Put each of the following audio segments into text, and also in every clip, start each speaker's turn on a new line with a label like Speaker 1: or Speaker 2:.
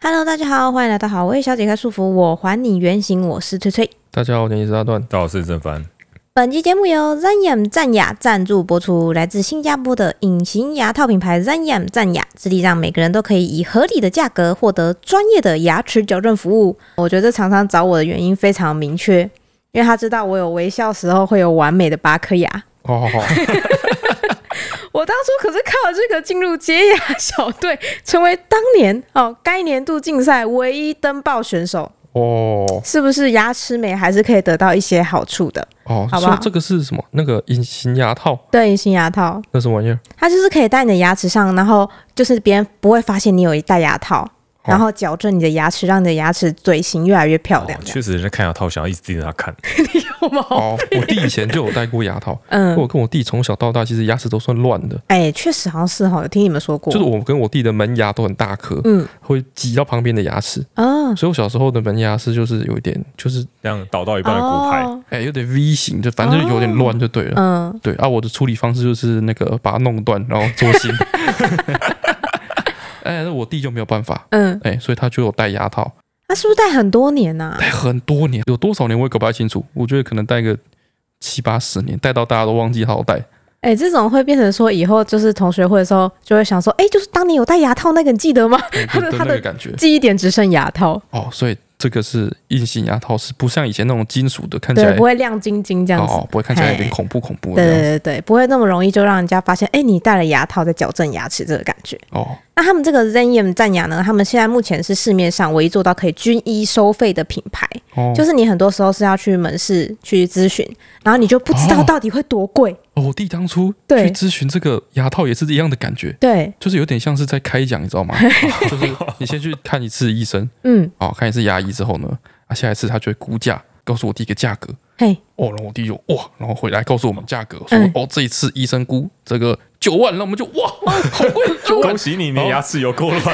Speaker 1: Hello，大家好，欢迎来到好味小姐开束缚，我还你原形，我是翠翠。
Speaker 2: 大家好，我是阿段。
Speaker 3: 大家好，我是郑凡。
Speaker 1: 本期节目由 Zanyam 赞雅赞助播出，来自新加坡的隐形牙套品牌 Zanyam 赞雅，致力让每个人都可以以合理的价格获得专业的牙齿矫正服务。我觉得厂商找我的原因非常明确，因为他知道我有微笑时候会有完美的八颗牙。
Speaker 2: 好好好，
Speaker 1: 我当初可是靠这个进入洁牙小队，成为当年哦该年度竞赛唯一登报选手，
Speaker 2: 哦
Speaker 1: 是不是牙齿美还是可以得到一些好处的？
Speaker 2: 哦，
Speaker 1: 好不
Speaker 2: 所
Speaker 1: 好
Speaker 2: 以这个是什么？那个隐形牙套，
Speaker 1: 对，新牙套，
Speaker 2: 那什么玩意儿？
Speaker 1: 它就是可以戴你的牙齿上，然后就是别人不会发现你有一戴牙
Speaker 2: 哦
Speaker 1: 套，然后矫正你的牙齿，让你的牙齿嘴型越来越漂亮
Speaker 3: 哦。确实是看牙套，想要一直盯着他看。
Speaker 1: 有吗？
Speaker 2: 哦，我弟以前就有戴过牙套。
Speaker 1: 嗯，
Speaker 2: 我跟我弟从小到大，其实牙齿都算乱的，
Speaker 1: 哎，确实好像是哈，有听你们说过。
Speaker 2: 就是我跟我弟的门牙都很大颗，
Speaker 1: 嗯
Speaker 2: 会挤到旁边的牙齿，
Speaker 1: 啊，
Speaker 2: 所以我小时候的门牙是就是有一点，就是
Speaker 3: 这样倒到一半的骨牌，
Speaker 1: 哦，
Speaker 2: 哎、有点 V 型，就反正就有点乱就对了。
Speaker 1: 嗯，
Speaker 2: 对啊，我的处理方式就是那个把它弄断，然后做新。哎，那我弟就没有办法，
Speaker 1: 嗯，
Speaker 2: 哎，所以他就有戴牙套。
Speaker 1: 那是不是戴很多年啊呐、
Speaker 2: 戴很多年，有多少年我也搞不太清楚。我觉得可能戴个七八十年，戴到大家都忘记好戴。
Speaker 1: 哎、这种会变成说，以后就是同学会的时候，就会想说，哎、就是当年有戴牙套那个，你记得吗？
Speaker 2: 对
Speaker 1: 他的
Speaker 2: 对
Speaker 1: 他
Speaker 2: 那
Speaker 1: 的
Speaker 2: 个感觉
Speaker 1: 记忆点只剩牙套，
Speaker 2: 哦，所以这个是硬性牙套，是不像以前那种金属的，看起
Speaker 1: 对，
Speaker 2: 来
Speaker 1: 不会亮晶晶这样子。
Speaker 2: 哦不会看起来有点
Speaker 1: 嘿
Speaker 2: 恐怖恐怖的
Speaker 1: 对对
Speaker 2: 样子
Speaker 1: 对对，不会那么容易就让人家发现，哎、你戴了牙套在矫正牙齿这个感觉。
Speaker 2: 哦
Speaker 1: 那他们这个 Zenium 赞牙呢，他们现在目前是市面上唯一做到可以均一收费的品牌，
Speaker 2: 哦，
Speaker 1: 就是你很多时候是要去门市去咨询，然后你就不知道
Speaker 2: 哦
Speaker 1: 到底会多贵。
Speaker 2: 哦我弟当初
Speaker 1: 对
Speaker 2: 去咨询这个牙套也是一样的感觉，
Speaker 1: 对，
Speaker 2: 就是有点像是在开讲，你 知道吗？哦就是你先去看一次医生，
Speaker 1: 嗯，
Speaker 2: 哦，看一次牙医之后呢，啊，下一次他就会估价，告诉我弟一个价格，
Speaker 1: 嘿，
Speaker 2: 哦，然后我弟就哇，然后回来告诉我们价格，说、
Speaker 1: 嗯
Speaker 2: 哦，这一次医生估这个九万，那我们就哇，好贵， 九万
Speaker 3: 恭，喜你，你的牙齿有够乱。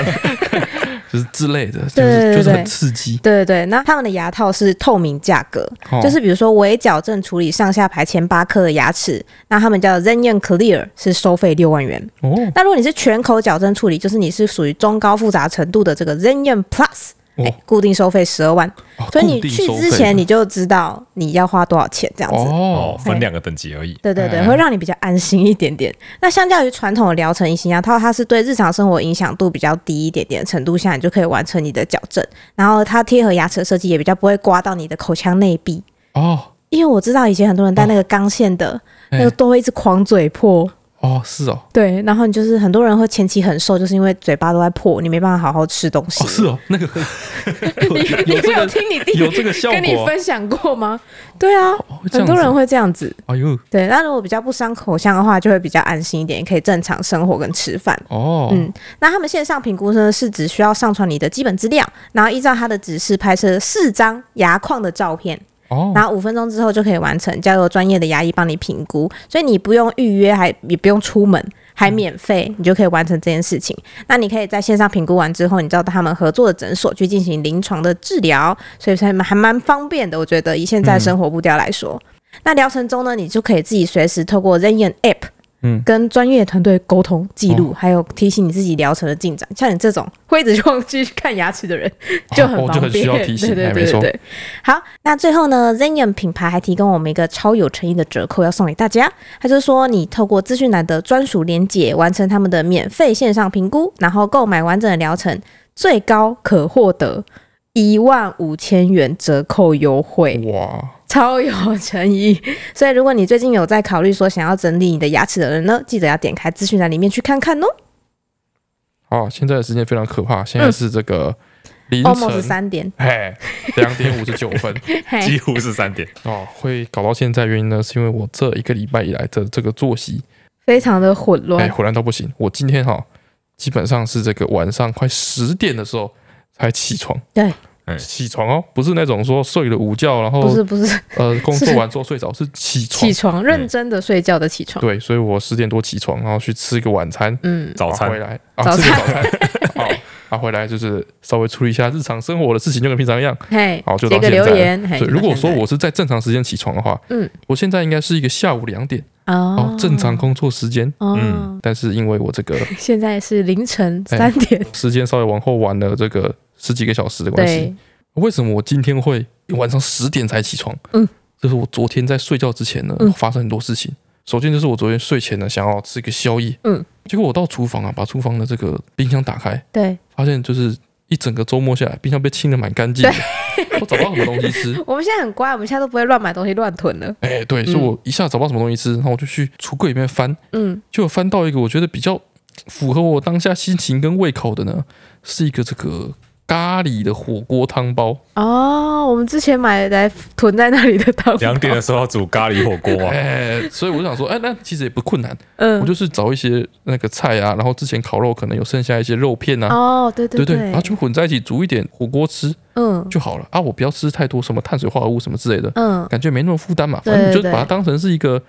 Speaker 2: 就是之类的，就
Speaker 1: 对对对
Speaker 2: 是就是
Speaker 1: 对
Speaker 2: 很刺激，
Speaker 1: 对对对，那他们的牙套是透明价格，
Speaker 2: 哦
Speaker 1: 就是比如说微矫正处理上下排前八颗的牙齿，那他们叫 Zenium Clear，是收费六万元。
Speaker 2: 哦
Speaker 1: 那如果你是全口矫正处理，就是你是属于中高复杂程度的这个 Zenium Plus，、
Speaker 2: 哦
Speaker 1: 哎固定收费十二万，
Speaker 2: 哦，
Speaker 1: 所以你
Speaker 2: 固定
Speaker 1: 去
Speaker 2: 收
Speaker 1: 之
Speaker 2: 费
Speaker 1: 前你就知道你要花多少钱这样子。
Speaker 3: 哦，
Speaker 2: 哦
Speaker 3: 分两个等级而已。
Speaker 1: 对对对，
Speaker 2: 哎
Speaker 1: 会让你比较安心一点点。那相较于传统的疗程，隐形牙套它是对日常生活影响度比较低一点点的程度下，你就可以完成你的矫正。然后它贴合牙齿的设计也比较不会刮到你的口腔内壁，
Speaker 2: 哦
Speaker 1: 因为我知道以前很多人戴那个钢线的，
Speaker 2: 哎
Speaker 1: 那个都会一直狂嘴破。
Speaker 2: 哦是哦
Speaker 1: 对，然后你就是很多人会前期很瘦，就是因为嘴巴都在破，你没办法好好吃东西。
Speaker 2: 哦是哦，那个
Speaker 1: 你你
Speaker 2: 有有
Speaker 1: 没
Speaker 2: 这
Speaker 1: 有
Speaker 2: 个
Speaker 1: 听你弟
Speaker 2: 有这个效
Speaker 1: 跟你
Speaker 2: 果啊
Speaker 1: 分享过吗？对啊，
Speaker 2: 哦，会这
Speaker 1: 很
Speaker 2: 样
Speaker 1: 多人
Speaker 2: 子，
Speaker 1: 会这样子。
Speaker 2: 哎呦
Speaker 1: 对，那如果比较不伤口腔的话，就会比较安心一点，也可以正常生活跟吃饭。
Speaker 2: 哦
Speaker 1: 嗯那他们线上评估呢，是只需要上传你的基本资料，然后依照他的指示拍摄四张牙框的照片，
Speaker 2: 哦
Speaker 1: 然后五分钟之后就可以完成，交由专业的牙医帮你评估，所以你不用预约，还也不用出门。还免费，你就可以完成这件事情。那你可以在线上评估完之后，你到他们合作的诊所去进行临床的治疗，所以才还蛮方便的。我觉得以现在生活步调来说，那疗程中呢，你就可以自己随时透过 Zen App
Speaker 2: 嗯
Speaker 1: 跟专业团队沟通、记录，
Speaker 2: 哦
Speaker 1: 还有提醒你自己疗程的进展。像你这种会一直去忘记去看牙齿的人， 就很
Speaker 2: 哦
Speaker 1: 方
Speaker 2: 就
Speaker 1: 便，
Speaker 2: 很需要提 醒
Speaker 1: 对对
Speaker 2: 哎
Speaker 1: 对
Speaker 2: 没
Speaker 1: 对
Speaker 2: 错
Speaker 1: 对。好，那最后呢，Zenium 品牌还提供我们一个超有诚意的折扣要送给大家。他就是说，你透过资讯栏的专属连结完成他们的免费线上评估，然后购买完整的疗程，最高可获得。一万五千元折扣优惠，
Speaker 2: 嗯哇
Speaker 1: 超有诚意。所以，如果你最近有在考虑说想要整理你的牙齿的人呢，记得要点开资讯栏里面去看看哦。
Speaker 2: 哦，现在的时间非常可怕，现在是这个凌
Speaker 1: 嗯 almost
Speaker 2: 晨
Speaker 1: 三点，
Speaker 2: 哎两点五十九分。
Speaker 1: 哎
Speaker 3: 几乎是 三点，
Speaker 2: 哦，会搞到现在原因呢，是因为我这一个礼拜以来的这个作息，
Speaker 1: 非常的混
Speaker 2: 哎、
Speaker 1: 乱。
Speaker 2: 混乱到不行。我今天哈，基本上是这个晚上快十点的时候才起床，
Speaker 1: 对，
Speaker 3: 嗯
Speaker 2: 起床哦，不是那种说睡了午觉，然后
Speaker 1: 不是不是，
Speaker 2: 呃工作完之后睡着，是起床。
Speaker 1: 起床认真的睡觉的起床。
Speaker 2: 对，所以我十点多起床，然后去吃个晚餐，
Speaker 1: 嗯，
Speaker 3: 早
Speaker 2: 然后回
Speaker 3: 餐
Speaker 2: 来啊，
Speaker 1: 早
Speaker 2: 吃
Speaker 1: 餐
Speaker 2: 个早餐，好，啊，回来就是稍微处理一下日常生活的事情，就跟平常一样。
Speaker 1: 嘿，
Speaker 2: 好就
Speaker 1: 写
Speaker 2: 到
Speaker 1: 个
Speaker 2: 现
Speaker 1: 留
Speaker 2: 在
Speaker 1: 言。嘿
Speaker 2: 对，如果
Speaker 1: 到
Speaker 2: 说
Speaker 1: 现在
Speaker 2: 我是在正常时间起床的话，
Speaker 1: 嗯，
Speaker 2: 我现在应该是一个下午两点
Speaker 1: 哦
Speaker 2: 哦，正常工作时间，
Speaker 1: 哦、
Speaker 3: 嗯
Speaker 2: 但是因为我这个
Speaker 1: 现在是凌晨
Speaker 2: 哎
Speaker 1: 三点，
Speaker 2: 时间稍微往后晚了这个十几个小时的关系，
Speaker 1: 对，
Speaker 2: 为什么我今天会晚上十点才起床？
Speaker 1: 嗯，
Speaker 2: 就是我昨天在睡觉之前呢，
Speaker 1: 嗯
Speaker 2: 发生很多事情。首先就是我昨天睡前呢，想要吃一个宵夜，
Speaker 1: 嗯，
Speaker 2: 结果我到厨房啊，把厨房的这个冰箱打开，
Speaker 1: 对
Speaker 2: 发现就是一整个周末下来，冰箱被清的蛮干净的，我找不到什么东 西吃。
Speaker 1: 我们现在很乖，我们现在都不会乱买东西乱囤了。
Speaker 2: 哎、对，所以我一下找不到什么东西吃，然后我就去橱柜里面翻，
Speaker 1: 嗯，
Speaker 2: 就翻到一个我觉得比较符合我当下心情跟胃口的呢，是一个这个咖喱的火锅汤包。
Speaker 1: 哦，我们之前买来囤在那里的汤包，
Speaker 3: 两点的时候要煮咖喱火锅啊，
Speaker 2: 哎、所以我就想说，哎、那其实也不困难，
Speaker 1: 嗯，
Speaker 2: 我就是找一些那个菜啊，然后之前烤肉可能有剩下一些肉片啊，
Speaker 1: 哦，对
Speaker 2: 对
Speaker 1: 对，
Speaker 2: 然后就混在一起煮一点火锅吃
Speaker 1: 嗯
Speaker 2: 就好了啊。我不要吃太多什么碳水化合物什么之类的，
Speaker 1: 嗯，
Speaker 2: 感觉没那么负担嘛。
Speaker 1: 对
Speaker 2: 反正你就
Speaker 1: 对
Speaker 2: 把它当成是一个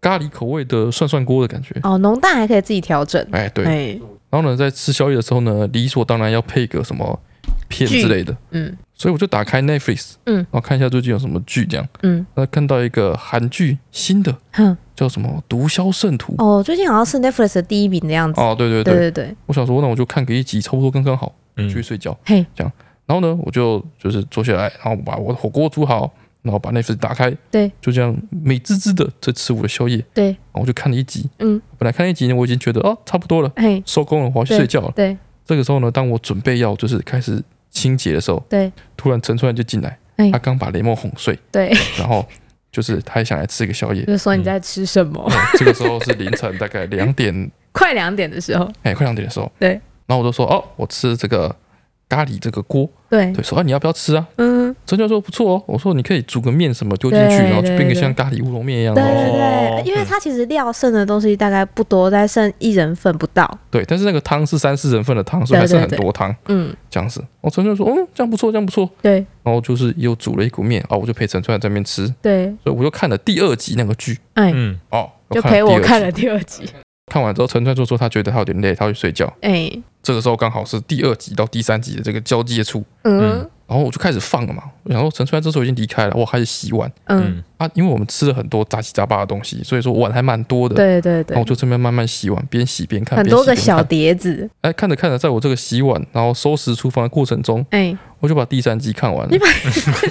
Speaker 2: 咖喱口味的涮涮锅的感觉。
Speaker 1: 哦，浓淡还可以自己调整，
Speaker 2: 哎，对。
Speaker 1: 哎，
Speaker 2: 然后呢，在吃宵夜的时候呢，理所当然要配个什么片之类的，
Speaker 1: 嗯
Speaker 2: 所以我就打开 Netflix，
Speaker 1: 嗯
Speaker 2: 然后看一下最近有什么剧这样。
Speaker 1: 嗯
Speaker 2: 那看到一个韩剧新的
Speaker 1: 哼，
Speaker 2: 叫什么《毒枭圣徒》
Speaker 1: 哦，最近好像是 Netflix 的第一名的样子，
Speaker 2: 哦，对对
Speaker 1: 对
Speaker 2: 对，
Speaker 1: 对对，
Speaker 2: 我想说，那我就看个一集，差不多刚刚好，
Speaker 3: 嗯
Speaker 2: 去睡觉。
Speaker 1: 嘿，
Speaker 2: 然后呢，我就就是坐下来，然后把我的火锅煮好，然后把 Netflix 打开，
Speaker 1: 对，
Speaker 2: 就这样美滋滋的在吃我的宵夜。
Speaker 1: 对，
Speaker 2: 然后我就看了一集，
Speaker 1: 嗯，
Speaker 2: 本来看一集呢，我已经觉得哦差不多了，
Speaker 1: 嘿，
Speaker 2: 收工了，我要去睡觉了。
Speaker 1: 对
Speaker 2: 这个时候呢，当我准备要就是开始清洁的时候，
Speaker 1: 对
Speaker 2: 突然陈川就进来
Speaker 1: 哎，
Speaker 2: 他刚把雷梦哄睡，
Speaker 1: 对，
Speaker 2: 然后就是他也想来吃一个宵夜。嗯
Speaker 1: 就是说你在吃什么？
Speaker 2: 这个时候是凌晨大概两点，
Speaker 1: 快两点的时候，
Speaker 2: 哎，快两点的时候。
Speaker 1: 对。
Speaker 2: 然后我就说，哦，我吃这个咖喱这个锅。
Speaker 1: 对，
Speaker 2: 对，说啊，你要不要吃啊？
Speaker 1: 嗯，
Speaker 2: 陈教说不错哦。我说你可以煮个面什么丢进去，
Speaker 1: 对
Speaker 2: 然后就变
Speaker 1: 对
Speaker 2: 个
Speaker 1: 对
Speaker 2: 像咖喱乌龙面一样。哦
Speaker 1: 对
Speaker 2: 然后
Speaker 1: 对对，因为它其实料剩的东西大概不多，大概剩一人份不到，
Speaker 2: 对，但是那个汤是三四人份的汤，所以还
Speaker 1: 对对
Speaker 2: 剩很
Speaker 1: 对
Speaker 2: 多汤
Speaker 1: 嗯，
Speaker 2: 这样子。哦，陈教说，嗯，这样不错，这样不错。
Speaker 1: 对
Speaker 2: 然后就是又煮了一股面啊，我就陪陈川在那边吃，
Speaker 1: 对，
Speaker 2: 所以我就看了第二集那个剧
Speaker 1: 哎，
Speaker 3: 嗯，
Speaker 2: 哦，
Speaker 1: 就陪我看
Speaker 2: 第二集。
Speaker 1: 了第二集，
Speaker 2: 看完之后，陈川就说他觉得他有点累，他要去睡觉。
Speaker 1: 哎，
Speaker 2: 这个时候刚好是第二集到第三集的这个交界处，
Speaker 1: 嗯
Speaker 2: 然后我就开始放了嘛。我想说陈川这时候已经离开了，我开始洗碗
Speaker 1: 嗯，
Speaker 2: 啊，因为我们吃了很多杂七杂八的东西，所以说碗还蛮多的。
Speaker 1: 对对
Speaker 2: 然后
Speaker 1: 对
Speaker 2: 我，就这边慢慢洗碗，边洗边看，
Speaker 1: 很
Speaker 2: 边
Speaker 1: 多
Speaker 2: 洗
Speaker 1: 个
Speaker 2: 边
Speaker 1: 小
Speaker 2: 看
Speaker 1: 碟子，
Speaker 2: 哎，看着看着，在我这个洗碗然后收拾厨房的过程中，
Speaker 1: 哎，
Speaker 2: 我就把第三集看完了
Speaker 1: 你。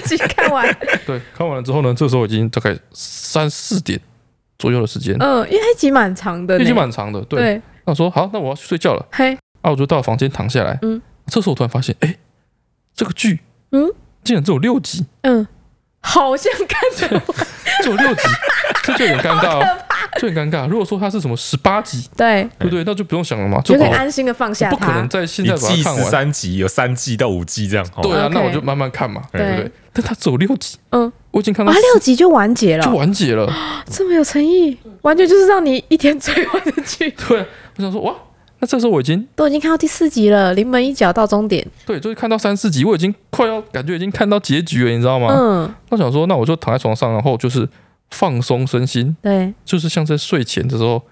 Speaker 1: 自己看完，
Speaker 2: 对，看完了之后呢，这时候已经大概三四点左右的时间，
Speaker 1: 嗯，因为它一集蛮长的呢，
Speaker 2: 已经蛮长的。对，
Speaker 1: 对，
Speaker 2: 那我说好，那我要去睡觉了。
Speaker 1: 嘿，
Speaker 2: 啊，我就到房间躺下来。
Speaker 1: 嗯，
Speaker 2: 这时候我突然发现，哎，这个剧，
Speaker 1: 嗯，
Speaker 2: 竟然只有六集。
Speaker 1: 嗯，好像看着，
Speaker 2: 只有六集，这就有点尴尬哦，就很尴尬。如果说它是什么十八集，
Speaker 1: 对，
Speaker 3: 哎
Speaker 2: 对不对？那就不用想了嘛，就
Speaker 1: 就可以
Speaker 2: 哦
Speaker 1: 安心的放下
Speaker 2: 不可
Speaker 1: 它
Speaker 2: 能，在现
Speaker 3: 一
Speaker 2: 在把
Speaker 3: 季
Speaker 2: 它看
Speaker 3: 十
Speaker 2: 完。
Speaker 3: 三集，啊有三季到五季这样。哦
Speaker 2: 对啊，
Speaker 1: OK
Speaker 2: 那我就慢慢看嘛，
Speaker 1: 对
Speaker 2: 对不对？但它只有六集，
Speaker 1: 嗯，
Speaker 2: 我已经看到
Speaker 1: 啊，六集就完结
Speaker 2: 就
Speaker 1: 了，
Speaker 2: 完结了。
Speaker 1: 这么有诚意，完全就是让你一天追完的剧。
Speaker 2: 对啊，我想说哇，那这时候我已经
Speaker 1: 都已经看到第四集了，临门一脚到终点。
Speaker 2: 对，就是看到三四集，我已经快要感觉已经看到结局了，你知道吗？
Speaker 1: 嗯，
Speaker 2: 那我想说，那我就躺在床上，然后就是放松身心，
Speaker 1: 对，
Speaker 2: 就是像在睡前的时候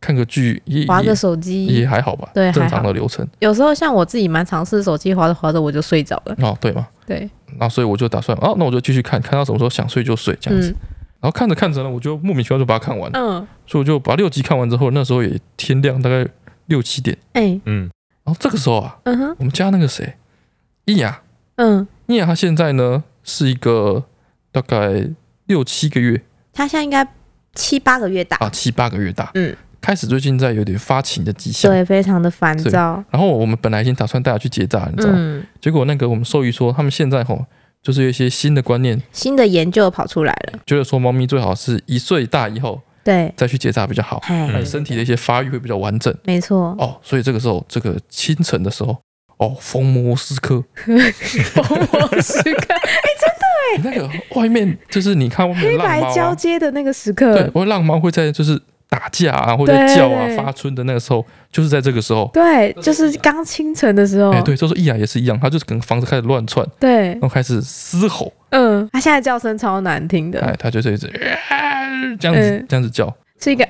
Speaker 2: 看个剧，也
Speaker 1: 划个
Speaker 2: 也
Speaker 1: 手
Speaker 2: 也
Speaker 1: 机，
Speaker 2: 还好吧，
Speaker 1: 对还
Speaker 2: 正常
Speaker 1: 好
Speaker 2: 的流程。
Speaker 1: 有时候像我自己蛮尝试手机划着划着我就睡着了。
Speaker 2: 哦，对嘛，
Speaker 1: 对，
Speaker 2: 然后所以我就打算，哦，那我就继续看，看到什么时候想睡就睡这样子。
Speaker 1: 嗯
Speaker 2: 然后看着看着呢，我就莫名其妙就把它看完了，
Speaker 1: 嗯，
Speaker 2: 所以我就把六集看完之后，那时候也天亮，大概六七点。
Speaker 1: 哎，
Speaker 3: 嗯，
Speaker 2: 然后这个时候啊，
Speaker 1: 嗯哼，
Speaker 2: 我们家那个谁，伊雅，
Speaker 1: 嗯，
Speaker 2: 伊雅她现在呢是一个大概六七个月
Speaker 1: 他现在应该七八个月大，
Speaker 2: 啊，七八个月大，
Speaker 1: 嗯，
Speaker 2: 开始最近在有点发情的迹象。
Speaker 1: 对，非常的烦躁。
Speaker 2: 然后我们本来已经打算带她去结扎，你知道吗？
Speaker 1: 嗯，
Speaker 2: 结果那个我们兽医说，他们现在吼就是有一些新的观念，
Speaker 1: 新的研究跑出来了。
Speaker 2: 觉得说猫咪最好是一岁大以后
Speaker 1: 对，
Speaker 2: 再去结扎比较好。
Speaker 1: 嗨，
Speaker 3: 嗯
Speaker 2: 身体的一些发育会比较完整
Speaker 1: 没错，
Speaker 2: 哦，所以这个时候，这个清晨的时候，哦，风摩斯科，
Speaker 1: 疯魔时 刻，
Speaker 2: 那个外面就是你看外面
Speaker 1: 黑
Speaker 2: 的浪
Speaker 1: 白
Speaker 2: 猫、
Speaker 1: 交
Speaker 2: 啊，
Speaker 1: 接的那个时
Speaker 2: 对，
Speaker 1: 刻。
Speaker 2: 我浪猫会在就是打架啊，或者在
Speaker 1: 对
Speaker 2: 叫啊、发春的那个时候，就是在这个时候，
Speaker 1: 对，就是刚清晨的时候
Speaker 2: 哎、。对，就是易雅也是一样，它就是可能房子开始乱窜，
Speaker 1: 哦对
Speaker 2: 然，后开始嘶吼，
Speaker 1: 嗯，他现在叫声超难听的
Speaker 2: 哎，，它就是一直、啊这样子
Speaker 1: 嗯
Speaker 2: 这样子叫，
Speaker 1: 是一个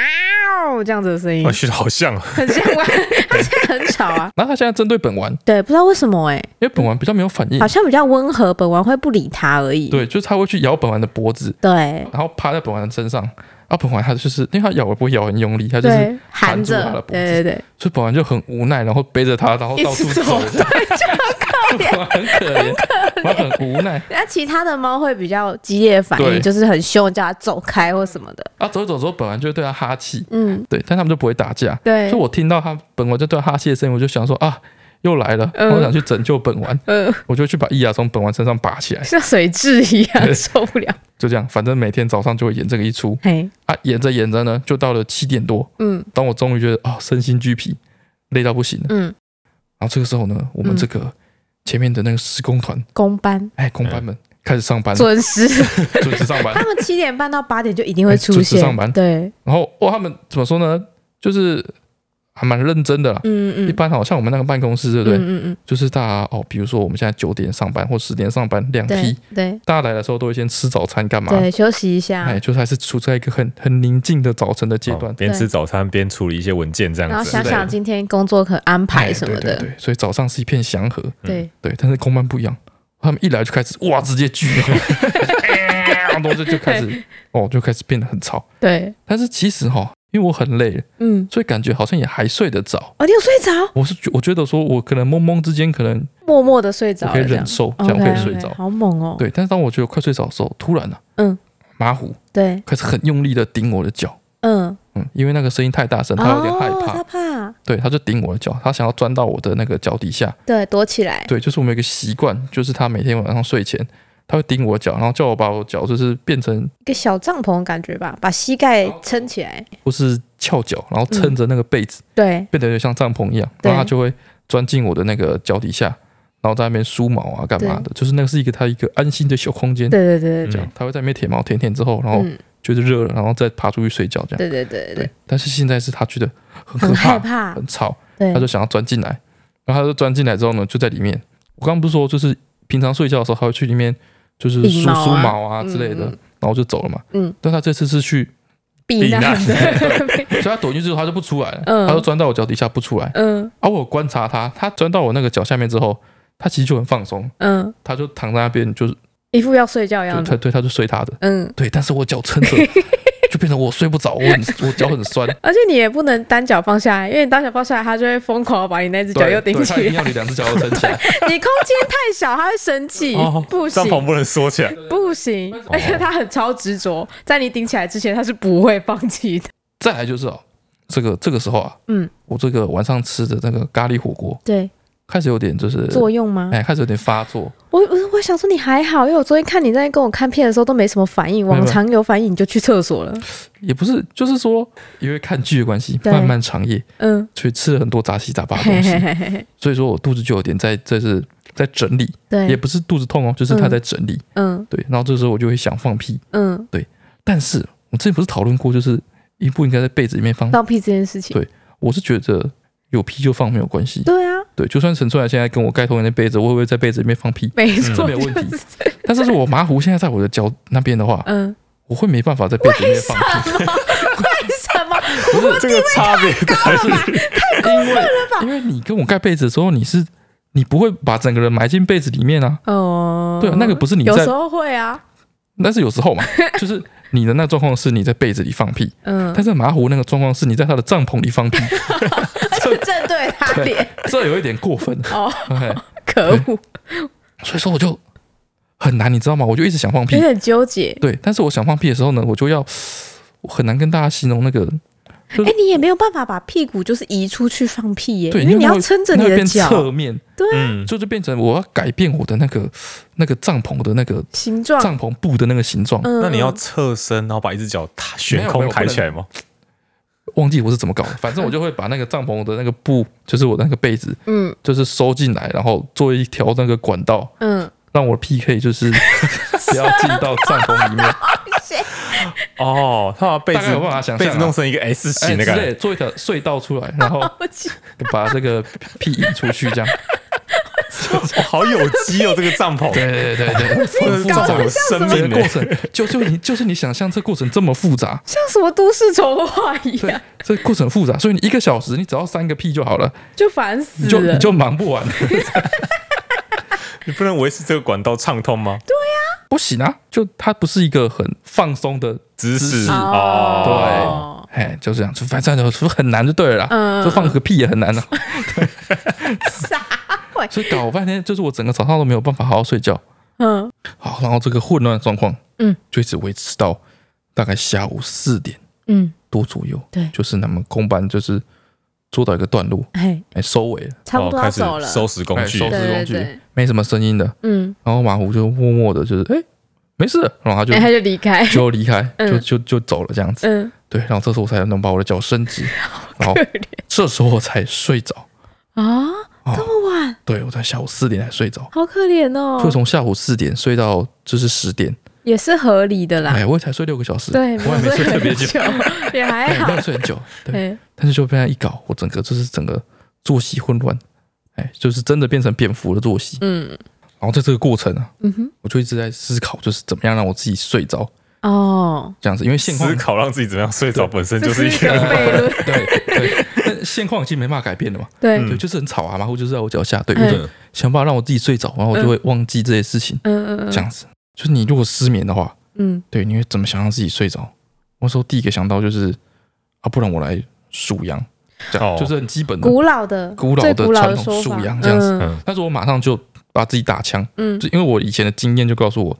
Speaker 1: 啊哦这样子的声音
Speaker 3: 我，觉得好像啊
Speaker 1: 很像玩， 他现在很吵啊。
Speaker 2: 然后它现在针对本丸，
Speaker 1: 对，不知道为什么哎、
Speaker 2: 因为本丸比较没有反应
Speaker 1: 好，像比较温和，本王会不理他而已。
Speaker 2: 对，就是它会去咬本丸的脖子，
Speaker 1: 对
Speaker 2: 然后趴在本丸的身上，啊，本来他就是因为他咬也不会咬很用力，他就是
Speaker 1: 对，含
Speaker 2: 住他的
Speaker 1: 着，
Speaker 2: 脖子
Speaker 1: 对对对，
Speaker 2: 所以本来就很无奈，然后背着他，然后
Speaker 1: 一
Speaker 2: 到处
Speaker 1: 直
Speaker 2: 走，
Speaker 1: 对，就很可
Speaker 2: 本
Speaker 1: 怜。
Speaker 2: 来 很可怜，本来很无奈。
Speaker 1: 那其他的猫会比较激烈反
Speaker 2: 对
Speaker 1: 应，就是很凶，叫它走开或什么的。
Speaker 2: 啊，走一走之后，本来就对他哈气，
Speaker 1: 嗯，
Speaker 2: 对，但他们就不会打架。
Speaker 1: 对
Speaker 2: 所以，我听到他本丸在对他哈气的声音，我就想说啊，又来了，
Speaker 1: 嗯
Speaker 2: 我想去拯救本丸，
Speaker 1: 嗯，
Speaker 2: 我就去把伊雅从本丸身上拔起来，
Speaker 1: 像水蛭一
Speaker 2: 哎对
Speaker 1: 样，受不了。
Speaker 2: 就这样，反正每天早上就会演这个一出
Speaker 1: 嘿，
Speaker 2: 啊，演着演着呢，就到了七点多，
Speaker 1: 嗯
Speaker 2: 当我终于觉得啊、身心俱疲，累到不行了，
Speaker 1: 嗯，
Speaker 2: 然后这个时候呢，我们这个前面的那个施工团，
Speaker 1: 公班
Speaker 2: 哎，工班们开始上班了，
Speaker 1: 准 时，
Speaker 2: 准时上班
Speaker 1: 他，们七点半到八点就一定会
Speaker 2: 哎
Speaker 1: 出
Speaker 2: 准时
Speaker 1: 现。
Speaker 2: 上班
Speaker 1: 对，
Speaker 2: 然后哦哇，他们怎么说呢？就是还蛮认真的啦。
Speaker 1: 嗯嗯，
Speaker 2: 一般好像我们那个办公室，对不对？
Speaker 1: 嗯嗯
Speaker 2: 就是大家哦，比如说我们现在九点上班或十点上班，两
Speaker 1: 嗯，对
Speaker 2: 批，
Speaker 1: 对
Speaker 2: 大家来的时候都会先吃早餐干嘛？
Speaker 1: 对，休息一下
Speaker 2: 哎，，就是还是处在一个很很宁静的早晨的阶段
Speaker 3: 哦。边
Speaker 1: 对
Speaker 3: 吃早餐边处理一些文件这
Speaker 1: 然
Speaker 3: 样
Speaker 1: 后
Speaker 3: 子，
Speaker 1: 想想今天工作可安排
Speaker 2: 哎
Speaker 1: 什么
Speaker 2: 对
Speaker 1: 的
Speaker 2: 对。对，所以早上是一片祥和，
Speaker 1: 对，
Speaker 2: 对。但是公班不一样，他们一来就开始哇，直接聚， 哎然后就就开始哦，就开始变得很吵。
Speaker 1: 对，
Speaker 2: 但是其实哈、因为我很累了，
Speaker 1: 嗯，
Speaker 2: 所以感觉好像也还睡得着。
Speaker 1: 哦，你有睡着，
Speaker 2: 我是觉我觉得说，我可能懵懵之间，可能
Speaker 1: 默默的睡着了，
Speaker 2: 我可以
Speaker 1: 这
Speaker 2: 忍
Speaker 1: 样
Speaker 2: 受，这样
Speaker 1: OK，
Speaker 2: 我可以睡着。
Speaker 1: 好猛哦。
Speaker 2: 对，但是当我觉得快睡着的时候，突然呢、
Speaker 1: 嗯，
Speaker 2: 马虎
Speaker 1: 对，
Speaker 2: 开始很用力的顶我的脚，
Speaker 1: 嗯，
Speaker 2: 嗯，因为那个声音太大声，他有点害
Speaker 1: 哦
Speaker 2: 怕，
Speaker 1: 他怕，
Speaker 2: 对，他就顶我的脚，他想要钻到我的那个脚底下。
Speaker 1: 对，躲起来，
Speaker 2: 对，就是我们有一个习惯，就是他每天晚上睡前，他会顶我的脚，然后叫我把我脚就是变成
Speaker 1: 一个小帐篷的感觉吧，把膝盖
Speaker 2: 哦
Speaker 1: 撑起来。
Speaker 2: 不是翘脚，然后撑着那个被子，
Speaker 1: 对，
Speaker 2: 变得有点像帐篷一样，
Speaker 1: 嗯对
Speaker 2: 然后他就会钻进我的那个脚底下，然后在那边梳毛啊，干嘛的，就是那个是一个他一个安心的小空间。
Speaker 1: 对对对对
Speaker 3: 嗯
Speaker 1: 对，
Speaker 2: 这样，他会在那边舔毛舔舔之后，然后
Speaker 1: 嗯，
Speaker 2: 就是热了，然后再爬出去睡觉这样。
Speaker 1: 对对对对，
Speaker 2: 对，但是现在是他觉得很可
Speaker 1: 很害
Speaker 2: 怕、
Speaker 1: 怕，
Speaker 2: 很吵，
Speaker 1: 对
Speaker 2: 他，就想要钻进来，然后他就钻进来之后呢，就在里面。我刚刚不是说，就是平常睡觉的时候，他会去里面就是梳
Speaker 1: 理毛啊
Speaker 2: 梳毛啊之类的，
Speaker 1: 嗯嗯
Speaker 2: 然后就走了嘛。
Speaker 1: 嗯，
Speaker 2: 但他这次是去，
Speaker 1: 避难
Speaker 3: 避
Speaker 1: 的，
Speaker 2: 所以他躲进去之后他就不出来了，
Speaker 1: 嗯
Speaker 2: 他就钻到我脚底下不出来。
Speaker 1: 嗯
Speaker 2: 而、我观察他，他钻到我那个脚下面之后，他其实就很放松，
Speaker 1: 嗯，
Speaker 2: 他就躺在那边，就是
Speaker 1: 一副要睡觉的
Speaker 2: 就
Speaker 1: 样
Speaker 2: 他
Speaker 1: 子，
Speaker 2: 对他就睡他的，
Speaker 1: 嗯，
Speaker 2: 对，但是我脚 撑着。就变成我睡不着，我很我脚很酸，
Speaker 1: 而且你也不能单脚放下来，因为你单脚放下来，它就会疯狂地把你那只脚
Speaker 2: 对，
Speaker 1: 又顶
Speaker 2: 对他一
Speaker 1: 起
Speaker 2: 定
Speaker 1: 来，
Speaker 2: 要你两只脚都撑 起来，
Speaker 1: 你空间太小，它会生气
Speaker 3: 哦，
Speaker 1: 不
Speaker 3: 帐篷
Speaker 1: 行。
Speaker 3: 不能缩起来，
Speaker 1: 不行，
Speaker 2: 哦
Speaker 1: 而且它很超执着，在你顶起来之前，它是不会放弃的。
Speaker 2: 再来就是哦，这个这个时候啊，
Speaker 1: 嗯，
Speaker 2: 我这个晚上吃的那个咖喱火锅
Speaker 1: 对，
Speaker 2: 开始有点就是
Speaker 1: 作用吗？
Speaker 2: 哎，开始有点发作，
Speaker 1: 我我我想说你还好，因为我昨天看你在跟我看片的时候都没什么反应，
Speaker 2: 有
Speaker 1: 往常有反应你就去厕所了。
Speaker 2: 也不是，就是说因为看剧的关系，
Speaker 1: 对
Speaker 2: 漫漫长夜，
Speaker 1: 嗯，
Speaker 2: 所以吃了很多杂七杂八的
Speaker 1: 嘿
Speaker 2: 啊东
Speaker 1: 嘿
Speaker 2: 西，
Speaker 1: 嘿嘿嘿，
Speaker 2: 所以说我肚子就有点在这是在整理，也
Speaker 1: 对，
Speaker 2: 不是肚子痛哦，就是它在整理，
Speaker 1: 哎嗯
Speaker 2: 对，然后这时候我就会想放屁，
Speaker 1: 嗯，
Speaker 2: 但是我之前不是讨论过，就是应不应该在被子里面放，
Speaker 1: 放屁这件事情，
Speaker 2: 对我是觉得有屁就放没有关系，
Speaker 1: 对啊，
Speaker 2: 对，就算陈春兰现在跟我盖同一的被子，我会不会在被子里面放屁？
Speaker 1: 没
Speaker 2: 这
Speaker 1: 错，
Speaker 2: 嗯没有问题
Speaker 1: 就是这样
Speaker 2: 但是如果麻糊现在在我的脚那边的话，
Speaker 1: 嗯，
Speaker 2: 我会没办法在被子里面放屁，
Speaker 1: 为什么？
Speaker 3: 不是这个差别太
Speaker 2: 因为因为你跟我盖被子的时候，你是你不会把整个人埋进被子里面啊。
Speaker 1: 哦，
Speaker 2: 对啊，那个不是你
Speaker 1: 有
Speaker 2: 在
Speaker 1: 时，候会啊，
Speaker 2: 但是有时候 嘛，就是你的那状况是你在被子里放屁，
Speaker 1: 嗯
Speaker 2: 但，是麻糊那个状况是你在他的帐篷 里放屁，
Speaker 1: 而且正对他脸，
Speaker 2: 这有一点 过分。
Speaker 1: 哦，
Speaker 2: OK，
Speaker 1: 可恶，
Speaker 2: 所以说我就很难，你知道吗？我就一直想放屁
Speaker 1: 有，点纠结。
Speaker 2: 对，但是我想放屁的时候呢，我就要我很难跟大家形容那个
Speaker 1: 哎，你也没有办法把屁股就是移出去放屁耶，
Speaker 2: 对
Speaker 1: 因为
Speaker 2: 因
Speaker 1: 你
Speaker 2: 为它
Speaker 1: 要
Speaker 2: 会
Speaker 1: 撑着
Speaker 2: 那
Speaker 1: 你
Speaker 2: 会
Speaker 1: 的
Speaker 2: 变侧
Speaker 1: 脚，
Speaker 2: 面，
Speaker 3: 嗯，
Speaker 2: 就就变成我要改变我的那个那个帐篷的那个
Speaker 1: 形状，
Speaker 2: 帐篷布的那个形状，
Speaker 1: 嗯，
Speaker 3: 那你要
Speaker 1: 嗯
Speaker 3: 侧身，然后把一只脚抬悬空抬起来吗？
Speaker 2: 忘记我是怎么搞的，反正我就会把那个帐篷的那个布，就是我的那个被子，
Speaker 1: 嗯
Speaker 2: 就是收进来，然后做一条那个管道，
Speaker 1: 嗯，
Speaker 2: 让我的 PK 就是不要进到帐篷里面，
Speaker 3: 哦，他把被
Speaker 2: 大概
Speaker 3: 子
Speaker 2: 有办法想象啊
Speaker 3: 被子弄成一个 S
Speaker 2: 哎
Speaker 3: 型
Speaker 2: 之
Speaker 3: 的感
Speaker 2: 类
Speaker 3: 觉，
Speaker 2: 的，做一条隧道出来，然后
Speaker 1: 我记
Speaker 2: 把这个屁引出去，这样，
Speaker 3: 哇 好有机哦，这个 帐篷，
Speaker 2: 对对对对对，
Speaker 3: 这个帐篷有生
Speaker 2: 这个
Speaker 3: 命
Speaker 2: 过
Speaker 3: 呢。
Speaker 2: 程就是你就是你想象这过程这么复杂，
Speaker 1: 像什么都市童话一
Speaker 2: 对
Speaker 1: 样，，
Speaker 2: 这过程复杂，所以你一个小时你只要三个屁就好了，
Speaker 1: 就烦死
Speaker 2: 你
Speaker 1: 了。
Speaker 2: 就你就忙不完。
Speaker 3: 你不能维持这个管道畅通吗？对
Speaker 2: 不行啊，就它不是一个很放松的，
Speaker 3: 知
Speaker 2: 知
Speaker 3: 识
Speaker 2: 识
Speaker 3: 哦，
Speaker 1: 哦
Speaker 2: 哎，就这样，就反正就是很难就对了啦，
Speaker 1: 嗯
Speaker 2: 就放个屁也很 难啊，
Speaker 1: 傻鬼，
Speaker 2: 所以搞半天就是我整个早上都没有办法好好睡觉，
Speaker 1: 嗯，
Speaker 2: 好，然后这个混乱的状况，
Speaker 1: 嗯，
Speaker 2: 就一直维持到大概下午四点
Speaker 1: 嗯，
Speaker 2: 多左右，
Speaker 1: 对
Speaker 2: 就是那么公班就是做到一个段落，
Speaker 1: 哎，
Speaker 2: 哎，收尾了，
Speaker 1: 差不多
Speaker 3: 哦
Speaker 1: 要
Speaker 3: 开始
Speaker 1: 走了，
Speaker 3: 收拾工
Speaker 2: 哎
Speaker 3: 具
Speaker 2: 收，拾
Speaker 1: 对对
Speaker 2: 工具
Speaker 1: 对，
Speaker 2: 没什么声音的，
Speaker 1: 嗯，
Speaker 2: 然后马虎就默默的，就是哎、没事了，然后他就、
Speaker 1: 哎，他就离开，
Speaker 2: 就离开，就
Speaker 1: 嗯
Speaker 2: 就就走了这样子。
Speaker 1: 嗯，
Speaker 2: 对，然后这时候我才能把我的脚伸 直，然后
Speaker 1: 可怜
Speaker 2: 这时候我才睡着。
Speaker 1: 啊，
Speaker 2: 哦
Speaker 1: 这么晚，
Speaker 2: 对我在下午四点才睡着，
Speaker 1: 好可怜哦
Speaker 2: 所以，从下午四点睡到就是十点，
Speaker 1: 也是合理的啦，
Speaker 2: 哎，我也才睡六个小时，
Speaker 1: 啊对，
Speaker 2: 我也没睡特别
Speaker 1: 很
Speaker 2: 久，
Speaker 1: 久，也还
Speaker 2: 哎，
Speaker 1: 好
Speaker 2: 没有，睡很久，对。
Speaker 1: 哎，
Speaker 2: 但是就被他一搞，我整个就是整个作息混乱，哎，就是真的变成蝙蝠的作息。
Speaker 1: 嗯
Speaker 2: 然后在这个过程啊，
Speaker 1: 嗯哼，
Speaker 2: 我就一直在思考，就是怎么样让我自己睡着
Speaker 1: 哦，
Speaker 2: 这样子，因为现况
Speaker 3: 思考让自己怎么样睡着，本身就是一
Speaker 1: 这是一
Speaker 3: 个
Speaker 1: 个悖论，
Speaker 2: 对对， 但现况已经没办法改变了嘛。
Speaker 1: 对，
Speaker 2: 对，就是很吵啊，马虎就是在我脚下，对，
Speaker 1: 嗯
Speaker 2: 我就想办法让我自己睡着，然后我就会忘记这些事情，
Speaker 1: 嗯嗯
Speaker 2: 这样子。就是你如果失眠的话，
Speaker 1: 嗯，
Speaker 2: 对，你会怎么想让自己睡着？我说第一个想到就是啊，不然我来数羊，这样
Speaker 3: 哦
Speaker 2: 就是很基本的
Speaker 1: 古老的
Speaker 2: 嗯古老
Speaker 1: 最
Speaker 2: 的
Speaker 1: 古老的
Speaker 2: 传统
Speaker 1: 说
Speaker 2: 数
Speaker 1: 法，
Speaker 2: 羊这样子。
Speaker 1: 嗯
Speaker 2: 但是我马上就把自己打枪，
Speaker 1: 嗯
Speaker 2: 就因为我以前的经验就告诉我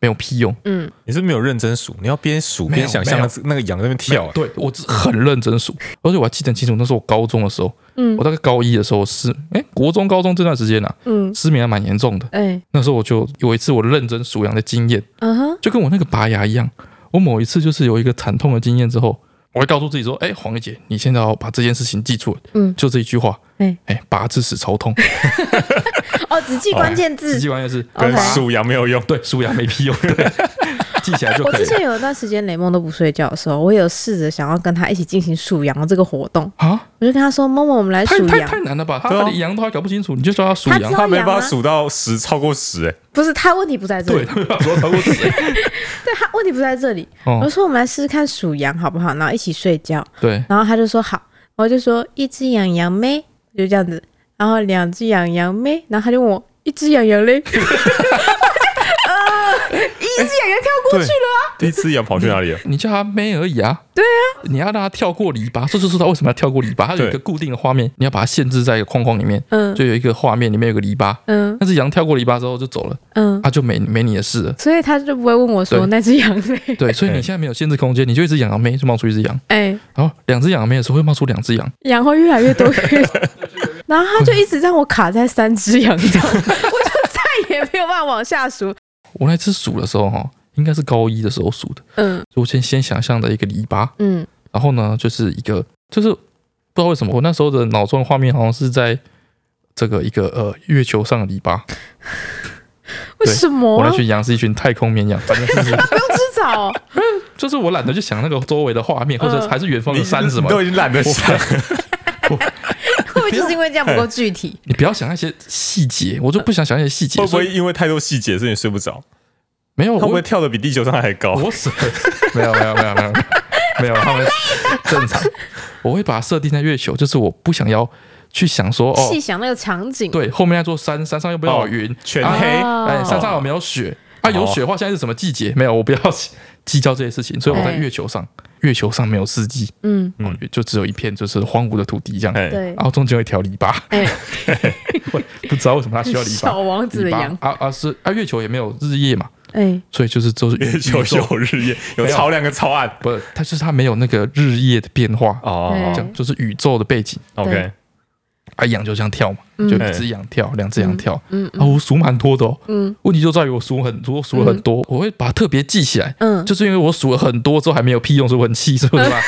Speaker 2: 没有屁用，
Speaker 1: 嗯，
Speaker 3: 你是没有认真数，你要边数
Speaker 2: 没有
Speaker 3: 边想象
Speaker 2: 没有
Speaker 3: 那个羊在那边跳，哎
Speaker 2: 对我只很认真数，而且我还记得很清楚，那是我高中的时候，
Speaker 1: 嗯
Speaker 2: 我大概高一的时候是，哎，国中高中这段时间啊，
Speaker 1: 嗯，
Speaker 2: 失眠还蛮严重的。
Speaker 1: 哎，
Speaker 2: 那时候我就有一次我认真数羊的经验，
Speaker 1: 嗯 哼，
Speaker 2: 就跟我那个拔牙一样，我某一次就是有一个惨痛的经验之后，我会告诉自己说：“哎、黄一姐，你现在要把这件事情记住了，
Speaker 1: 嗯
Speaker 2: 就这一句话，
Speaker 1: 哎
Speaker 2: 哎、拔智齿超 痛，
Speaker 1: 哦，只记关键字
Speaker 2: 实际关键 是
Speaker 1: ，OK 哦
Speaker 3: 跟。数羊没有用。
Speaker 2: 对数牙没 屁用，对，记起来就
Speaker 1: 我
Speaker 2: 可以
Speaker 1: 之
Speaker 2: 了
Speaker 1: 前有一段时间雷梦都不睡觉的时候，我有试着想要跟他一起进行数羊这个活动，
Speaker 2: 啊，
Speaker 1: 我就跟他说：“梦梦，我们来
Speaker 2: 太
Speaker 1: 数
Speaker 2: 太
Speaker 1: 羊。
Speaker 2: 太难了吧？他
Speaker 3: 对啊
Speaker 2: 他连羊都还搞不清楚，你就叫他数
Speaker 1: 他
Speaker 2: 羊
Speaker 1: 知，道
Speaker 3: 他没
Speaker 1: 羊
Speaker 3: 办
Speaker 1: 啊
Speaker 3: 法数到十，超过十，哎，”
Speaker 1: 不是他问题不在这
Speaker 2: 对，
Speaker 1: 里，
Speaker 2: 他没办法说超过十，
Speaker 1: 对他问题不在这里。我就
Speaker 2: 哦，
Speaker 1: 说：“我们来试试看数羊好不好？”然后一起睡觉。
Speaker 2: 对，
Speaker 1: 然后他就说好，然后就说一只羊羊妹，就这样子，然后两只羊羊妹，然后他就问我一只羊羊嘞，呃，一只羊羊跳 过
Speaker 3: 对
Speaker 1: 去了，，啊
Speaker 3: 第一只羊跑去哪里了？
Speaker 2: 你叫他妹而已啊，
Speaker 1: 对
Speaker 2: 啊，你要让他跳过篱笆，这就是他为什么要跳过篱笆，他有一个
Speaker 3: 对
Speaker 2: 固定的画面，你要把它限制在一个框框里面，
Speaker 1: 嗯
Speaker 2: 就有一个画面里面有个篱笆，
Speaker 1: 嗯
Speaker 2: 但是羊跳过篱笆之后就走了，
Speaker 1: 嗯，
Speaker 2: 他啊就没没你的事了。
Speaker 1: 所以他就不会问我说
Speaker 2: 对
Speaker 1: 那只羊嘞，
Speaker 2: 对，所以你
Speaker 3: 对
Speaker 2: 现在没有限制空间，你就一只羊羊妹就冒出一只羊，
Speaker 1: 哎，
Speaker 2: 然后两只羊羊啊妹的时候会冒出两只羊，
Speaker 1: 羊会越来越多，越 然后他就一直让我卡在三只羊这样，我 就再也没有办法往下数，
Speaker 2: 我那次数的时候哈，应该是高一的时候数的，
Speaker 1: 嗯
Speaker 2: 所以我先先想象的一个篱笆，
Speaker 1: 嗯
Speaker 2: 然后呢就是一个就是不知道为什么我那时候的脑中的画面好像是在这个一个呃月球上的篱笆，
Speaker 1: 为什么
Speaker 2: 我
Speaker 1: 啊？
Speaker 2: 那群羊是一群太空绵羊，反正就
Speaker 1: 不
Speaker 2: 是
Speaker 1: 用吃草，
Speaker 2: 就是我懒得去想那个周围的画面，或者
Speaker 1: 嗯
Speaker 2: 还是远方的 山什么的
Speaker 3: 你都已经懒得想，
Speaker 1: 会不会就是因为这样不够具体？
Speaker 2: 你不要想那些细节，我就不想想那些细节，
Speaker 3: 会不
Speaker 2: 所
Speaker 3: 会
Speaker 2: 以
Speaker 3: 因为太多细节，所以你睡不着？
Speaker 2: 没有
Speaker 3: 他会不
Speaker 2: 我
Speaker 3: 会跳的比地球上还高？
Speaker 2: 我舍 没有没有没有没有没有，他们正常。我会把它设定在月球，就是我不想要去想说哦
Speaker 1: 细，想那个场景，
Speaker 2: 对，后面那座山，山上又不要有云，
Speaker 3: 全
Speaker 2: 啊
Speaker 3: 黑，
Speaker 1: 哦
Speaker 2: 哎，山上有没有雪？啊，有雪的话，现在是什么季节？没有，我不要计较这些事情，所以我在
Speaker 1: 哎
Speaker 2: 月球上，月球上没有四季，
Speaker 1: 嗯。
Speaker 2: 嗯，就只有一片就是荒芜的土地这样，
Speaker 3: 哎，
Speaker 1: 对
Speaker 2: 然，后中间有一条篱笆，
Speaker 1: 哎，
Speaker 2: 不知道为什么它需要 篱
Speaker 1: 小
Speaker 2: 笆。
Speaker 1: 王子的
Speaker 2: 篱笆
Speaker 1: 羊，
Speaker 2: 啊啊是啊，月球也没有日夜嘛，
Speaker 1: 哎，
Speaker 2: 所以就是就是
Speaker 3: 月球
Speaker 2: 宇宙
Speaker 3: 有日夜，有
Speaker 2: 没有
Speaker 3: 超亮跟超暗。
Speaker 2: 不，它就是它没有那个日夜的变化，
Speaker 1: 对
Speaker 2: 这样就是宇宙的背景。
Speaker 3: ，OK，
Speaker 2: 啊，羊就这样跳嘛，
Speaker 1: 嗯
Speaker 2: 就一只羊跳，两只羊跳。
Speaker 1: 嗯
Speaker 2: 啊，我数蛮多的哦。
Speaker 1: 嗯
Speaker 2: 问题就在于我数很多，数了很多，我会把它特别记起来，
Speaker 1: 嗯，
Speaker 2: 就是因为我数了很多之后还没有屁用，所以我很气，是不是吧？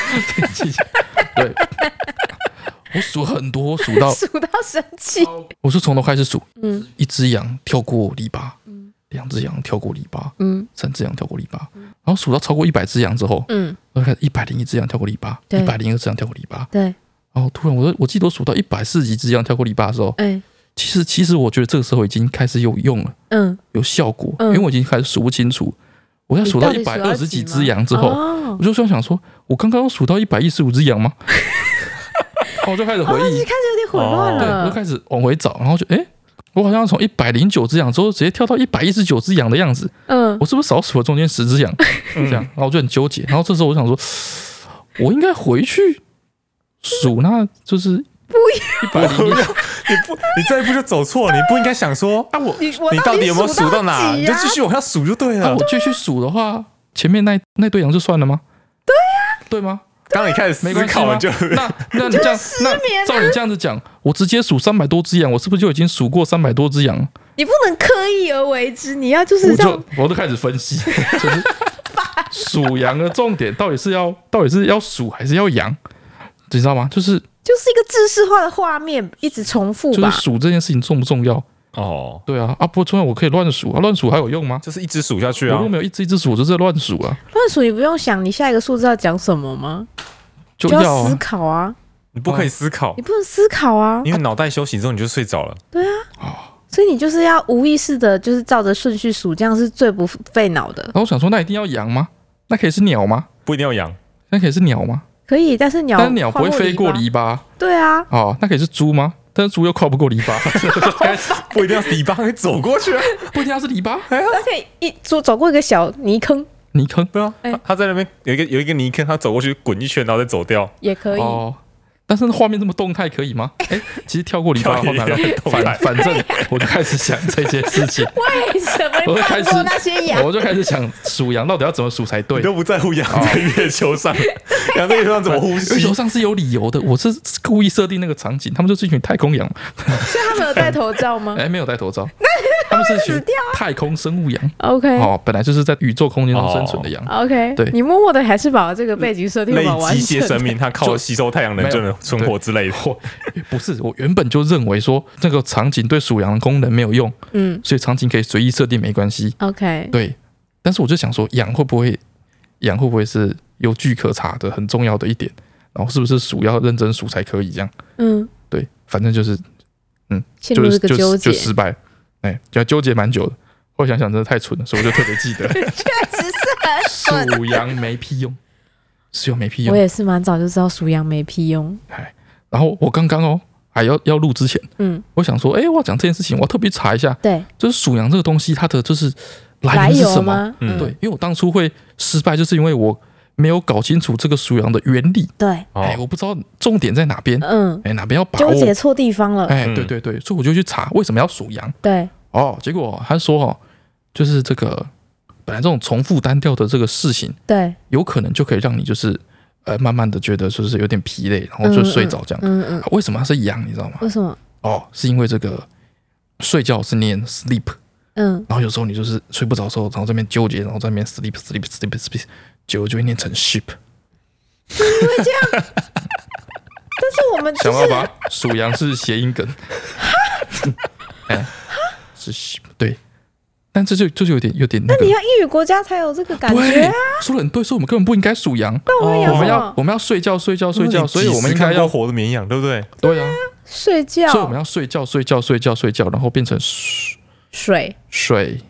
Speaker 2: 记起来对，我数很多，我数到
Speaker 1: 数到生气，
Speaker 2: 我是从头开始数，
Speaker 1: 嗯
Speaker 2: 一只羊跳过篱笆，两只羊跳过篱笆，
Speaker 1: 嗯
Speaker 2: 三只羊跳过篱笆，然后数到超过一百只羊之后，
Speaker 1: 嗯，
Speaker 2: 我就开始一百零一只羊跳过篱笆，
Speaker 1: 对
Speaker 2: 一百零二只羊跳过篱笆。
Speaker 1: 对，
Speaker 2: 然后突然我我记得我数到一百四十几只羊跳过篱笆的时候，
Speaker 1: 哎，
Speaker 2: 其实，其实我觉得这个时候已经开始有用了，
Speaker 1: 嗯，
Speaker 2: 有效果，
Speaker 1: 嗯
Speaker 2: 因为我已经开始数不清楚。我在数到
Speaker 1: 你
Speaker 2: 一
Speaker 1: 底
Speaker 2: 百
Speaker 1: 数
Speaker 2: 二十
Speaker 1: 几
Speaker 2: 几
Speaker 1: 吗
Speaker 2: 只羊之后，
Speaker 1: 哦
Speaker 2: 我就突然想说，我刚刚数到一百一十五只羊吗？ 然后我就开始回
Speaker 1: 哦，
Speaker 2: 忆哦
Speaker 1: 你，开始有点混乱
Speaker 2: 对，我就
Speaker 1: 了，
Speaker 2: 开始往回找，然后就哎，诶我好像从一百零九只羊之后直接跳到一百一十九只羊的样子，
Speaker 1: 嗯，
Speaker 2: 我是不是少数了中间十只羊？这样，然后我就很纠结。然后这时候我想说， 我应该回去数，那就是一百
Speaker 3: 不
Speaker 2: 零
Speaker 3: 要，你不，你这一步就走错了，你不应该想说 啊，我
Speaker 1: 你我
Speaker 3: 你到底有没有数到啊哪？
Speaker 1: 几
Speaker 3: 你
Speaker 1: 呀
Speaker 3: 就继续往下数就对
Speaker 2: 那
Speaker 3: 了
Speaker 2: 啊我。继续数的话，前面那那对羊就算了吗？对呀、对吗？
Speaker 3: 当你开始
Speaker 2: 没
Speaker 3: 思
Speaker 2: 关系
Speaker 3: 考，
Speaker 2: 吗
Speaker 3: 你就
Speaker 2: 那那你这样，那照你这样子讲，我直接数三百多只羊，我是不是就已经数过三百多只羊？
Speaker 1: 你不能刻意而为之，你要就
Speaker 2: 我
Speaker 1: 是这样
Speaker 2: 就我就开始分析， 就是数羊的重点到底是要到底是要数还是要羊？你知道吗？就是
Speaker 1: 就是一个制式化的画面，一直重复
Speaker 2: 就
Speaker 1: 吧
Speaker 2: 是。数这件事情重不重要？
Speaker 3: 哦，
Speaker 2: 对啊，啊不过重要，我可以乱数啊，乱数还有用吗？
Speaker 3: 就是一直数下去
Speaker 2: 我
Speaker 3: 啊
Speaker 2: 又。没有一只一只数，我就是乱数啊，
Speaker 1: 乱数你不用想，你下一个数字要讲什么吗？
Speaker 2: 就
Speaker 1: 就
Speaker 2: 要
Speaker 1: 要思
Speaker 2: 啊
Speaker 1: 考啊，
Speaker 3: 你不可以思考
Speaker 1: 你，不能思考啊，
Speaker 3: 因为脑袋休息之后你就睡着了。
Speaker 2: 哦
Speaker 1: 所以你就是要无意识的，就是照着顺序数，这样是最不费脑的
Speaker 2: 然。后我想说，那一定要羊吗？那可以是鸟吗？
Speaker 3: 不一定要养，
Speaker 2: 那可以是鸟吗？
Speaker 1: 可以，但是鸟
Speaker 2: 但是鸟不会飞过
Speaker 1: 跨
Speaker 2: 篱笆
Speaker 1: 笆对啊，
Speaker 2: 哦，那可以是猪吗？但是猪又跨不过篱笆，
Speaker 3: 不一定要篱笆可以走过去啊。
Speaker 2: 不一定要是篱笆
Speaker 1: 而且一走走过一个小泥坑
Speaker 2: 泥坑
Speaker 3: 对啊
Speaker 1: 哎，
Speaker 3: 他在那边有一个有一个泥坑，他走过去滚一圈，然后再走掉。
Speaker 1: 也可以，
Speaker 2: 哦。但是那画面这么动态可以吗？哎、其实跳过篱笆的话，
Speaker 3: 跳
Speaker 2: 难道
Speaker 3: 过篱笆
Speaker 2: 反反正我就开始想这件事情，
Speaker 1: 为什么你
Speaker 2: 我就开
Speaker 1: 放
Speaker 2: 始哦
Speaker 1: 过那些羊？
Speaker 2: 我就开始想数羊到底要怎么数才对
Speaker 3: 你。都不在乎养在月球上，养在月球上怎么呼
Speaker 2: 月
Speaker 3: 吸
Speaker 2: 球？上是有理由的，我是故意设定那个场景，他们就是一群太空羊，
Speaker 1: 所以他们有戴头罩吗
Speaker 2: 哎、没有戴头罩，他们是一群太空生物羊，
Speaker 1: ？OK
Speaker 2: 哦，本来就是在宇宙空间中生存的羊，
Speaker 1: OK，
Speaker 2: 对
Speaker 1: 你默默的还是把这个背景设定
Speaker 3: 类
Speaker 1: 把完
Speaker 3: 机械生
Speaker 1: 成。
Speaker 3: 命，它靠吸收太阳能就能存活之类的。
Speaker 2: 我不是，我原本就认为说这个场景对属羊的功能没有用，
Speaker 1: 嗯
Speaker 2: 所以场景可以随意设定没关系。
Speaker 1: ，OK，
Speaker 2: 对，但是我就想说，羊会不会羊会不会是有据可查的很重要的一点？然后是不是数要认真数才可以这样？
Speaker 1: 嗯，
Speaker 2: 对，反正就是
Speaker 1: 陷入
Speaker 2: 就
Speaker 1: 这
Speaker 2: 是
Speaker 1: 个纠结，
Speaker 2: 就就
Speaker 1: 确
Speaker 2: 失败，哎，要纠结蛮久的。后来想想真的太蠢了，所以我就特别记 得
Speaker 1: 实是很
Speaker 2: 数羊没屁用，数羊没屁
Speaker 1: 蠢。我
Speaker 2: 用。
Speaker 1: 也是蛮早就知道数羊没屁用，
Speaker 2: 然后我刚刚哦，还要要录之前，
Speaker 1: 嗯，
Speaker 2: 我想说，哎、我要讲这件事情，我要特别查一下，
Speaker 1: 对，
Speaker 2: 就是数羊这个东西，它的就是来
Speaker 1: 来
Speaker 2: 源是什
Speaker 1: 由
Speaker 2: 么？
Speaker 1: 吗？
Speaker 3: 嗯
Speaker 2: 对，因为我当初会失败，就是因为我没有搞清楚这个数羊的原理，
Speaker 1: 对，
Speaker 3: 哦
Speaker 2: 哎、我不知道重点在哪边，哎、
Speaker 1: 嗯，
Speaker 2: 哪边要把
Speaker 1: 纠结
Speaker 2: 握，
Speaker 1: 错地方了，
Speaker 2: 哎、
Speaker 3: 嗯
Speaker 2: 对对对，所以我就去查为什么要数羊。
Speaker 1: 对，
Speaker 2: 哦，结果他说哦，就是这个本来这种重复单调的这个事情，
Speaker 1: 对，
Speaker 2: 有可能就可以让你就是呃慢慢的觉得就是有点疲累，然后就睡着这样。
Speaker 1: 嗯嗯，
Speaker 2: 啊为什么它是羊？你知道吗？
Speaker 1: 为什么？
Speaker 2: 哦，是因为这个睡觉是念 sleep。
Speaker 1: 嗯，
Speaker 2: 然后有时候你就是睡不着的时候，然后在那边纠结，然后在那边 sleep sleep sleep sleep，久了就会念成 sheep，
Speaker 1: 但是我们就
Speaker 2: 想要
Speaker 1: 是
Speaker 2: 把属羊是谐音梗， 哎，是 sheep 对，但这就就是有点有点那个
Speaker 1: 你，要英语国家才有这个感觉
Speaker 2: 对
Speaker 1: 啊，，
Speaker 2: 说的很对，所以我们根本不应该属羊，
Speaker 1: 我们
Speaker 3: 哦
Speaker 1: 养
Speaker 2: 我
Speaker 1: 什
Speaker 2: 们要
Speaker 1: 么？
Speaker 2: 我们要睡觉睡觉睡觉，所以我们应该
Speaker 3: 看过
Speaker 2: 要
Speaker 3: 活的绵羊，对不对？
Speaker 2: 对啊，
Speaker 1: 睡
Speaker 2: 所以我们
Speaker 1: 觉，
Speaker 2: 要睡觉睡觉睡觉睡觉，然后变成水
Speaker 1: 水，
Speaker 2: 水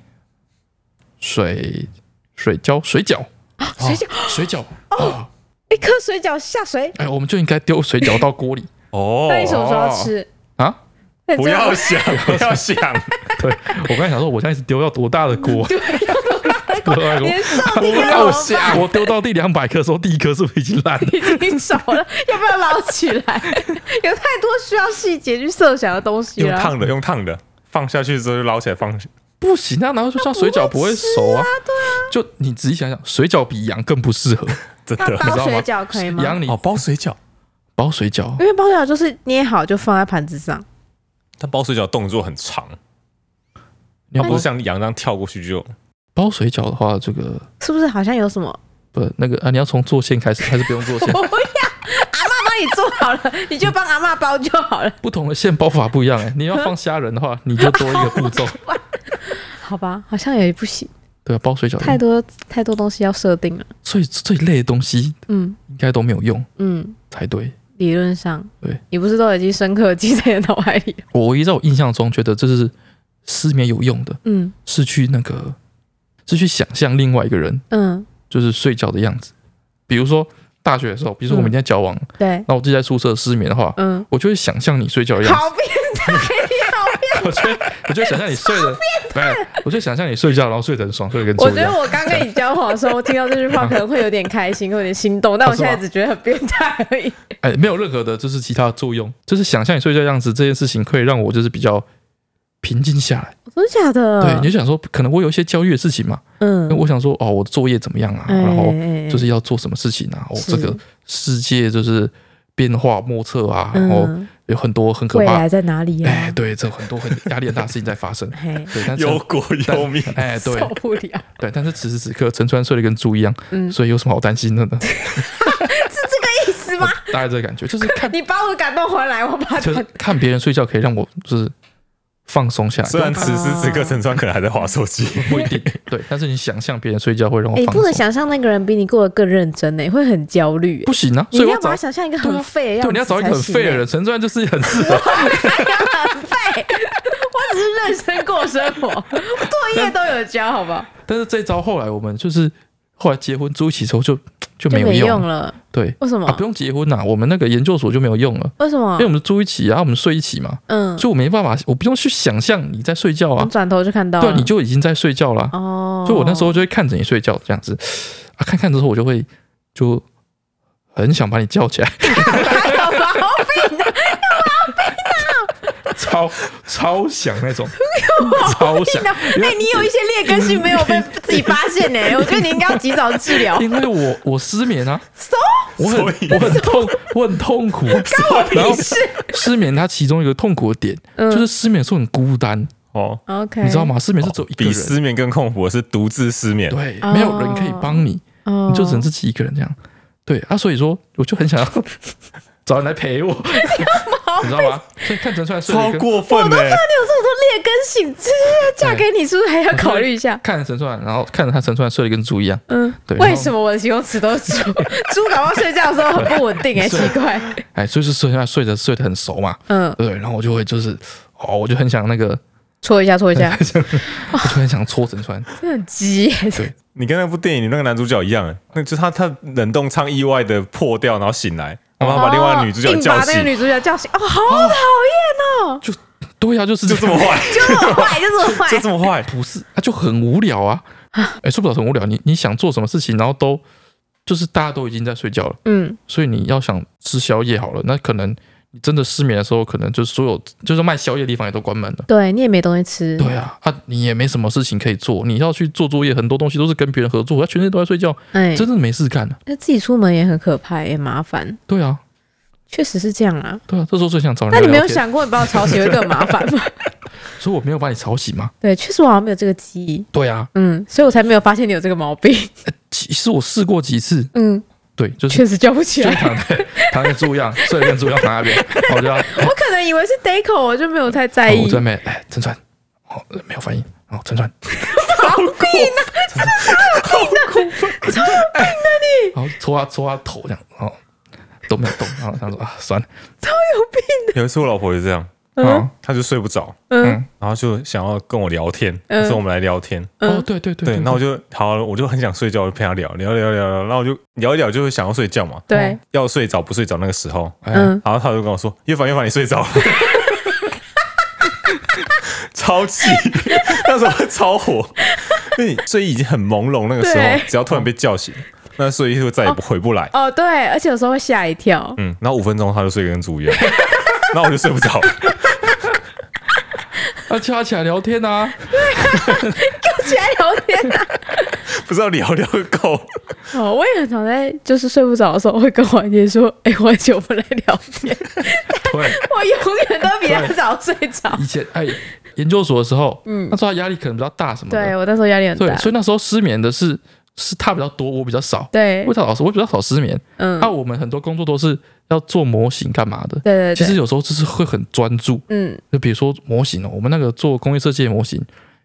Speaker 2: 水水饺水饺
Speaker 1: 水饺，
Speaker 2: 水饺啊，
Speaker 1: 一颗水饺下水，
Speaker 2: 哎，我们就应该丢水饺到锅里
Speaker 3: 哦
Speaker 1: 那你什么时候要吃？
Speaker 2: 啊。
Speaker 1: 那你
Speaker 3: 不
Speaker 1: 知道
Speaker 3: 要想，不要想，
Speaker 2: 对我刚才想说，我现在是丢到多大的 锅？丢到大的锅
Speaker 1: 连上
Speaker 2: 我
Speaker 1: 帝
Speaker 2: 不
Speaker 1: 都
Speaker 2: 要想，我丢到第两百克的时候，第一颗是不是已经烂了？
Speaker 1: 已经熟了，要不要捞起来？ 有太多需要细节去设想的东西啊
Speaker 3: 用
Speaker 1: 了。
Speaker 3: 烫的，用烫的，放下去之后就捞起来放。
Speaker 2: 不行啊，然后就像水饺不会熟啊。对啊，就你仔细想想，水饺比羊更不适 合，
Speaker 3: 真
Speaker 1: 那
Speaker 3: 的
Speaker 2: 你
Speaker 1: 包
Speaker 2: 知道
Speaker 1: 水
Speaker 2: 吗？
Speaker 1: 饺可以吗？嗯
Speaker 2: 羊你
Speaker 3: 哦，包水饺，
Speaker 2: 包水饺
Speaker 1: 因为包水饺就是捏好就放在盘子上，
Speaker 3: 但包水饺动作很长，
Speaker 2: 你要
Speaker 3: 不
Speaker 2: 包
Speaker 3: 是像羊这样跳过去就
Speaker 2: 包水饺的话，这个
Speaker 1: 是不是好像有什 么？
Speaker 2: 不那个啊，你要从做馅开始，还是不用 做馅
Speaker 1: 不？要，阿妈帮你做好了，你就帮阿妈包就好了，
Speaker 2: 不同的馅包法不一样哎、你要放虾仁的话，你就多一个步 骤。
Speaker 1: 好吧？好像也不行，
Speaker 2: 对啊，包水饺
Speaker 1: 太多太多东西要设定了。
Speaker 2: 最最累的东西
Speaker 1: 嗯
Speaker 2: 应该都没有用
Speaker 1: 嗯，
Speaker 2: 才对。
Speaker 1: 理论上，
Speaker 2: 对，
Speaker 1: 你不是都已经深刻地记在你的脑海里了？
Speaker 2: 我唯一在我印象中觉得这是失眠有用的，
Speaker 1: 嗯
Speaker 2: 是去那个是去想象另外一个人
Speaker 1: 嗯，
Speaker 2: 就是睡觉的样子。比如说大学的时候，比如说我们今天交往，
Speaker 1: 对，
Speaker 2: 那、我自己在宿舍失眠的话，
Speaker 1: 嗯，
Speaker 2: 我就会想象你睡觉的样子。
Speaker 1: 好变态，你好变
Speaker 2: 我觉得，我就想象你睡的，不是，我就想象你睡觉，然后睡得很爽，睡得跟猪
Speaker 1: 我
Speaker 2: 一
Speaker 1: 觉
Speaker 2: 样
Speaker 1: 得。我刚跟你交往的时候，我听到这句 话可能会有点开心，会有点心动，但我
Speaker 2: 哦是
Speaker 1: 现
Speaker 2: 吗
Speaker 1: 在只觉得很变态而已。
Speaker 2: 哎，没有任何的，就是其他的作用，就是想象你睡觉的样子，这件事情可以让我就是比较平静下来。
Speaker 1: 真的假的？
Speaker 2: 对，你就想说，可能我有一些焦虑的事情嘛，
Speaker 1: 嗯
Speaker 2: 我想说，哦，我的作业怎么样啊？然后
Speaker 1: 哎
Speaker 2: 就是要做什么事情啊？哦，
Speaker 1: 是
Speaker 2: 这个世界就是变化莫测啊，然后
Speaker 1: 嗯，
Speaker 2: 有很多很可
Speaker 1: 未
Speaker 2: 怕
Speaker 1: 来在哪里
Speaker 2: 哎
Speaker 1: 呀，？。
Speaker 2: 对，这很多很压力很大的事情在发生
Speaker 1: 啊 嘿，
Speaker 2: 对，但是
Speaker 3: 忧国忧民，
Speaker 2: 哎，对
Speaker 1: 受不了。
Speaker 2: 对，但是此时此刻陈川睡得跟猪一样，
Speaker 1: 嗯
Speaker 2: 所以有什么好担心的 呢？哦
Speaker 1: 是 吗？
Speaker 2: 大概这个感觉，就是 看，
Speaker 1: 你把我感动回来，我把
Speaker 2: 就是
Speaker 1: 它
Speaker 2: 看别人睡觉可以让我就是放松下来，
Speaker 3: 虽然 此时此刻陈川可能还在划手机，
Speaker 2: 不一定对，但是你想象别人睡觉会让我
Speaker 1: 哎、
Speaker 2: 放
Speaker 1: 不能
Speaker 2: 松，
Speaker 1: 想象那个人比你过得更认真呢、会很焦虑、
Speaker 2: 不行啊，
Speaker 1: 你
Speaker 2: 所
Speaker 1: 一
Speaker 2: 以
Speaker 1: 定
Speaker 2: 我
Speaker 1: 要把
Speaker 2: 找
Speaker 1: 他想象一个
Speaker 2: 对
Speaker 1: 很
Speaker 2: 啊
Speaker 1: 废的
Speaker 2: 对
Speaker 1: 样
Speaker 2: 你
Speaker 1: 子、
Speaker 2: 要
Speaker 1: 才
Speaker 2: 找一个很
Speaker 1: 行
Speaker 2: 废
Speaker 1: 欸
Speaker 2: 的人，，陈川就是很适合，
Speaker 1: 很废。 我只是认真过生活，作业都有交，好不好？
Speaker 2: 但是这招后来我们就是后来结婚住一起之后就就没
Speaker 1: 就
Speaker 2: 有
Speaker 1: 没
Speaker 2: 用了，
Speaker 1: 了，嗯
Speaker 2: 对
Speaker 1: 为什么？
Speaker 2: 啊，不用结婚啦，我们那个研究所就没有用了，
Speaker 1: 为什
Speaker 2: 因
Speaker 1: 么
Speaker 2: 为？我们住一起啊，我们睡一起嘛，
Speaker 1: 嗯，
Speaker 2: 所以我没办法，我不用去想象你在睡觉
Speaker 1: 我
Speaker 2: 啊，
Speaker 1: 转头就看到
Speaker 2: 对啊，
Speaker 1: 了，
Speaker 2: 你就已经在睡觉啦。
Speaker 1: 哦，
Speaker 2: 所以我那时候就会看着你睡觉这样子啊，看看之后我就会就很想把你叫起来，
Speaker 1: 好吧，
Speaker 2: 超超想 那种，超 想，因
Speaker 1: 哎、
Speaker 2: 为
Speaker 1: 你有一些劣根性没有被自己发现呢、 我觉得你应该要及早治疗。
Speaker 2: 因为我我失眠啊，
Speaker 1: So？
Speaker 2: 我很
Speaker 3: 所以
Speaker 2: 我很痛，我很痛苦，然后失眠它其中一个痛苦的点
Speaker 1: 嗯
Speaker 2: 就是失眠是很孤单，
Speaker 3: 哦，
Speaker 1: OK，
Speaker 2: 你知道？吗？失眠是只有一个
Speaker 3: 比
Speaker 2: 人。
Speaker 3: 失眠更痛苦的是独自失眠，
Speaker 2: 对，
Speaker 1: 哦
Speaker 2: 没有人可以帮你，
Speaker 1: 哦
Speaker 2: 你就只能自己一个人这样。对啊，所以说我就很想要 找人来 陪我，你知道吗？所以看陈川睡得
Speaker 3: 超
Speaker 2: 跟
Speaker 3: 过分
Speaker 2: 欸
Speaker 3: 呢、
Speaker 1: 你有这么多劣根性， 这嫁给你是不是还要考虑一下？
Speaker 2: 看着陈川，然后看着他陈川睡得跟猪一样。
Speaker 1: 嗯，
Speaker 2: 对
Speaker 1: 为什么我的形容词都是 猪？猪搞不好睡觉的时候很不稳定哎、
Speaker 2: 是
Speaker 1: 奇 怪。
Speaker 2: 哎，所以就是陈川睡着睡得很熟嘛，
Speaker 1: 嗯，
Speaker 2: 对。然后我就会就是，哦，我就很想那个，
Speaker 1: 戳一下，戳一 下，
Speaker 2: 我就很想戳陈川。
Speaker 1: 真的很急耶、
Speaker 3: 你跟那部电影里那个男主角一样、欸，那就是他他冷冻舱意外的破掉，然后醒来，然后他把另外的女主角
Speaker 1: 哦硬
Speaker 3: 叫
Speaker 1: 把那个
Speaker 3: 醒，
Speaker 1: 女主角叫醒，哦，好讨厌哦，
Speaker 2: 对呀、啊，就是
Speaker 3: 就这么坏，
Speaker 1: 就这么 哦坏，就这么
Speaker 3: 就
Speaker 1: 坏，
Speaker 3: 这么坏，
Speaker 2: 不是，啊，就很无聊啊。哎，睡不着很无聊。你你想做什么事情，然后都就是大家都已经在睡觉了，
Speaker 1: 嗯，
Speaker 2: 所以你要想吃宵夜好了，那可能你真的失眠的时候，可能就是所有就是卖宵夜的地方也都关门了。
Speaker 1: 对你也没东西吃，
Speaker 2: 对啊，啊，你也没什么事情可以做，你要去做作业，很多东西都是跟别人合作，他全世界都在睡觉，
Speaker 1: 哎、
Speaker 2: 真的没事干、啊。
Speaker 1: 那自己出门也很可怕，也麻烦，
Speaker 2: 对啊，
Speaker 1: 确实是这样啊。
Speaker 2: 对啊，这时候最想找人
Speaker 1: 那你
Speaker 2: 聊
Speaker 1: 没有
Speaker 2: 天，
Speaker 1: 想过你把我吵醒会更麻烦 吗？
Speaker 2: 所以我没有把你吵醒吗？
Speaker 1: 对，确实我好像没有这个记忆，
Speaker 2: 对啊，
Speaker 1: 嗯，所以我才没有发现你有这个毛病，
Speaker 2: 其实我试过几次，
Speaker 1: 嗯，
Speaker 2: 对，就是
Speaker 1: 确实叫不起
Speaker 2: 就
Speaker 1: 来。
Speaker 2: 躺在 躺在猪一样，睡得跟猪一样躺在那边，然后我就要
Speaker 1: 我可能以为是 Deco，我就没有太在
Speaker 2: 哦
Speaker 1: 意
Speaker 2: 我。在那边哎，陈川，哦，没有反应，哦，陈川，
Speaker 1: 啊
Speaker 2: 然后搓他搓他啊头这样，然后都没有动，然后他说啊，算了，
Speaker 3: 有一次我老婆也这样，
Speaker 2: 哦，
Speaker 3: 她就睡不着，
Speaker 1: 嗯
Speaker 3: 然后就想要跟我聊天，
Speaker 1: 嗯
Speaker 3: 说我们来聊天。
Speaker 2: 哦，
Speaker 1: 嗯
Speaker 2: 对对对
Speaker 3: 对，那我就好，我就很想睡觉，我就陪她聊聊聊聊聊，然后我就聊一聊，就会想要睡觉嘛。
Speaker 1: 对，
Speaker 3: 要睡着不睡着那个时候，
Speaker 2: 嗯，
Speaker 1: 嗯，
Speaker 3: 然后她就跟我说：“叶凡，叶凡，你睡着了。” 超气， 那时候超火，因为你睡意已经很朦胧，那个时
Speaker 1: 对
Speaker 3: 候只要突然被叫醒，那睡意就再也不回不来。
Speaker 1: 哦对，而且有时候会吓一跳。
Speaker 3: 嗯，然后五分钟她就睡得跟猪一样， 然后我就睡不着。
Speaker 2: 要叫他起来聊天啊，
Speaker 1: 起来聊天啊！
Speaker 3: 不知道聊聊个够。
Speaker 1: 哦，我也很常在就是睡不着的时候会跟黄姐说：“哎、黄姐，我们来聊天。
Speaker 2: 对。”
Speaker 1: 我永远都比她早睡着。
Speaker 2: 以前哎，研究所的时候，嗯，那时候他压力可能比较大什么
Speaker 1: 对
Speaker 2: 的，
Speaker 1: 我那时候压力很
Speaker 2: 对，
Speaker 1: 大。
Speaker 2: 所以那时候失眠的是是他比较多，我比较少。
Speaker 1: 对
Speaker 2: 我，比较少，我比较少失眠。啊
Speaker 1: 嗯
Speaker 2: 那、，我们很多工作都是要做模型干嘛的？
Speaker 1: 对对对，
Speaker 2: 其实有时候就是会很专注，
Speaker 1: 嗯
Speaker 2: 就比如说模型哦，我们那个做工业设计的模型，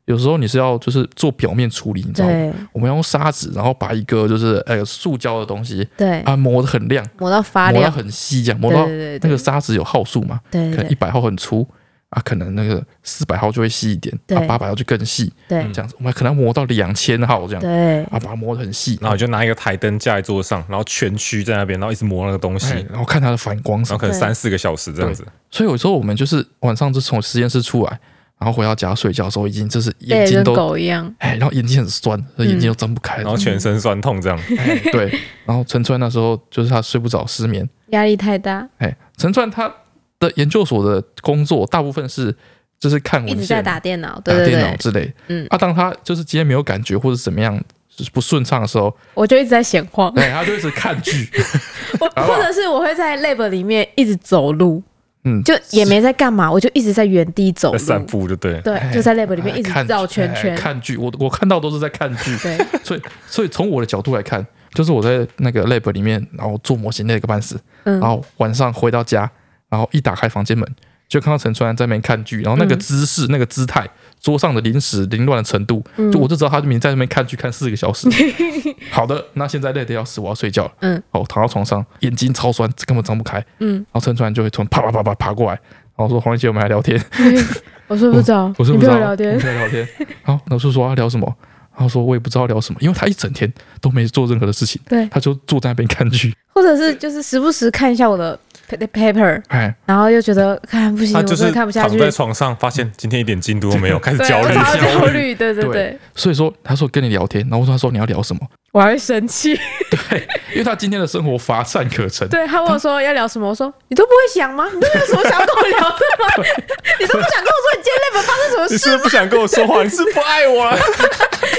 Speaker 2: 有时候你是要就是做表面处理，你知道吗？
Speaker 1: 对
Speaker 2: 我们要用砂纸，然后把一个就是呃塑胶的东西
Speaker 1: 对，
Speaker 2: 啊磨得很亮，
Speaker 1: 磨到发
Speaker 2: 磨到
Speaker 1: 亮，
Speaker 2: 很细，这样磨
Speaker 1: 对
Speaker 2: 到
Speaker 1: 对对
Speaker 2: 那
Speaker 1: 对
Speaker 2: 个砂纸有号数嘛，
Speaker 1: 对
Speaker 2: 可
Speaker 1: 对
Speaker 2: 能一百号很粗啊，可能那个四百号就会细一点，
Speaker 1: 对
Speaker 2: 啊八百号就更细，
Speaker 1: 对
Speaker 2: 这样子我们可能要磨到两千号嗯这样，
Speaker 1: 对
Speaker 2: 啊把它磨得很细，
Speaker 3: 然后我就拿一个台灯架在桌上，然后蜷曲在那边，然后一直磨那个东西，
Speaker 2: 哎
Speaker 3: 然
Speaker 2: 然后看它的反光什
Speaker 3: 后
Speaker 2: 么。
Speaker 3: 可能
Speaker 1: 对
Speaker 3: 三四个小时这样子。
Speaker 2: 所以有时候我们就是晚上就从实验室出来，然后回到家睡觉的时候，已经就是眼
Speaker 4: 对，
Speaker 2: 睛
Speaker 4: 跟
Speaker 2: 都
Speaker 4: 狗一样，
Speaker 2: 哎，然后眼睛很酸，所
Speaker 1: 嗯
Speaker 2: 以眼睛都睁不开
Speaker 3: 然。后全身酸痛这样，
Speaker 2: 哎对，然后陈川那时候就是他睡不着，失眠。
Speaker 1: 压力太大，
Speaker 2: 哎，陈川他的研究所的工作大部分是就是看
Speaker 1: 一
Speaker 2: 文
Speaker 1: 直在
Speaker 2: 献嘛、
Speaker 1: 打电脑，对
Speaker 2: 打
Speaker 1: 对
Speaker 2: 电脑
Speaker 1: 对，
Speaker 2: 之类。
Speaker 1: 嗯
Speaker 2: 啊，当他就是今天没有感觉或者怎么样就是不顺畅的 时候，
Speaker 4: 我就一直在闲 晃，
Speaker 2: 哎，他就一直看剧。
Speaker 1: 我
Speaker 2: 啊
Speaker 1: 或者是我会在 lab 里面一直走路，
Speaker 2: 嗯，
Speaker 1: 就也没在干嘛，我就一直在原地走
Speaker 3: 在散
Speaker 1: 路，
Speaker 3: 步就对了。
Speaker 1: 对，就在 lab 里面一直
Speaker 2: 看
Speaker 1: 绕圈
Speaker 2: 哎
Speaker 1: 圈，
Speaker 2: 看剧。我我看到都是在看剧，
Speaker 1: 对，
Speaker 2: 所以所以从我的角度来看，就是我在那个 lab 里面，然后做模型累个半死，
Speaker 1: 嗯
Speaker 2: 然后晚上回到家，然后一打开房间门，就看到陈川在那边看剧，然后那
Speaker 4: 嗯
Speaker 2: 个姿势、那个姿态、桌上的零食凌乱的程度，
Speaker 4: 嗯
Speaker 2: 就我就知道他明明在那边看剧看四个小 时。好的，那现在累得要死，我要睡觉了。
Speaker 1: 嗯，
Speaker 2: 哦，躺到床上，眼睛超酸，根本张不开。
Speaker 1: 嗯
Speaker 2: 然后陈川就会突然啪啪啪啪爬过来，然后说：“黄一姐，我们来聊天。”
Speaker 4: 我睡不着，
Speaker 2: 我睡
Speaker 4: 你
Speaker 2: 不
Speaker 4: 陪
Speaker 2: 着，嗯
Speaker 4: 我聊
Speaker 2: 我
Speaker 4: 天
Speaker 2: 们，在聊天。然后老师说要啊聊什么，然后说我也不知道聊什么，因为他一整天都没做任何的事情，
Speaker 1: 对
Speaker 2: 他就坐在那边看剧。
Speaker 1: 或者是就是时不时看一下我的 pa- paper，
Speaker 2: 哎，
Speaker 1: 然后又觉得看不行，
Speaker 3: 他
Speaker 1: 我
Speaker 3: 就
Speaker 1: 真
Speaker 3: 是
Speaker 1: 的看不下
Speaker 3: 躺
Speaker 1: 去，
Speaker 3: 在床上，发现今天一点进度都没有，开始
Speaker 4: 对，
Speaker 3: 焦
Speaker 4: 我
Speaker 3: 虑。
Speaker 4: 超焦
Speaker 3: 虑
Speaker 4: 虑， 对对
Speaker 2: 对
Speaker 4: 对，
Speaker 2: 所以说他说跟你聊天，然后他说你要聊什么，
Speaker 4: 我还会生气，
Speaker 2: 因为他今天的生活乏善可陈。
Speaker 4: 对他问我说要聊什么，我说
Speaker 1: 你都不会想吗？你都没有什么想要跟我聊的吗？ 你都不想跟我说你今天 lab 发生什么
Speaker 3: 你
Speaker 1: 事，
Speaker 3: 是不是不想跟我说话？你是不爱我啊了？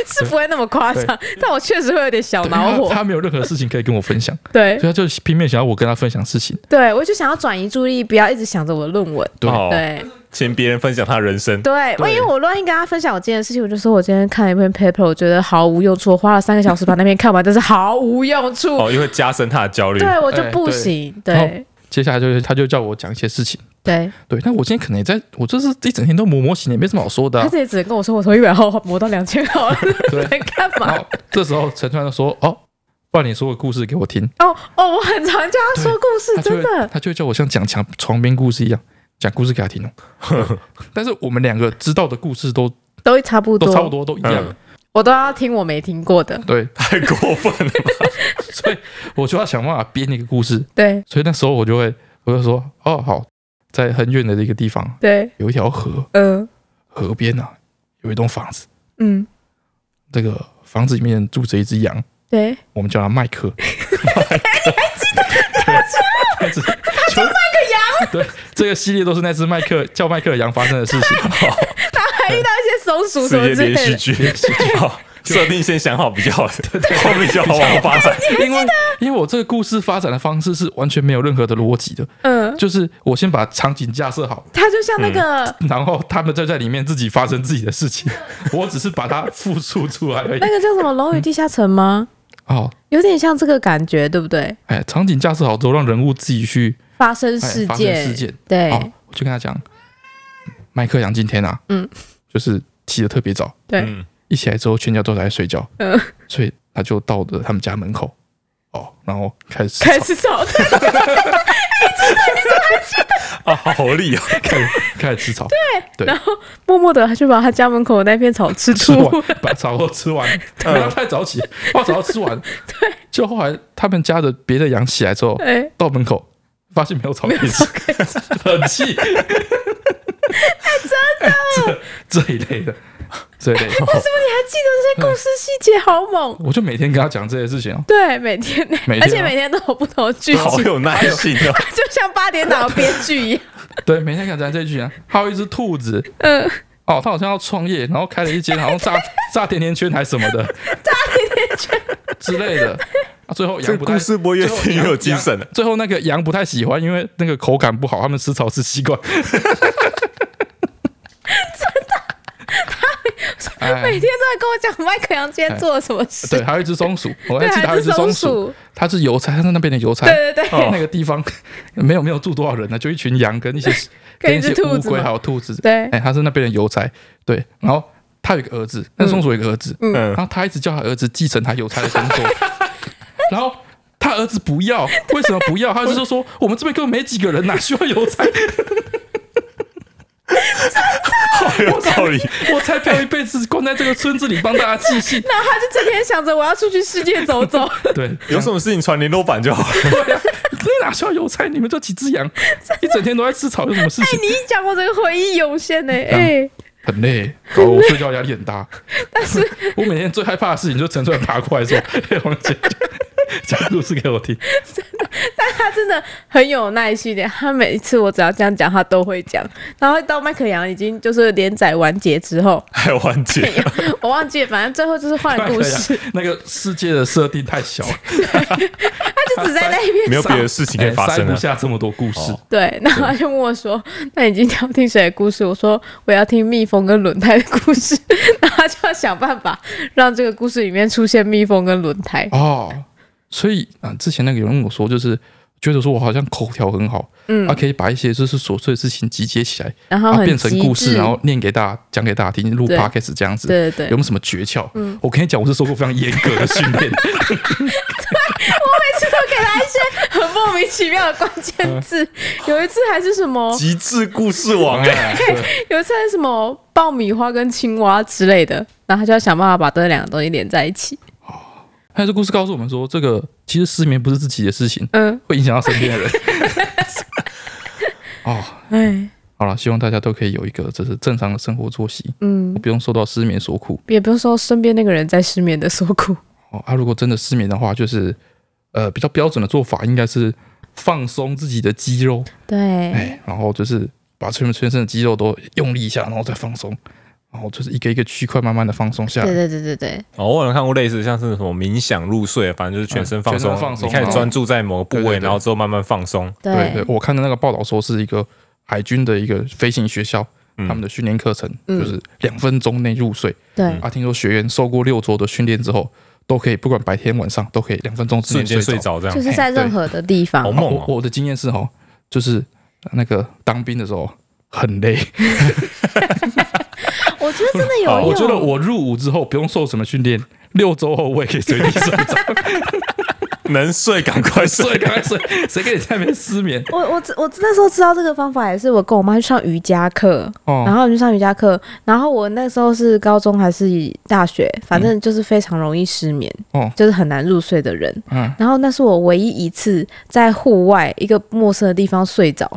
Speaker 4: 是不会那么夸张，但我确实会有点小
Speaker 2: 对
Speaker 4: 恼
Speaker 2: 他
Speaker 4: 火，
Speaker 2: 他没有任何事情可以跟我分享，
Speaker 4: 对
Speaker 2: 所以他就拼命想要我跟他分享事情。
Speaker 1: 对我就想要转移注意力，不要一直想着我的论文。
Speaker 2: 对
Speaker 3: 哦
Speaker 4: 对
Speaker 3: 请别人分享他的人生，
Speaker 1: 对，
Speaker 2: 对
Speaker 1: 因为我乱跟他分享我今天的事情，我就说我今天看了一篇 paper，我觉得毫无用处，我花了三个小时把那篇看完，但是毫无用处，
Speaker 3: 哦，因哦为加深他的焦虑。
Speaker 1: 对我就
Speaker 2: 哎
Speaker 1: 不
Speaker 2: 对
Speaker 1: 行。
Speaker 2: 然
Speaker 1: 对
Speaker 2: 后接下来就是他就叫我讲一些事情。
Speaker 1: 对，
Speaker 2: 对，但我今天可能也在，我就是一整天都磨模型，也没什么好说的啊、
Speaker 4: 他这也只能跟我说，我从一百号磨到两千号了，
Speaker 2: 对
Speaker 4: 在干
Speaker 2: 然
Speaker 4: 嘛？
Speaker 2: 后哦这时候陈川就说：“哦，不然你说个故事给我听。”
Speaker 4: 哦哦，我很常叫他说故事，
Speaker 2: 他就
Speaker 4: 真
Speaker 2: 会
Speaker 4: 的，
Speaker 2: 他就会叫我像讲墙床边故事一样讲故事给他听哦。 但是我们两个知道的故事都
Speaker 1: 都差不多，
Speaker 2: 都差不多，都一样。
Speaker 3: 嗯
Speaker 4: 我都要听我没听过的，
Speaker 2: 对，
Speaker 3: 太过分了吧，
Speaker 2: 所以我就要想办法编一个故事。
Speaker 4: 对
Speaker 2: 所以那时候我就会，我就说，哦，好，在很远的一个地方
Speaker 4: 对，
Speaker 2: 有一条河，
Speaker 4: 嗯
Speaker 2: 河边啊有一栋房子，
Speaker 4: 嗯，
Speaker 2: 这个房子里面住着一只羊，
Speaker 4: 对，
Speaker 2: 我们叫它麦克。麦克，他叫麦 克羊。对，这个系列都是那只麦克叫麦克羊发生的事情。啊
Speaker 4: 还遇到一些松鼠什么
Speaker 3: 世
Speaker 4: 之
Speaker 3: 界
Speaker 4: 类
Speaker 3: 连续
Speaker 4: 的，
Speaker 3: 剧。好设定先想好比 较好，后面就好往发 展。
Speaker 2: 因为因为我这个故事发展的方式是完全没有任何的逻辑的，
Speaker 4: 嗯，
Speaker 2: 就是我先把场景架设好，
Speaker 4: 他就像那个
Speaker 2: 然后他们就在里面自己发生自己的事 情，我只是把它复述出来而已
Speaker 1: 那。个叫什么《龙与地下城》吗？
Speaker 2: 哦，
Speaker 1: 有点像这个感觉，对不对？
Speaker 2: 哎，场景架设好之后，让人物自己去
Speaker 1: 发生
Speaker 2: 哎
Speaker 1: 事
Speaker 2: 发生
Speaker 1: 件，
Speaker 2: 事件。
Speaker 1: 对、
Speaker 2: 哦，我就跟他讲，麦克杨今天啊，
Speaker 1: 嗯，
Speaker 2: 就是起得特别早，
Speaker 4: 对
Speaker 3: 嗯，
Speaker 2: 一起来之后全家都在睡觉，
Speaker 4: 嗯
Speaker 2: 所以他就到了他们家门口，哦，然后开始
Speaker 4: 开始吵，
Speaker 3: 啊，好合理哦。
Speaker 2: 开始开始吃草，对
Speaker 4: 然后默默的他就把他家门口的那片草吃
Speaker 2: 吃
Speaker 4: 出，
Speaker 2: 完， 把草都吃 完，不
Speaker 3: 嗯
Speaker 2: 要太早起，把草都吃完。 对，就后来他们家的别的羊起来之后，
Speaker 4: 哎，
Speaker 2: 到门口发现没有草可以 吃，很气。 哎，真的， 这这一类的，这一类的，
Speaker 4: 你还记得这些故事细节好猛，
Speaker 2: 我就每天跟他讲这些事情哦。
Speaker 4: 对，每天
Speaker 2: 每天啊
Speaker 4: 而且每天都有不同的剧
Speaker 3: 好
Speaker 4: 情，
Speaker 3: 有耐心哦。
Speaker 4: 就像八点档的编剧一样，
Speaker 2: 对，每天跟他讲这一句啊。还有一只兔子，
Speaker 4: 嗯，
Speaker 2: 哦，他好像要创业，然后开了一间好像炸炸甜甜圈还是什么的，炸甜甜圈之类的。啊，最后
Speaker 3: 这
Speaker 2: 羊
Speaker 3: 个
Speaker 2: 不太
Speaker 3: 故事播越听越有精神了。
Speaker 2: 最后那个羊不太喜欢，因为那个口感不好，他们吃草吃习惯。真的，他
Speaker 4: 每天都在跟我讲麦克杨今天做了什么事，
Speaker 2: 对，还有一只松鼠，我还
Speaker 4: 对，
Speaker 2: 记得还
Speaker 4: 还
Speaker 2: 有
Speaker 4: 是
Speaker 2: 一只
Speaker 4: 松
Speaker 2: 松鼠，哎哦
Speaker 4: 鼠，
Speaker 2: 它是邮差，它是那边的邮差。
Speaker 4: 对对对，
Speaker 2: 那个地方 没有没有住多少人呢，就一群羊跟一些
Speaker 4: 跟
Speaker 2: 跟
Speaker 4: 一
Speaker 2: 一
Speaker 4: 只
Speaker 2: 些
Speaker 4: 兔
Speaker 2: 乌
Speaker 4: 子
Speaker 2: 龟还
Speaker 4: 嘛，
Speaker 2: 有兔子。
Speaker 4: 对
Speaker 2: 哎，他是那边的邮差，对，然后他有一个儿子，那松鼠有一个儿子，
Speaker 3: 嗯
Speaker 2: 然，后他一直叫他儿子继承他邮差的工作， 然后他儿子不要，为什么不要？他儿子就说我们这边根本没几个人哪需要邮差？
Speaker 3: 好有道理。
Speaker 2: 我才漂一辈子关在这个村子里帮大家寄信。
Speaker 4: 然后他就整天想着我要出去世界走哎走，
Speaker 2: 对，
Speaker 3: 有什么事情传联络板就好了。
Speaker 2: 那啊哪需要邮差？你们就几只羊，一整天都在吃草，有什么事情？
Speaker 4: 你一讲我整个回忆涌现呢、
Speaker 2: 啊
Speaker 4: 哎、
Speaker 2: 很累，搞得我睡觉压力很大。 但是我每天最害怕的事情就是陈川爬过来说：“ 哎嘿王姐， 讲故事给我听。
Speaker 1: 他真的很有耐心的，他每一次我只要这样讲，他都会讲。然后到麦克杨已经就是连载完结之后，
Speaker 3: 还有完
Speaker 4: 哎
Speaker 3: 结，
Speaker 1: 我忘记了，反正最后就是”换故 事，
Speaker 2: 啊那个世界的设定太 小了，
Speaker 1: 他就只在那一边
Speaker 3: 没有别的事情可以发
Speaker 2: 哎塞
Speaker 3: 生啊
Speaker 2: 不
Speaker 3: 了。
Speaker 2: 下这么多故事
Speaker 3: 哦。
Speaker 1: 对，然后他就问我说：“那你今天要听谁的故事？”我说：“我要听蜜蜂跟轮胎的故事。” 然后他就要想办法让这个故事里面出现蜜蜂跟轮 胎。
Speaker 2: 哦，所以啊，之前那个有人跟我说，就是觉得说我好像口条很好，嗯，啊，可以把一些就是琐碎的事情集结起来，
Speaker 1: 然后
Speaker 2: 啊，
Speaker 1: 很
Speaker 2: 变成
Speaker 1: 极
Speaker 2: 故事，
Speaker 1: 致
Speaker 2: 然后念给大家讲给大家听，录
Speaker 1: 对
Speaker 2: podcast 这样子，
Speaker 1: 对对
Speaker 2: 有
Speaker 1: 对，
Speaker 2: 没有什么诀窍？嗯，我跟你讲，我是受过非常严格的训 练，
Speaker 1: 就给他一些很莫名其妙的关键
Speaker 2: 嗯
Speaker 1: 字。有一次还是什 么，
Speaker 3: 极致故事王哎，
Speaker 2: 哎，对
Speaker 1: 有一次还是什么爆米花跟青蛙之类的，然后他就要想办法把这两个东西连在一起。
Speaker 2: 还有这故事告诉我们说，这个其实失眠不是自己的事情，
Speaker 1: 嗯，
Speaker 2: 会影响到身边的人。哦，
Speaker 1: 哎，
Speaker 2: 好了，希望大家都可以有一个这是正常的生活作息，
Speaker 1: 嗯，
Speaker 2: 不用受到失眠所苦。
Speaker 1: 也不用说身边那个人在失眠的所苦。
Speaker 2: 哦，啊，如果真的失眠的话，就是呃比较标准的做法应该是放松自己的肌肉，
Speaker 1: 对，
Speaker 2: 哎，然后就是把全全身的肌肉都用力一下，然后再放松，然后就是一个一个区块慢慢的放松下
Speaker 1: 对对
Speaker 2: 来。
Speaker 1: 对对对，
Speaker 3: 哦，我有看过类似像是什么冥想入睡，反正就是全身放
Speaker 2: 全
Speaker 3: 松，
Speaker 2: 身放松
Speaker 3: 你开始专注在某个部
Speaker 2: 对对
Speaker 3: 位，
Speaker 2: 对
Speaker 3: 然后之后慢慢放松。
Speaker 2: 对对，我看的那个报道说是一个海军的一个飞行学校。
Speaker 3: 嗯
Speaker 2: 他们的训练课程
Speaker 1: 嗯
Speaker 2: 就是两分钟内入睡、
Speaker 1: 对
Speaker 3: 嗯
Speaker 2: 啊！听说学员受过六周的训练之后，都可以不管白天晚上都可以两分钟之内
Speaker 3: 瞬间睡
Speaker 2: 着。
Speaker 3: 着这样
Speaker 1: 就，是在任何的地方
Speaker 3: 好，
Speaker 2: 哦
Speaker 3: 梦
Speaker 2: 哎我
Speaker 3: 哦！
Speaker 2: 我的经验是哦，就是那个当兵的时候很累，
Speaker 1: 我觉得真的有
Speaker 3: 好
Speaker 1: 用。
Speaker 2: 哦我觉得我入伍之后不用受什么训练，六周后我也可以随地睡着，
Speaker 3: 能睡赶快
Speaker 2: 睡
Speaker 3: 睡，
Speaker 2: 赶快睡，谁跟你在那边失眠？
Speaker 1: 我我我那时候知道这个方法，也是我跟我妈去上瑜伽课，然
Speaker 2: 哦，
Speaker 1: 后我们去上瑜伽课，然后我那时候是高中还是大学，反正就是非常容易失眠，
Speaker 2: 嗯哦
Speaker 1: 就是很难入睡的人。
Speaker 2: 嗯，
Speaker 1: 然后那是我唯一一次在户外一个陌生的地方睡着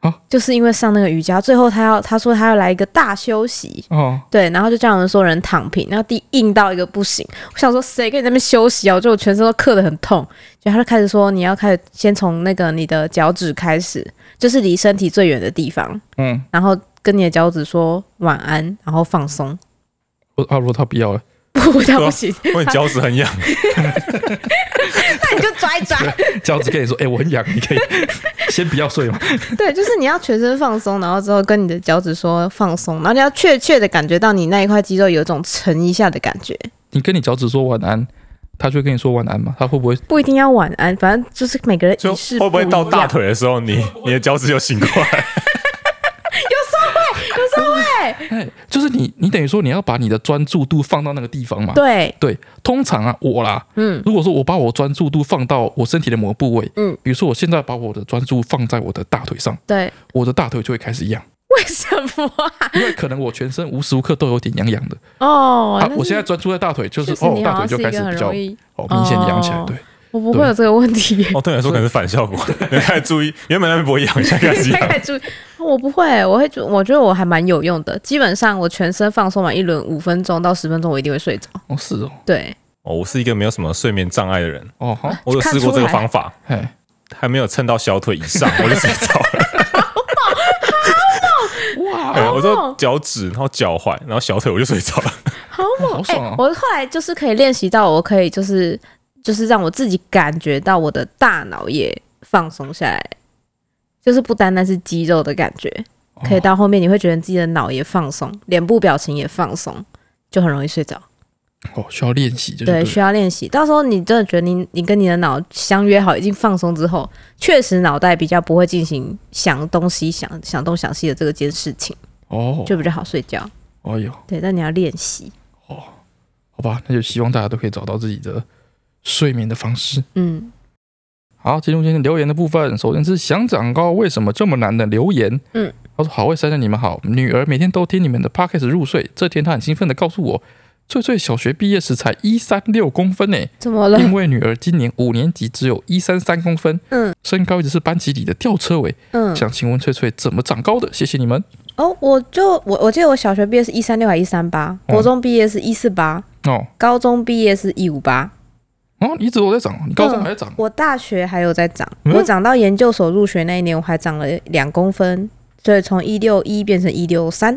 Speaker 2: 啊，
Speaker 1: 就是因为上那个瑜伽，最后他要他说他要来一个大休息，
Speaker 2: 哦，
Speaker 1: 对，然后就叫我们所有人躺平，然后第一硬到一个不行，我想说谁跟你在那边休息啊？我觉得我全身都刻得很痛，然后他就开始说你要开始先从那个你的脚趾开始，就是离身体最远的地方，
Speaker 2: 嗯，
Speaker 1: 然后跟你的脚趾说晚安，然后放松。
Speaker 2: 我啊，如果他不要了，
Speaker 1: 不，他不行，
Speaker 3: 因为你脚趾很痒，
Speaker 1: 那你就抓一抓。
Speaker 2: 脚趾跟你说，哎，我很痒， 你可以先不要睡嘛。
Speaker 1: 对，就是你要全身放松，然后之后跟你的脚趾说放松，然后你要确切的感觉到你那一块肌肉有一种沉一下的感觉，
Speaker 2: 你跟你脚趾说晚安，他就会跟你说晚安嘛？他会不会？
Speaker 1: 不一定要晚安，反正就是每个人
Speaker 3: 就
Speaker 1: 仪式
Speaker 3: 会不会
Speaker 1: 一
Speaker 3: 到大
Speaker 1: 样
Speaker 3: 腿的时候，你你的脚趾就醒过来？
Speaker 2: 哎，就是你，你等于说你要把你的专注度放到那个地方嘛？
Speaker 1: 对，
Speaker 2: 对，通常啊，我啦，
Speaker 1: 嗯，
Speaker 2: 如果说我把我专注度放到我身体的某个部位，
Speaker 1: 嗯，
Speaker 2: 比如说我现在把我的专注放在我的大腿上，
Speaker 1: 对，
Speaker 2: 我的大腿就会开始痒，
Speaker 1: 为什么啊？
Speaker 2: 因为可能我全身无时无刻都有点痒痒的。
Speaker 1: 哦，
Speaker 2: 啊
Speaker 1: 那，
Speaker 2: 我现在专注在大腿，就是
Speaker 1: 就是
Speaker 2: 哦
Speaker 1: 你，
Speaker 2: 大
Speaker 1: 好像
Speaker 2: 腿就是
Speaker 1: 一
Speaker 2: 开始
Speaker 1: 个
Speaker 2: 比
Speaker 1: 很
Speaker 2: 较
Speaker 1: 容易，
Speaker 2: 哦明显痒起来。
Speaker 1: 哦
Speaker 2: 对，
Speaker 1: 我不会有这个问 题耶。
Speaker 3: 哦，对你来说可能是反效 果，你开始注意，原本那边不会痒，现在开始
Speaker 1: 大
Speaker 3: 痒。
Speaker 1: 概注意，我不会，我会觉，我觉得我还蛮有用的。基本上我全身放松完一轮，五分钟到十分钟，我一定会睡着。
Speaker 2: 哦是哦，
Speaker 1: 对，
Speaker 3: 哦，我是一个没有什么睡眠障碍的人，
Speaker 2: 哦好，
Speaker 1: 啊
Speaker 3: 我有试过这
Speaker 1: 看出
Speaker 3: 个
Speaker 1: 来
Speaker 3: 方法，
Speaker 2: 哎，
Speaker 3: 还没有蹭到小腿以上，我就睡着了。
Speaker 2: 哇，哎
Speaker 3: 对， 我说脚趾，然后脚踝，然后小腿，我就睡着了。
Speaker 1: 好
Speaker 2: 猛好
Speaker 1: 哎、
Speaker 2: 爽哦！
Speaker 1: 我后来就是可以练习到，我可以就是就是让我自己感觉到我的大脑也放松下来，就是不单单是肌肉的感觉，可以
Speaker 2: 哦
Speaker 1: 到后面你会觉得自己的脑也放松，脸部表情也放松，就很容易睡着。
Speaker 2: 哦，需要练习，就
Speaker 1: 对，
Speaker 2: 是
Speaker 1: 需要练习。到时候你真的觉得你你跟你的脑相约好，已经放松之后，确实脑袋比较不会进行想东西、想想东想西的这个件事情，
Speaker 2: 哦，
Speaker 1: 就比较好睡觉。
Speaker 2: 哎呦，
Speaker 1: 对，但你要练习。
Speaker 2: 好吧，那就希望大家都可以找到自己的睡眠的方式。
Speaker 1: 嗯
Speaker 2: 好，进入今天留言的部分。首先是想长高为什么这么难的留言。
Speaker 1: 嗯，
Speaker 2: 他说：“好，魏先生，你们好，女儿每天都听你们的 podcast 入睡。这天她很兴奋的告诉我，翠翠小学毕业时才一三六公分呢，
Speaker 1: 怎么了？
Speaker 2: 因为女儿今年五年级只有一三三公分，
Speaker 1: 嗯
Speaker 2: 身高一直是班级里的吊车尾。
Speaker 1: 嗯，
Speaker 2: 想请问翠翠怎么长高的？谢谢你们。
Speaker 1: 哦，我就我我记得我小学毕业是一三六还一三八，
Speaker 2: 嗯
Speaker 1: 国中毕业是一四八，
Speaker 2: 哦
Speaker 1: 高中毕业是一五八，
Speaker 2: 哦，你一直都在涨，你高
Speaker 1: 嗯
Speaker 2: 中还在涨，
Speaker 1: 我大学还有在长，
Speaker 2: 嗯
Speaker 1: 我长到研究所入学那一年，我还长了两公分，所以从一六一变成一六三。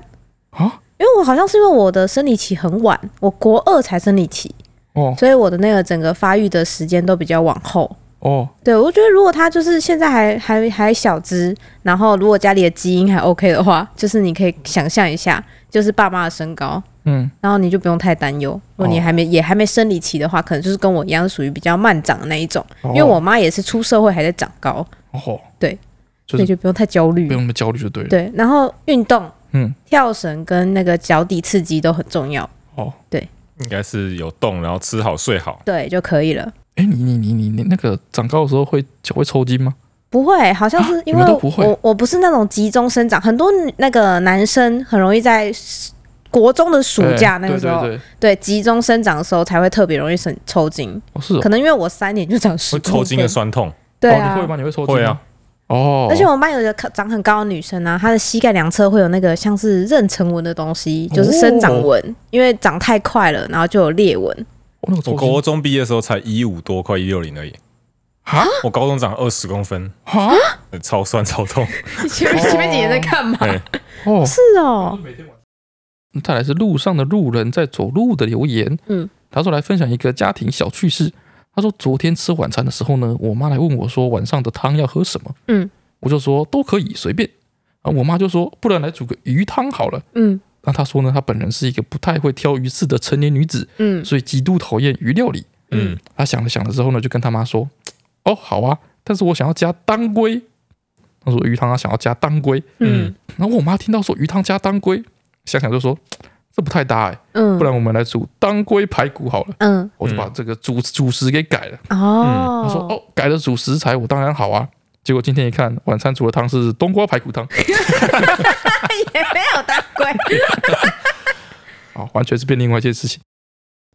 Speaker 2: 啊
Speaker 1: 因为我好像是因为我的生理期很晚，我国二才生理期，
Speaker 2: 哦
Speaker 1: 所以我的那个整个发育的时间都比较往后。
Speaker 2: 哦，
Speaker 1: 对，我觉得如果他就是现在还还还小只，然后如果家里的基因还 OK 的话，就是你可以想象一下，就是爸妈的身高，
Speaker 2: 嗯
Speaker 1: 然后你就不用太担忧。如果你
Speaker 2: 哦
Speaker 1: 还没、也还没生理期的话，可能就是跟我一样属于比较慢长的那一种。
Speaker 2: 哦
Speaker 1: 因为我妈也是出社会还在长高，
Speaker 2: 哦
Speaker 1: 对，
Speaker 2: 就
Speaker 1: 所以就
Speaker 2: 是
Speaker 1: 不用太焦虑
Speaker 2: 不。用那么焦虑就对了，
Speaker 1: 对，然后运动、
Speaker 2: 嗯
Speaker 1: 跳绳跟那个脚底刺激都很重要，
Speaker 2: 哦，
Speaker 3: 应该是有动，然后吃好睡好。
Speaker 1: 对就可以了。
Speaker 2: 哎，你你你你你那个长高的时候会脚会抽筋吗？
Speaker 1: 不会，好像是
Speaker 2: 啊
Speaker 1: 因为
Speaker 2: 你们都
Speaker 1: 我、
Speaker 2: 不会
Speaker 1: 我不是那种集中生长，很多那个男生很容易在国中的暑假那
Speaker 2: 对
Speaker 1: 个时候，
Speaker 2: 哎对对对，
Speaker 1: 对集中生长的时候才会特别容易生抽筋，
Speaker 2: 哦是哦
Speaker 1: 可能因为我三年就长十
Speaker 3: 会
Speaker 1: 公
Speaker 3: 抽筋的
Speaker 1: 分
Speaker 3: 酸痛，
Speaker 1: 对
Speaker 2: 哦，
Speaker 1: 啊
Speaker 2: 你会。吗？你会抽筋吗
Speaker 3: 会啊？啊
Speaker 2: 哦，
Speaker 1: 而且我们班有一个长很高的女生啊，她的膝盖两侧会有那个像是妊娠纹的东西，
Speaker 2: 哦
Speaker 1: 就是生长纹，因为长太快了，然后就有裂 纹。
Speaker 2: 我哦那个
Speaker 3: 我
Speaker 2: 抽筋
Speaker 3: 国中毕业的时候才一五多，快一六零而已。
Speaker 2: 啊
Speaker 3: 我高中长二十公分，
Speaker 2: 啊
Speaker 3: 呃超酸超痛。
Speaker 4: 你前面前面几年在干嘛？
Speaker 3: 哎，
Speaker 2: 哦，
Speaker 1: 是哦，
Speaker 2: 再来是路上的路人在走路的留言，
Speaker 1: 嗯，
Speaker 2: 他说来分享一个家庭小趣事。他说昨天吃晚餐的时候呢，我妈来问我说晚上的汤要喝什么，
Speaker 1: 嗯，
Speaker 2: 我就说都可以随便。啊，我妈就说不然来煮个鱼汤好了。
Speaker 1: 嗯
Speaker 2: 那她说呢，她本人是一个不太会挑鱼刺的成年女子，
Speaker 1: 嗯
Speaker 2: 所以极度讨厌鱼料理。
Speaker 3: 嗯，
Speaker 2: 她想了想了之后呢，就跟她妈说，哦好啊，但是我想要加当归。她说鱼汤啊她想要加当归，
Speaker 1: 嗯
Speaker 2: 然后我妈听到说鱼汤加当归，想想就说这不太搭哎、
Speaker 1: 嗯，
Speaker 2: 不然我们来煮当归排骨好了。
Speaker 1: 嗯
Speaker 2: 我就把这个主主食给改了。
Speaker 1: 哦，
Speaker 2: 他说哦，改了主食材，我当然好啊。结果今天一看，晚餐煮的汤是冬瓜排 骨汤，
Speaker 1: 也没有当归，
Speaker 2: 啊，完全是变另外一件事情。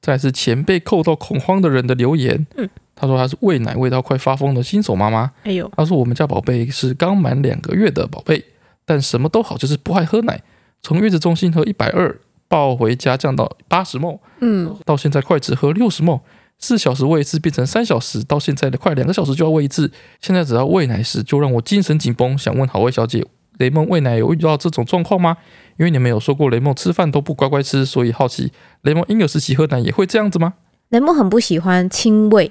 Speaker 2: 再来是前被扣到恐慌的人的留言，
Speaker 1: 嗯，
Speaker 2: 他说他是喂奶喂到快发疯的新手妈妈，
Speaker 1: 哎呦，
Speaker 2: 他说我们家宝贝是刚满两个月的宝贝，但什么都好，就是不爱喝奶，从月子中心喝一百二，抱回家降到八十梦，
Speaker 1: 嗯
Speaker 2: 到现在快只喝六十梦，四小时喂一次变成三小时，到现在的快两个小时就要喂一次。现在只要喂奶时就让我精神紧绷，想问好味小姐，雷梦喂奶有遇到这种状况吗？因为你们有说过雷梦吃饭都不乖乖吃，所以好奇雷梦婴儿时期喝奶也会这样子吗？
Speaker 1: 雷梦很不喜欢亲喂，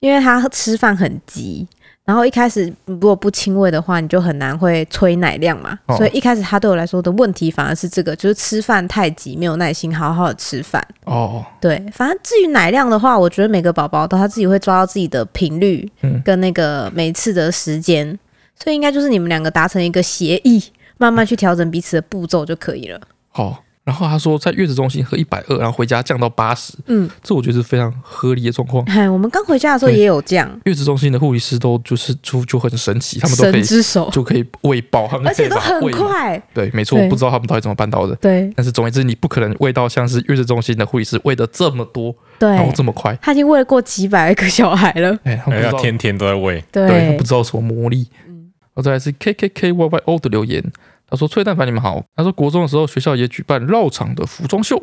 Speaker 1: 因为他吃饭很急。然后一开始如果不亲喂的话，你就很难会催奶量嘛。
Speaker 2: 哦
Speaker 1: 所以一开始他对我来说的问题反而是这个，就是吃饭太急，没有耐心好好的吃饭。
Speaker 2: 哦，
Speaker 1: 对，反正至于奶量的话，我觉得每个宝宝都他自己会抓到自己的频率
Speaker 2: 嗯，
Speaker 1: 跟那个每次的时间，所以应该就是你们两个达成一个协议，慢慢去调整彼此的步骤就可以了。
Speaker 2: 好。然后他说在月子中心喝一百二，然后回家降到八十，
Speaker 1: 嗯，
Speaker 2: 这我觉得是非常合理的状况。
Speaker 1: 哎嗨，我们刚回家的时候
Speaker 2: 对
Speaker 1: 也有这样，
Speaker 2: 月子中心的护理师都就是就就很神奇，他们都可
Speaker 4: 神
Speaker 2: 以
Speaker 4: 之手，
Speaker 2: 就可以喂饱，他们
Speaker 1: 而且
Speaker 2: 可以
Speaker 1: 都
Speaker 2: 把它
Speaker 1: 很
Speaker 2: 喂满
Speaker 1: 快，
Speaker 2: 对，没错，
Speaker 4: 对
Speaker 2: 我不知道他们到底怎么办到的。
Speaker 4: 对
Speaker 2: 但是总而言之，你不可能喂到像是月子中心的护理师喂的这么多，然后
Speaker 4: 对，
Speaker 2: 这么快。
Speaker 4: 他已经喂过几百个小孩了，
Speaker 2: 哎、他们
Speaker 3: 哎
Speaker 2: 不
Speaker 3: 要
Speaker 2: 知道，
Speaker 3: 天天都在 喂。
Speaker 2: 对，他
Speaker 4: 对
Speaker 2: 不，知道什么魔力。然后再来是 K K K Y Y O 的留言，他说：“翠蛋凡你们好。”他说国中的时候学校也举办绕场的服装秀，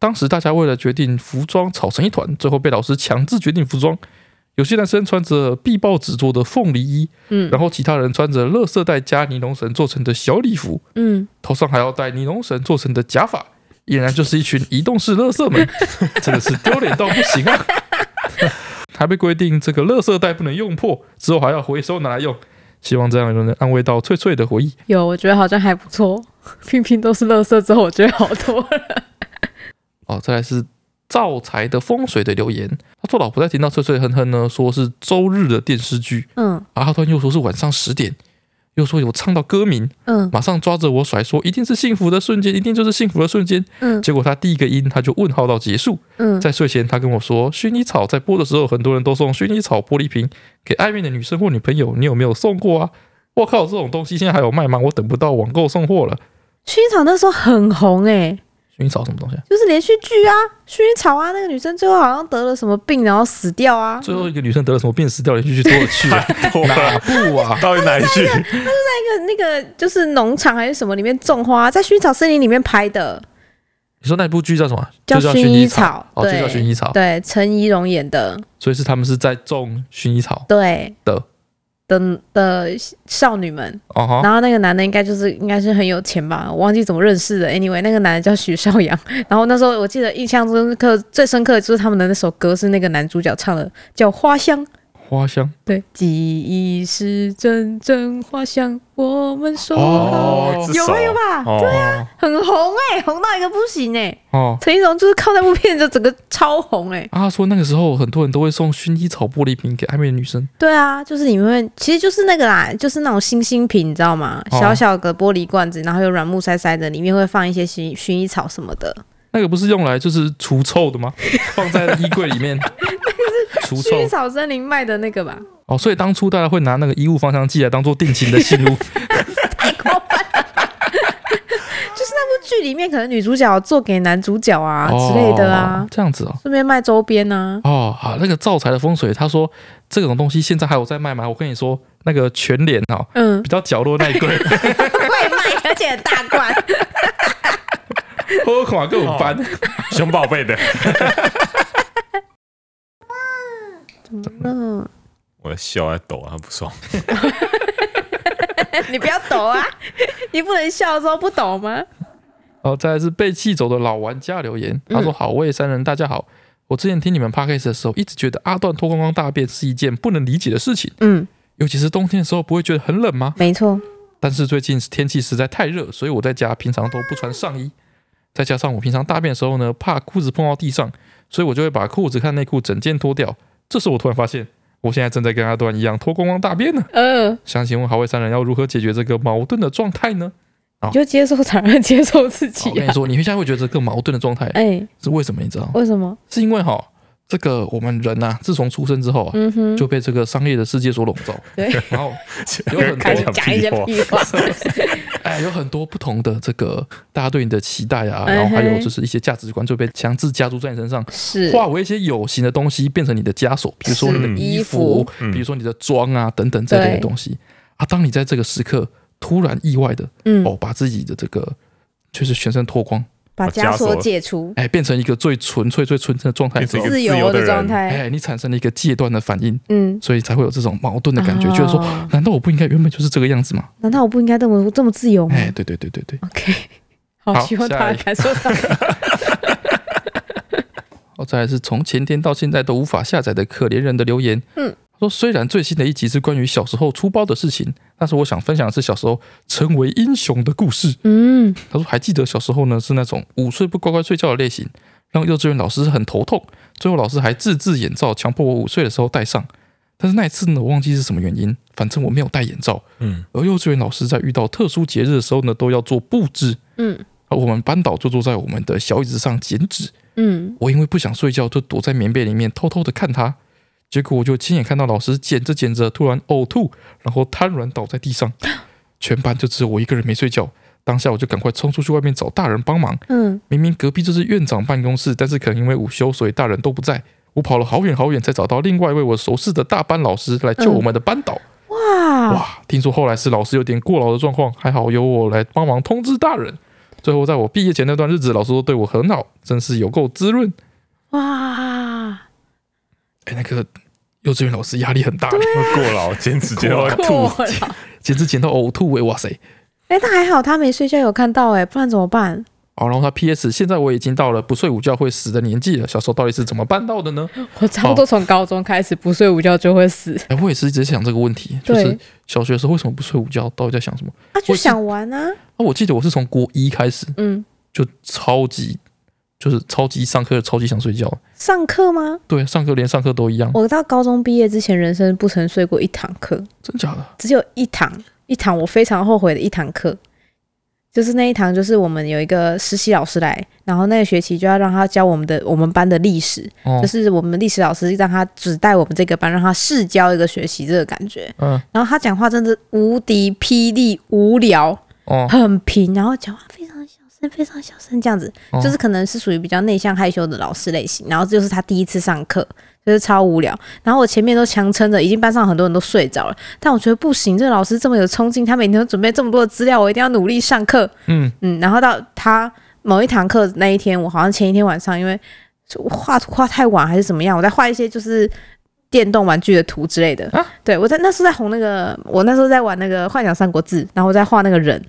Speaker 2: 当时大家为了决定服装吵成一团，最后被老师强制决定服装。有些男生穿着必报纸做的凤梨衣，
Speaker 4: 嗯
Speaker 2: 然后其他人穿着乐色带加尼龙绳做成的小礼服，
Speaker 4: 嗯，
Speaker 2: 头上还要戴尼龙绳做成的假发，俨然就是一群移动式垃圾们，真的是丢脸到不行啊！ 还被规定这个垃圾袋不能用破，之后还要回收拿来用。希望这样就能安慰到翠翠的回忆。
Speaker 4: 有，我觉得好像还 不错。拼拼都是垃圾之后，我觉得好多了。
Speaker 2: 哦，再来是造财的风水的留言，他说老婆在听到翠翠哼哼呢，说是周日的电视剧，
Speaker 1: 嗯
Speaker 2: 啊，他突然又说是晚上十点，又说有唱到歌名，
Speaker 1: 嗯
Speaker 2: 马上抓着我甩说一定是幸福的瞬间，一定 就是幸福的瞬间。
Speaker 1: 嗯
Speaker 2: 结果他第一个音他就问号到结束，
Speaker 1: 嗯，
Speaker 2: 在睡前，他跟我说，薰衣草在播的时候，很多人都送薰衣草玻璃瓶给暧昧的女生或女朋友，你有没有送过啊？我靠，这种东西现在还有卖吗？我等不到网购送货了。
Speaker 1: 薰衣草那时候很红哎、
Speaker 2: 薰薰衣草什么东西啊？
Speaker 1: 就是连续剧啊，薰衣草啊，那个女生最后好像得了什么病，然后死掉啊。
Speaker 2: 最后一个女生得了什么病死掉了，就去土耳其了，
Speaker 3: 太多
Speaker 2: 哪
Speaker 3: 了，
Speaker 2: 部啊？
Speaker 3: 到底哪一 句？
Speaker 1: 那个那个就是农场还是什么里面种花，在薰衣草森林里面拍的，
Speaker 2: 你说那部剧叫什么？
Speaker 1: 叫
Speaker 2: 就叫
Speaker 1: 薰
Speaker 2: 衣
Speaker 1: 衣草
Speaker 2: 哦，就
Speaker 1: 对
Speaker 2: 叫薰衣草。
Speaker 1: 对，陈怡蓉演的，
Speaker 2: 所以是他们是在种薰衣草
Speaker 1: 对
Speaker 2: 的。
Speaker 1: 的的少女们，
Speaker 2: 哦哈，
Speaker 1: 然后那个男的应该就是应该是很有钱吧，我忘记怎么认识的。Anyway，那个男的叫许绍洋。 然后那时候我记得印象中刻最深刻的就是他们的那首歌是那个男主角唱的，叫《花香》。
Speaker 2: 花香
Speaker 1: 对，记忆是阵阵花香，我们说好、
Speaker 3: 哦，
Speaker 1: 有吧有吧，
Speaker 3: 对啊，
Speaker 1: 很红哎、红到一个不行哎、
Speaker 2: 哦
Speaker 1: 陈奕龙就是靠那部片就整个超红哎、
Speaker 2: 啊，说那个时候很多人都会送薰衣草玻璃瓶给暧昧的女生，
Speaker 1: 对啊，就是你们会，其实就是那个啦，就是那种星星瓶，你知道吗？
Speaker 2: 哦
Speaker 1: 小小的玻璃罐子，然后有软木塞塞的，里面会放一些薰薰衣草什么的。
Speaker 2: 那个不是用来就是除臭的 吗？放在衣柜里面除臭
Speaker 1: 薰衣草森林卖的那个吧？
Speaker 2: 哦，所以当初大家会拿那个衣物芳香剂来当做定情的信物
Speaker 1: 太过分了！哎 就是那部剧里面，可能女主角做给男主角 啊、之类的
Speaker 2: 哦
Speaker 1: 啊，
Speaker 2: 这样子哦。
Speaker 1: 顺便卖周边啊。
Speaker 2: 哦，好，那个造财的风水，他说这种东西现在还有在卖吗？我跟你说，那个全脸哦，
Speaker 1: 嗯
Speaker 2: 比，较角落那一柜，
Speaker 1: 会卖，而且很大罐。
Speaker 2: 喝垮跟我翻，
Speaker 3: 熊宝贝的，
Speaker 1: 嗯，
Speaker 3: 我的笑在抖啊，不爽。
Speaker 1: 你不要抖啊！ 你不能笑的时候不抖吗？哦
Speaker 2: 然后哦再来是被气走的老玩家留言，他
Speaker 1: 嗯
Speaker 2: 说：“好味三人，大家好。我之前听你们 podcast 的时候，一直觉得阿段脱光光大便是一件不能理解的事情，
Speaker 1: 嗯，
Speaker 2: 尤其是冬天的时候，不会觉得很冷吗？
Speaker 1: 没错。
Speaker 2: 但是最近天气实在太热，所以我在家平常都不穿上衣，再加上我平常大便的时候呢，怕裤子碰到地上，所以我就会把裤子和内裤整件脱掉。这时我突然发现，我现在正在跟阿段一样脱光光大便呢。
Speaker 1: 嗯，
Speaker 2: 想请问好味三人要如何解决这个矛盾的状态呢？
Speaker 1: 你就接受坦然 接受自己
Speaker 2: 我跟
Speaker 1: 啊
Speaker 2: 你。说，你现在会觉得这个矛盾的状态
Speaker 1: 哎、
Speaker 2: 是为什么？你知道吗？
Speaker 1: 为什么？
Speaker 2: 是因为哈，这个我们人呐、自从出生之后啊，
Speaker 1: 嗯哼，
Speaker 2: 就被这个商业的世界所笼罩，
Speaker 1: 对，
Speaker 2: 然后有很
Speaker 3: 开始
Speaker 2: 多
Speaker 3: 讲
Speaker 1: 讲一些屁话。
Speaker 2: 哎，有很多不同的这个大家对你的期待啊，然后还有就是一些价值观就被强制加注在你身上，
Speaker 1: 是，
Speaker 2: 化为一些有形的东西变成你的枷锁，比如说你的
Speaker 3: 是
Speaker 2: 衣
Speaker 1: 衣
Speaker 2: 服，
Speaker 3: 嗯
Speaker 2: 比如说你的妆啊等等这类的
Speaker 1: 对
Speaker 2: 东西啊。当你在这个时刻突然意外的
Speaker 1: 嗯，
Speaker 2: 哦，把自己的这个就是全身脱光，
Speaker 1: 把
Speaker 3: 把枷
Speaker 1: 枷
Speaker 3: 锁
Speaker 1: 锁解除，
Speaker 2: 哎，变成一个最纯粹、最纯正的状态的时候
Speaker 3: 一
Speaker 1: 自
Speaker 3: 个，自由
Speaker 1: 由
Speaker 3: 的
Speaker 1: 的
Speaker 3: 人
Speaker 1: 状态。
Speaker 2: 哎，你产生了一个戒断的反应。
Speaker 1: 嗯，
Speaker 2: 所以才会有这种矛盾的感觉，
Speaker 1: 哦
Speaker 2: 就是说，难道我不应该原本就是这个样子吗？
Speaker 1: 难道我不应该这么这么自由吗
Speaker 2: 哎，对对对对对。
Speaker 1: ？OK，好
Speaker 2: 好
Speaker 1: 希望
Speaker 2: 下
Speaker 1: 大
Speaker 2: 一
Speaker 1: 家感受到。
Speaker 2: 哦，再来是从前天到现在都无法下载的可怜人的留言。
Speaker 1: 嗯，
Speaker 2: 说虽然最新的一集是关于小时候出包的事情，但是我想分享的是小时候成为英雄的故事。
Speaker 1: 嗯，
Speaker 2: 他说还记得小时候呢是那种午睡不乖乖睡觉的类型，让幼稚园老师很头痛。最后老师还自制眼罩，强迫我午睡的时候戴上。但是那一次呢，我忘记是什么原因，反正我没有戴眼罩。
Speaker 3: 嗯，
Speaker 2: 而幼稚园老师在遇到特殊节日的时候呢，都要做布置。
Speaker 1: 嗯，
Speaker 2: 而我们班导就坐在我们的小椅子上剪纸。
Speaker 1: 嗯，
Speaker 2: 我因为不想睡觉，就躲在棉被里面偷偷的看他。结果我就亲眼看到老师剪着剪着突然呕吐，然后瘫软倒在地上。全班就只有我一个人没睡觉。当下我就赶快冲出去外面找大人帮忙。
Speaker 1: 嗯，
Speaker 2: 明明隔壁就是院长办公室，但是可能因为午休，所以大人都不在。我跑了好远好远，才找到另外一位我熟识的大班老师来救我们的班导。
Speaker 1: 哇，
Speaker 2: 哇！听说后来是老师有点过劳的状况，还好有我来帮忙通知大人。最后在我毕业前那段日子，老师都对我很好，真是有够滋润。
Speaker 1: 哇，
Speaker 2: 哎，那个幼稚园老师压力很大，
Speaker 3: 过劳，坚持坚到吐
Speaker 1: 过。了。
Speaker 2: 简直剪到呕吐哎！哇塞！
Speaker 1: 哎，但还好他没睡觉有看到，哎，不然怎么办？
Speaker 2: 好，然后他 P.S. 现在我已经到了不睡午觉会死的年纪了，小时候到底是怎么办到的呢？
Speaker 1: 我差不多从高中开始不睡午觉就会死，
Speaker 2: 哎，我也是一直想这个问题，就
Speaker 1: 对
Speaker 2: 是小学的时候为什么不睡午觉，到底在想什么？
Speaker 1: 啊，就想玩啊，
Speaker 2: 啊，我记得我是从国一开始
Speaker 1: 嗯，
Speaker 2: 就超级，就是超级上课超级想睡觉，
Speaker 1: 上课吗？
Speaker 2: 对，啊上课连上课都一样，
Speaker 1: 我到高中毕业之前，人生不曾睡过一堂课，
Speaker 2: 真假的？
Speaker 1: 只有一堂，一堂我非常后悔的一堂课，就是那一堂，就是我们有一个实习老师来，然后那个学期就要让他教我们的我们班的历史，
Speaker 2: 哦
Speaker 1: 就，是我们历史老师让他只带我们这个班，让他试教一个学期这个感觉。
Speaker 2: 嗯，
Speaker 1: 然后他讲话真的无敌霹雳无聊，
Speaker 2: 哦，
Speaker 1: 很平，然后讲话非常小声非常小声，这样子
Speaker 2: 哦，
Speaker 1: 就是可能是属于比较内向害羞的老师类型。然后这就是他第一次上课，就是超无聊。然后我前面都强撑着，已经班上很多人都睡着了，但我觉得不行，这个老师这么有冲劲，他每天都准备这么多的资料，我一定要努力上课。
Speaker 2: 嗯
Speaker 1: 嗯，然后到他某一堂课那一天，我好像前一天晚上因为就画图画太晚还是怎么样，我在画一些就是电动玩具的图之类的。
Speaker 2: 啊，
Speaker 1: 对我在那时候在红那个，我那时候在玩那个《幻想三国志》，然后我在画那个人，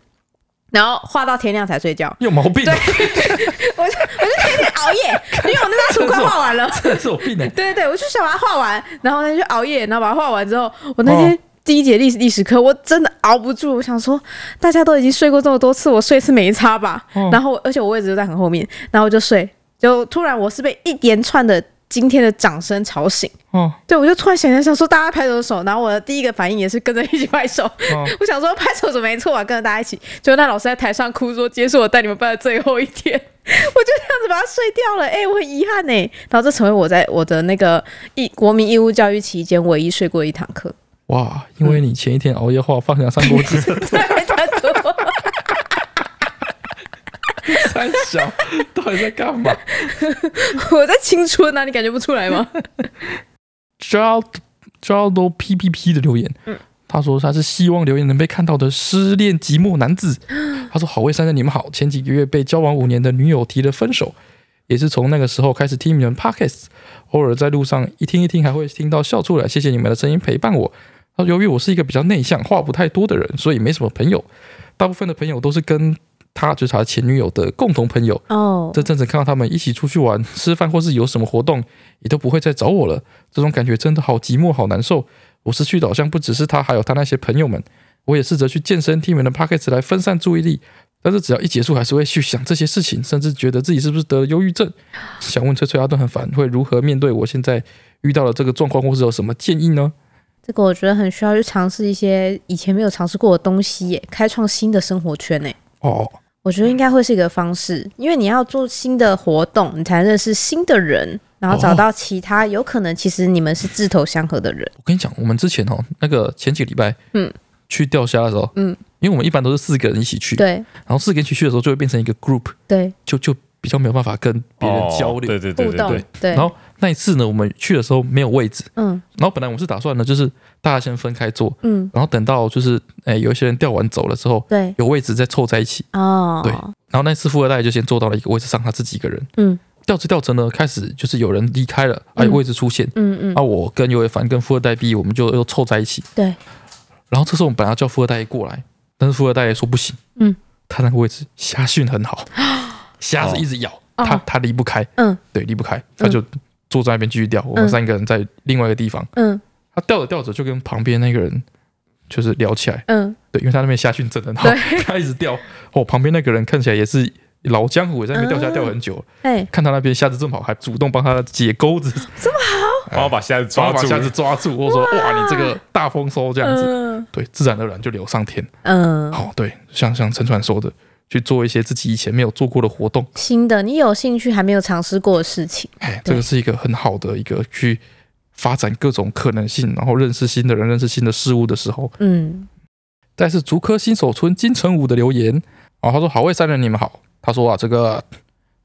Speaker 1: 然后画到天亮才睡觉
Speaker 2: 有毛病啊，
Speaker 1: 我就我就天天 熬夜，因为我那张图快画完了。
Speaker 2: 真的是有病哎、
Speaker 1: 对对对，我就想把它画完，然后呢就熬夜，然后把它画完之后，我那天。第一节历史历史课，我真的熬不住。我想说，大家都已经睡过这么多次，我睡一次没差吧？
Speaker 2: 哦
Speaker 1: 然后，而且我位置就在很后面，然后我就睡，就突然我是被一连串的今天的掌声吵醒。
Speaker 2: 哦
Speaker 1: 对，我就突然想一想说，大家拍手手，然后我的第一个反应也是跟着一起拍手。
Speaker 2: 哦，
Speaker 1: 我想说拍手准没错啊，跟着大家一起。就那老师在台上哭说：“今天是我带你们班的最后一天。” 我就这样子把他睡掉了，哎、我很遗憾呢、然后这成为我在我的那个义国民义务教育期间唯一睡过一堂课。
Speaker 2: 哇！因为你前一天熬夜画《放下三国志》，三小到底在干嘛
Speaker 1: 我在青春啊，你感觉不出来吗？
Speaker 2: ？Child Child P P P 的留言，他说他是希望留言能被看到的失恋寂寞男子。他说：“好，魏珊珊，你们好。前几个月被交往五年的女友提了分手，也是从那个时候开始听你们 Podcast，偶尔在路上一听一听，还会听到笑出来。谢谢你们的声音陪伴我。他说，由于我是一个比较内向、话不太多的人，所以没什么朋友，大部分的朋友都是跟他就是他的前女友的共同朋友。
Speaker 1: 哦，
Speaker 2: 这阵子看到他们一起出去玩、吃饭，或是有什么活动，也都不会再找我了。这种感觉真的好寂寞、好难受。我失去的好像不只是他，还有他那些朋友们。我也试着去健身、听你们的 p o c a s t 来分散注意力，但是只要一结束，还是会去想这些事情，甚至觉得自己是不是得了忧郁症。想问崔崔阿顿很烦，会如何面对我现在遇到的这个状况，或是有什么建议呢？
Speaker 1: 这个我觉得很需要去尝试一些以前没有尝试过的东西、耶，开创新的生活圈、哎耶。
Speaker 2: 哦，
Speaker 1: 我觉得应该会是一个方式，因为你要做新的活动，你才能认识新的人，然后
Speaker 2: 哦
Speaker 1: 找到其他、有可能其实你们是志同相合的人。
Speaker 2: 我跟你讲，我们之前哦，那个前几个礼拜，
Speaker 1: 嗯，
Speaker 2: 去钓虾的时候，
Speaker 1: 嗯，
Speaker 2: 因为我们一般都是四个人一起去，
Speaker 1: 对
Speaker 2: 然后四个人一起去的时候，就会变成一个 group，
Speaker 1: 对，
Speaker 2: 就就比较没有办法跟别人交流。
Speaker 3: 哦对对对哎
Speaker 1: 互
Speaker 3: 对
Speaker 1: 动
Speaker 3: 对，
Speaker 1: 对
Speaker 2: 然，后那一次呢，我们去的时候没有位置，
Speaker 1: 嗯
Speaker 2: 然后本来我们是打算呢，就是大家先分开坐，
Speaker 1: 嗯，
Speaker 2: 然后等到就是哎有一些人钓完走了之后，
Speaker 1: 对
Speaker 2: 有位置再凑在一起。
Speaker 1: 哦，
Speaker 2: 对然后那次富二代就先坐到了一个位置上，他自己一个人。
Speaker 1: 嗯，
Speaker 2: 钓着钓着呢，开始就是有人离开了，哎，
Speaker 1: 嗯
Speaker 2: 位置出现，
Speaker 1: 嗯嗯，
Speaker 2: 那我跟尤伟凡跟富二代 B 我们就又凑在一起。
Speaker 1: 对，
Speaker 2: 然后这时候我们本来要叫富二代 A 过来，但是富二代 A 说不行，
Speaker 1: 嗯，
Speaker 2: 他那个位置虾训很好， 虾子一直咬、
Speaker 1: 哦
Speaker 2: 他，他离不开，
Speaker 1: 嗯，
Speaker 2: 对，离不开，他就坐在那边继续钓。我们
Speaker 1: 嗯
Speaker 2: 三个人在另外一个地方，
Speaker 1: 嗯
Speaker 2: 他钓着钓着就跟旁边那个人就是聊起来，
Speaker 1: 嗯，
Speaker 2: 对，因为他那边虾训真的很好，他一直钓。哦，旁边那个人看起来也是老江湖，也在那边钓
Speaker 1: 嗯
Speaker 2: 虾钓很久，
Speaker 1: 哎，
Speaker 2: 看他那边虾子这么好，还主动帮他解钩子。
Speaker 3: 然后把虾子
Speaker 2: 抓
Speaker 3: 抓
Speaker 2: 把
Speaker 3: 住
Speaker 2: 虾，子抓住，我说哇，你这个大丰收这样子，
Speaker 1: 嗯
Speaker 2: 对，自然而然就流上天。
Speaker 1: 嗯，
Speaker 2: 好，对，像像陈传说的，去做一些自己以前没有做过的活动，
Speaker 1: 新的你有兴趣还没有尝试过的事情，
Speaker 2: 哎，这
Speaker 1: 对
Speaker 2: 个是一个很好的一个去发展各种可能性，然后认识新的人、认识新的事物的时候。
Speaker 1: 嗯
Speaker 2: 再是竹科新手村金城武的留言啊，他说：“好，魏三人你们好。”他说啊，这个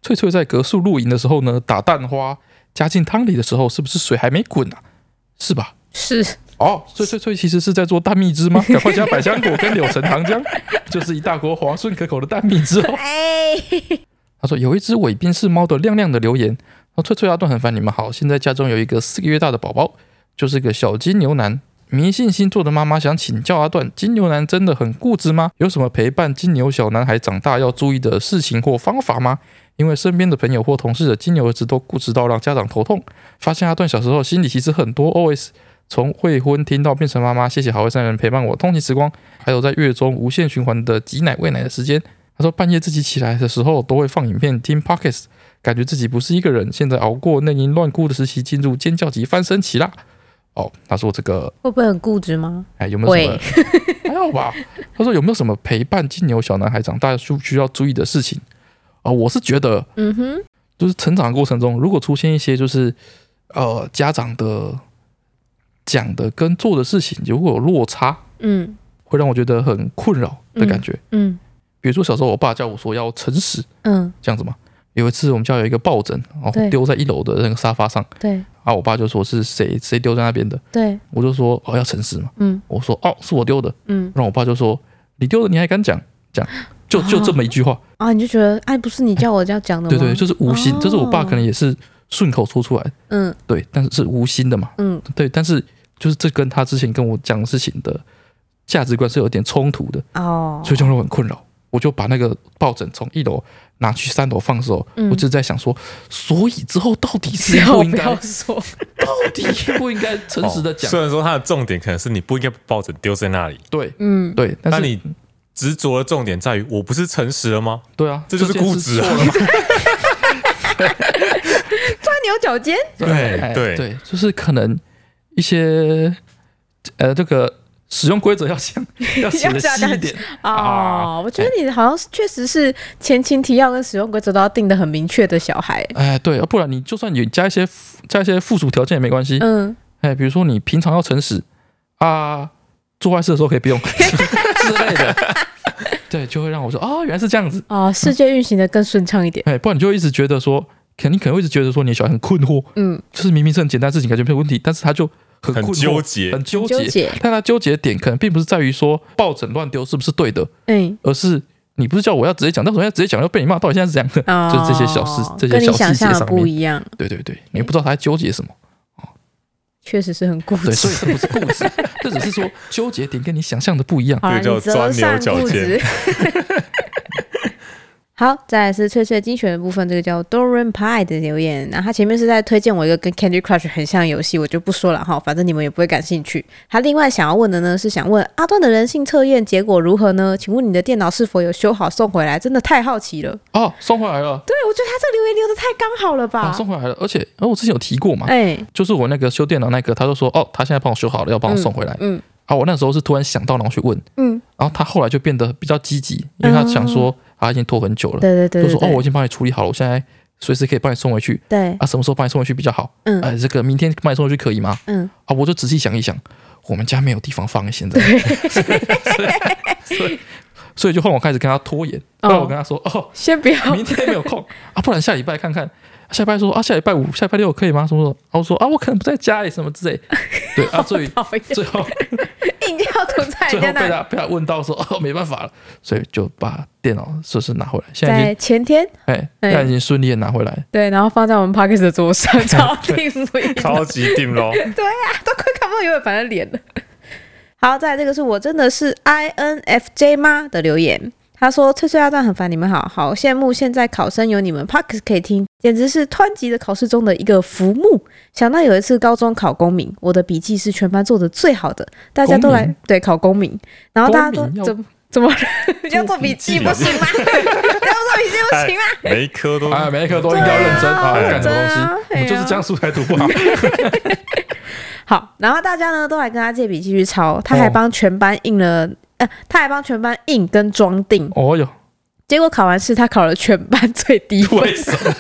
Speaker 2: 翠翠在格树露营的时候呢，打蛋花加进汤里的时候，是不是水还没滚啊？是吧？
Speaker 1: 是，
Speaker 2: 哦，所以翠翠其实是在做蛋蜜汁吗？赶快加百香果跟柳橙糖浆， 就是一大锅滑顺可口的蛋蜜汁哦。
Speaker 1: 哎，
Speaker 2: 他说有一只尾宾士猫的亮亮的留言，说翠翠阿段很烦你们好，现在家中有一个四个月大的宝宝，就是个小金牛男。迷信星座的妈妈想请教阿段，金牛男真的很固执吗？有什么陪伴金牛小男孩长大要注意的事情或方法吗？因为身边的朋友或同事的金牛儿子都固执到让家长头痛。发现阿段小时候心里其实很多 OS，从未婚听到变成妈妈，谢谢好味三人陪伴我通勤时光，还有在月中无限循环的挤奶喂奶的时间。他说半夜自己起来的时候都会放影片听 Pockets，感觉自己不是一个人。现在熬过内因乱哭的时期，进入尖叫级翻身期啦。哦，他说这个
Speaker 1: 会不会很固执吗？
Speaker 2: 哎有没有什么 还好吧？他说有没有什么陪伴金牛小男孩长大需需要注意的事情啊、我是觉得
Speaker 1: 嗯哼，
Speaker 2: 就是成长的过程中，如果出现一些就是呃家长的讲的跟做的事情如果有落差，
Speaker 1: 嗯
Speaker 2: 会让我觉得很困扰的感觉。
Speaker 1: 嗯
Speaker 2: 比比如说小时候我爸叫我说要诚实
Speaker 1: 嗯，
Speaker 2: 这样子嘛。有一次我们家有一个抱枕，然后
Speaker 1: 对
Speaker 2: 丢在一楼的那个沙发上，
Speaker 1: 对
Speaker 2: 啊，我爸就说是谁谁丢在那边的，
Speaker 1: 对，
Speaker 2: 我就说哦要诚实嘛，
Speaker 1: 嗯
Speaker 2: 我说哦是我丢的，
Speaker 1: 嗯，
Speaker 2: 然后我爸就说你丢的你还敢讲，讲就就这么一句话，
Speaker 1: 啊，你就觉得哎，不是你叫我这样讲的吗？
Speaker 2: 对对，就是无心，
Speaker 1: 哦
Speaker 2: 这是我爸可能也是顺口说出来，
Speaker 1: 嗯
Speaker 2: 对，但是是无心的嘛，
Speaker 1: 嗯，
Speaker 2: 对，但是就是这跟他之前跟我讲的事情的价值观是有点冲突的，
Speaker 5: 哦，
Speaker 2: 所以就让我很困扰。我就把那个抱枕从一楼拿去三楼放的时候，
Speaker 1: 嗯
Speaker 2: 我只是在想说，所以之后到底是
Speaker 1: 要
Speaker 2: 不
Speaker 1: 不
Speaker 2: 应该，
Speaker 1: 要
Speaker 2: 到
Speaker 1: 说？
Speaker 2: 底应不应该诚实的讲？
Speaker 3: 哦虽然说它的重点可能是你不应该把抱枕丢在那里，
Speaker 2: 对
Speaker 1: 嗯，
Speaker 2: 对，但
Speaker 3: 但
Speaker 2: 是
Speaker 3: 你执着的重点在于我不是诚实了吗？
Speaker 2: 对啊，
Speaker 3: 这就是
Speaker 2: 件事
Speaker 3: 固执啊
Speaker 2: 错了嘛
Speaker 1: 钻牛角尖，
Speaker 3: 对
Speaker 2: 哎
Speaker 3: 对
Speaker 2: 对，就是可能一些呃这个使用规则 要想要写的细一点
Speaker 1: 哦，我觉得
Speaker 2: 哎
Speaker 1: 你好像是确实是前情提要跟使用规则都要定的很明确的小孩。
Speaker 2: 哎，对，不然你就算你加一些附加一些附属条件也没关系，
Speaker 1: 嗯，
Speaker 2: 哎，比如说你平常要诚实啊，做坏事的时候可以不用 之类的， 对，就会让我说哦，原来是这样子，
Speaker 1: 哦，世界运行的更顺畅一点。
Speaker 2: 哎，不然你就一直觉得说，肯定可能会一直觉得说你的小孩很困惑，
Speaker 1: 嗯，
Speaker 2: 就是明明是很简单的事情，感觉没有问题，但是他就很
Speaker 3: 很
Speaker 2: 困惑
Speaker 3: 纠结
Speaker 2: 很纠
Speaker 1: 纠
Speaker 2: 结
Speaker 1: 结，
Speaker 2: 但他纠结的点可能并不是在于说抱枕乱丢是不是对的，
Speaker 1: 嗯，
Speaker 2: 而是你不是叫我要直接讲，但是我要直接讲又被你骂，到底现在是怎样的？
Speaker 1: 哦，
Speaker 2: 就这些小事，这些
Speaker 1: 跟你
Speaker 2: 小细
Speaker 1: 想
Speaker 2: 节
Speaker 1: 象的
Speaker 2: 上
Speaker 1: 不
Speaker 2: 面，
Speaker 1: 一样，
Speaker 2: 对对对，你不知道他在纠结什么，
Speaker 1: 确实是很固
Speaker 2: 对，所以
Speaker 1: 执。
Speaker 2: 这不是固 执，这只是说纠结点跟你想象的不一样。
Speaker 1: 好啦，
Speaker 3: 这个
Speaker 1: 你
Speaker 3: 叫
Speaker 1: 择
Speaker 3: 钻
Speaker 1: 善
Speaker 3: 牛角
Speaker 1: 固执。 好，再来是翠翠精选的部分，这个叫 Dorian Pie 的留言。那他前面是在推荐我一个跟 Candy Crush 很像的游戏，我就不说了哈，反正你们也不会感兴趣。他另外想要问的呢，是想问阿段的人性测验结果如何呢？请问你的电脑是否有修好送回来？真的太好奇了。
Speaker 2: 哦，送回来了，
Speaker 1: 对，我觉得他这个留言留的太刚好了
Speaker 2: 啊，
Speaker 1: 吧？
Speaker 2: 送回啊来了，而且，而我之前有提过嘛，
Speaker 1: 哎、
Speaker 2: 就是我那个修电脑那个，他就说，哦，他现在帮我修好了，要帮我送回来。
Speaker 1: 嗯
Speaker 2: 啊，我那时候是突然想到，然后去问，
Speaker 1: 嗯，
Speaker 2: 然后他后来就变得比较积极，因为他想说，啊他已经拖很久了，
Speaker 1: 对对对
Speaker 2: 就
Speaker 1: 对
Speaker 2: 说，
Speaker 1: 对
Speaker 2: 哦，我已经帮你处理好了，我现在随时可以帮你送回去。
Speaker 1: 对，
Speaker 2: 啊，什么时候帮你送回去比较好？
Speaker 1: 嗯
Speaker 2: 哎，这个明天帮你送回去可以吗？
Speaker 1: 嗯，
Speaker 2: 啊，我就仔细想一想，我们家没有地方放，现在， 所以所以就换我开始跟他拖延，后来我跟他说，哦，
Speaker 1: 先不要，
Speaker 2: 明天没有空啊，不然下礼拜看看。下礼拜说啊，下礼拜五、下礼拜六可以吗？什么什么？然后说啊，我可能不在家里，什么 之类。对啊，最
Speaker 1: 讨厌，
Speaker 2: 最 后
Speaker 1: 硬要涂在
Speaker 2: 最
Speaker 1: 人
Speaker 2: 后
Speaker 1: 家那
Speaker 2: 被
Speaker 1: 里。
Speaker 2: 他被他问到说 哦，没办法了，所以就把电脑设施拿回来。现在已
Speaker 1: 在
Speaker 2: 经
Speaker 1: 前天，
Speaker 2: 哎，
Speaker 1: 哎
Speaker 2: 现在已经顺利的拿回来。
Speaker 1: 对，然后放在我们 p a r k e s 的桌上， 超定位，
Speaker 3: 超级 定咯，
Speaker 1: 都快看不到原本反正脸了。 好，再来这个是我真的是 INFJ 吗的留言。他说：“翠翠阿段很烦，你们好好羡慕现在考生有你们 p a r k e s 可以听，简直是湍急的考试中的一个浮木。想到有一次高中考公民，我的笔记是全班做的最好的，大家都来
Speaker 2: 公民
Speaker 1: 对考公民，然后大家
Speaker 2: 公民
Speaker 1: 都
Speaker 2: 要
Speaker 1: 怎么怎么了 要做笔记不行吗？要 做笔记不行吗？
Speaker 3: 每一科都
Speaker 2: 哎，每一科都应该要认真啊，
Speaker 1: 对啊
Speaker 2: 干什么东
Speaker 1: 认真啊
Speaker 2: 西？我们就是这样素材读不好。
Speaker 1: 好，然后大家呢都来跟他借笔继续抄，他还帮全班印了，呃，他还帮全班印跟装订，
Speaker 2: 哦哟，
Speaker 1: 结果考完试他考了全班最低分，
Speaker 2: 为什么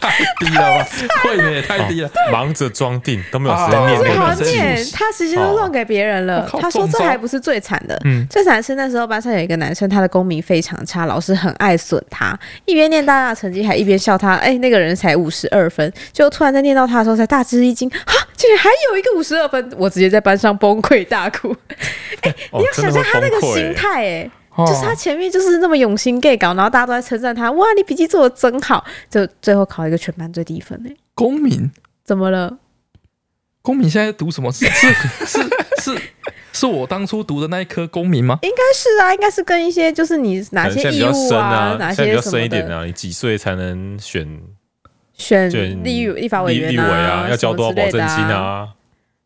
Speaker 2: 太低了 吧？未免也太低了。
Speaker 3: 忙着装订，都没有时间
Speaker 2: 啊
Speaker 3: 念
Speaker 2: 对
Speaker 1: 最
Speaker 3: 那
Speaker 1: 好
Speaker 3: 个
Speaker 2: 这个
Speaker 1: 念
Speaker 2: 真是，
Speaker 1: 他时间都弄给别人了
Speaker 2: 哦。靠
Speaker 1: 他说这
Speaker 2: 中招
Speaker 1: 还不是最惨的，
Speaker 3: 嗯
Speaker 1: 最惨是那时候班上有一个男生，他的功名非常差，老师很爱损他，一边念大家的成绩，还一边笑他。哎、那个人才五十二分，就突然在念到他的时候，才大吃一惊，啊，竟然还有一个五十二分！我直接在班上崩溃大哭。
Speaker 3: 哦
Speaker 1: 你要想
Speaker 3: 真的
Speaker 1: 象
Speaker 3: 会
Speaker 1: 他那
Speaker 3: 崩
Speaker 1: 个心
Speaker 3: 溃欸。
Speaker 1: 态、哎。
Speaker 2: 哦
Speaker 1: 就是他前面就是那么用心 gay 搞，然后大家都在称赞他，哇，你笔记做的真好，就最后考一个全班最低分哎、
Speaker 2: 公民，
Speaker 1: 怎么了？
Speaker 2: 公民现在读什么？是是是是是我当初读的那一科公民吗？
Speaker 1: 应该是啊，应该是跟一些就是你哪
Speaker 3: 可能
Speaker 1: 些
Speaker 3: 现在比
Speaker 1: 义
Speaker 3: 较
Speaker 1: 务
Speaker 3: 深啊，
Speaker 1: 哪
Speaker 3: 现在比
Speaker 1: 些
Speaker 3: 较
Speaker 1: 什么
Speaker 3: 深
Speaker 1: 的
Speaker 3: 一点啊，你几岁才能选
Speaker 1: 选
Speaker 3: 选
Speaker 1: 嗯立立法委
Speaker 3: 立
Speaker 1: 员
Speaker 3: 立委啊？要交多少保证金
Speaker 1: 什么之类的啊？
Speaker 3: 啊？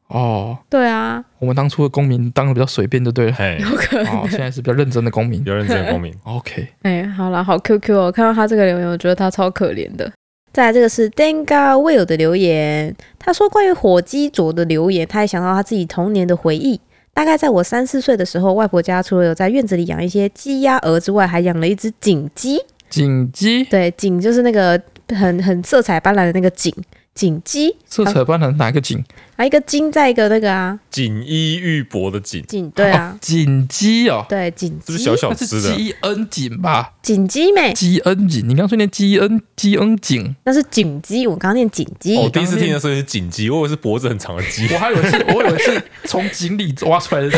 Speaker 2: 哦，
Speaker 1: 对啊，
Speaker 2: 我们当初的公民当的比较随便就 对了。
Speaker 3: 嘿，
Speaker 1: 有可能。
Speaker 2: 哦，现在是比较认真的公民。
Speaker 3: 有认真的 公民
Speaker 2: OK，
Speaker 1: 哎、好了，好 QQ 哦，看到他这个留言，我觉得他超可怜的。再来，这个是 Denga Will 的留言，他说关于火鸡卓的留言，他也想到他自己童年的回忆。大概在我三四岁的时候，外婆家除了有在院子里养一些鸡、鸭、鹅之外，还养了一只锦鸡。
Speaker 2: 锦鸡
Speaker 1: 对，锦就是那个很很色彩斑斓的那个锦锦鸡，
Speaker 2: 色彩斑斓哪个锦？
Speaker 4: 啊，一个金在一个那个啊，
Speaker 3: 锦衣玉帛的锦，
Speaker 4: 锦对啊，
Speaker 2: 锦鸡哦，
Speaker 4: 对锦
Speaker 3: 是不是小
Speaker 4: 鸡，
Speaker 3: 小
Speaker 2: 那是
Speaker 3: 只的？
Speaker 2: 基恩锦吧？
Speaker 4: 锦鸡妹，
Speaker 2: 基恩锦，你刚刚说念基恩基恩锦，
Speaker 4: 那是锦鸡，我刚念锦鸡，
Speaker 3: 我哦第一次听的时候是锦鸡，我以为是脖子很长的鸡。
Speaker 2: 我还以 为是，我以为是从井里挖出来 的鸡，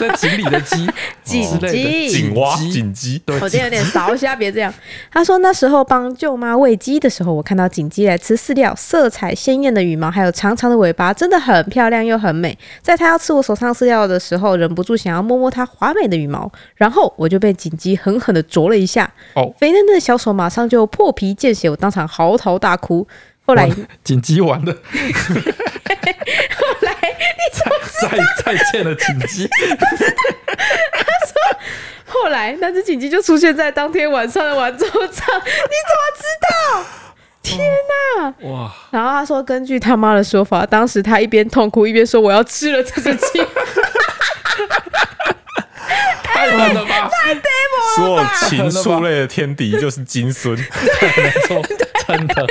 Speaker 2: 在井里的鸡哦之
Speaker 4: 锦
Speaker 2: 类的
Speaker 4: 鸡。
Speaker 3: 锦蛙、
Speaker 2: 锦鸡
Speaker 3: 锦鸡，
Speaker 2: 对，
Speaker 4: 我今天有点烧瞎，别这样。他说那时候帮舅妈喂鸡的时候，我看到锦鸡来吃饲料，色彩鲜艳的羽毛，还有长长的尾巴，真的很漂亮又很美。在它要吃我手上饲料的时候，忍不住想要摸摸它华美的羽毛，然后我就被锦鸡狠狠的啄了一下，
Speaker 2: 哦
Speaker 4: 肥嫩嫩的小手马上就破皮见血，我当场嚎啕大哭。后来，
Speaker 2: 锦鸡完 了，
Speaker 4: 后来，
Speaker 2: 再 再见了锦鸡，
Speaker 4: 后来那只锦鸡就出现在当天晚上的玩桌上，你 怎么知道？
Speaker 3: 哇！
Speaker 4: 然后他说，根据他妈的说法，当时他一边痛哭一边说：“我要吃了这只鸡。
Speaker 2: 太狠了吧？
Speaker 3: 所有禽畜类的天敌就是 金孙，
Speaker 2: 没 错，真的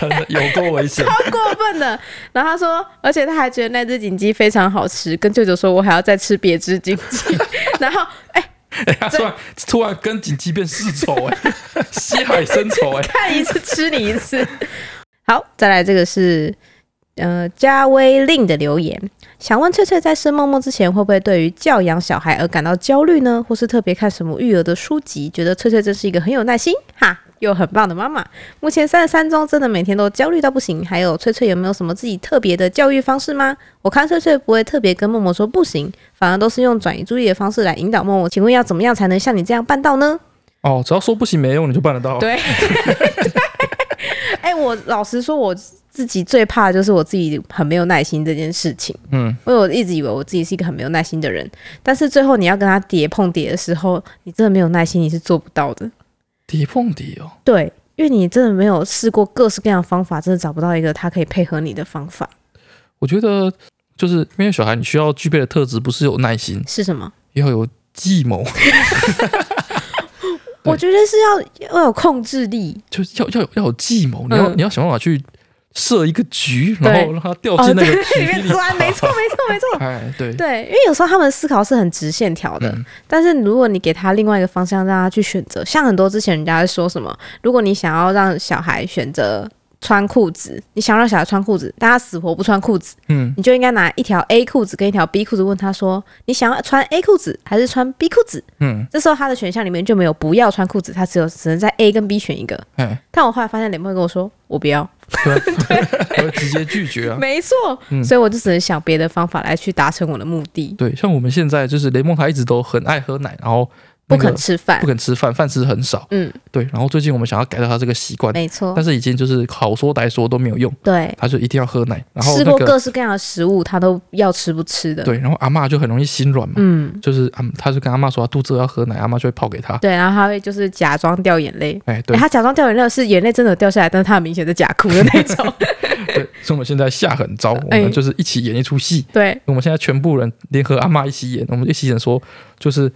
Speaker 2: 真的有够危险。”
Speaker 4: 超过分的。然后他说，而且他还觉得那只锦鸡非常好吃，跟舅舅说：“我还要再吃别只锦 鸡。”然后，哎、
Speaker 2: 哎、他突然突然跟锦鸡变世仇 哎、西海深仇哎、
Speaker 4: 看一次吃你一次。
Speaker 3: 哦
Speaker 4: 好，再来这个是呃加威令的留言，想问翠翠在生梦梦之前会不会对于教养小孩而感到焦虑呢？或是特别看什么育儿的书籍，觉得翠翠真是一个很有耐心哈又很棒的妈妈。目前三十三中真的每天都焦虑到不行。还有翠翠有没有什么自己特别的教育方式吗？我看翠翠不会特别跟默默说不行，反而都是用转移注意的方式来引导默默。请问要怎么样才能像你这样办到呢？
Speaker 2: 哦，只要说不行没用，你就办得到。
Speaker 4: 对，哎、我老实说，我自己最怕的就是我自己很没有耐心这件事情。
Speaker 2: 嗯，
Speaker 4: 因为我一直以为我自己是一个很没有耐心的人，但是最后你要跟他叠碰叠的时候，你真的没有耐心，你是做不到的。
Speaker 2: 底碰底哦，
Speaker 4: 对，因为你真的没有试过各式各样的方法，真的找不到一个他可以配合你的方法
Speaker 2: 我觉得就是因为小孩你需要具备的特质，不是有耐心，
Speaker 4: 是什么？
Speaker 2: 要有计谋， 对
Speaker 4: 我觉得是要要有控制力，
Speaker 2: 就是要要有要有计谋，你要、
Speaker 4: 嗯
Speaker 2: 你要想办法去设一个局，
Speaker 4: 对
Speaker 2: 然后让他掉哦进那个
Speaker 4: 哦 对，里
Speaker 2: 局
Speaker 4: 面
Speaker 2: 里。
Speaker 4: 钻，没错，没错，没错。
Speaker 2: 哎， 对，
Speaker 4: 对，因为有时候他们思考是很直线条的，
Speaker 2: 嗯
Speaker 4: 但是如果你给他另外一个方向，让他去选择，像很多之前人家在说什么，如果你想要让小孩选择穿裤子，你想让小孩穿裤子，但他死活不穿裤子，
Speaker 2: 嗯，
Speaker 4: 你就应该拿一条 A 裤子跟一条 B 裤子问他说，你想要穿 A 裤子还是穿 B 裤子？
Speaker 2: 嗯，
Speaker 4: 这时候他的选项里面就没有不要穿裤子，他只有只能在 A 跟 B 选一个。
Speaker 2: 哎，
Speaker 4: 但我后来发现，雷梦会跟我说我不要，
Speaker 2: 我会直接拒绝啊。
Speaker 4: 没错，
Speaker 2: 嗯
Speaker 4: 所以我就只能想别的方法来去达成我的目的，
Speaker 2: 对，像我们现在就是雷蒙，他一直都很爱喝奶，然后那
Speaker 4: 不
Speaker 2: 个
Speaker 4: 肯吃饭
Speaker 2: 不，肯吃饭，饭吃得很少。
Speaker 4: 嗯，
Speaker 2: 对，然后最近我们想要改掉他这个习惯，
Speaker 4: 没错
Speaker 2: 但，是已经就是好说歹说都没有用，
Speaker 4: 对。
Speaker 2: 他就一定要喝奶。然后
Speaker 4: 吃
Speaker 2: 那
Speaker 4: 过
Speaker 2: 个
Speaker 4: 各式各样的食物，他都要吃不吃的。，
Speaker 2: 对，然后阿嬷就很容易心软嘛，
Speaker 4: 嗯，
Speaker 2: 就是嗯，他就跟阿嬷说他肚子饿要喝奶，阿嬷就会泡给他。
Speaker 4: 对，然后他会就是假装掉眼泪。
Speaker 2: 哎，
Speaker 4: 诶
Speaker 2: 对
Speaker 4: 他假装掉眼泪是眼泪真的有掉下来，但是他很明显在假哭的那 种。
Speaker 2: 对，所以我们现在下狠招，我
Speaker 4: 哎
Speaker 2: 们就是一起演一出戏。
Speaker 4: 对，
Speaker 2: 我们现在全部人联合阿嬷一起演，我们一起演说，就是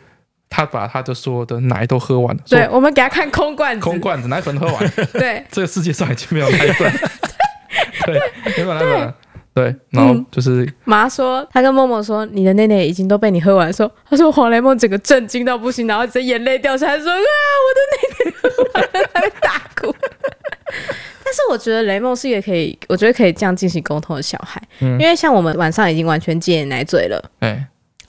Speaker 2: 他把他的所有的奶都喝完了，所
Speaker 4: 对，
Speaker 2: 有
Speaker 4: 我们给他看空罐子。
Speaker 2: 空罐子奶粉喝完，
Speaker 4: 对，
Speaker 2: 这个世界上已经没有奶 粉，对，没有奶粉了，对，然后就是
Speaker 4: 妈说，他跟默默说，你的内内已经都被你喝完的时候，他说黄雷梦整个震惊到不行，然后直接眼泪掉下来，说啊，我的内内喝完了，他会大哭。但是我觉得雷梦是一个可以，我觉得可以这样进行沟通的小孩，
Speaker 2: 嗯
Speaker 4: 因为像我们晚上已经完全戒奶嘴了。
Speaker 2: 哎，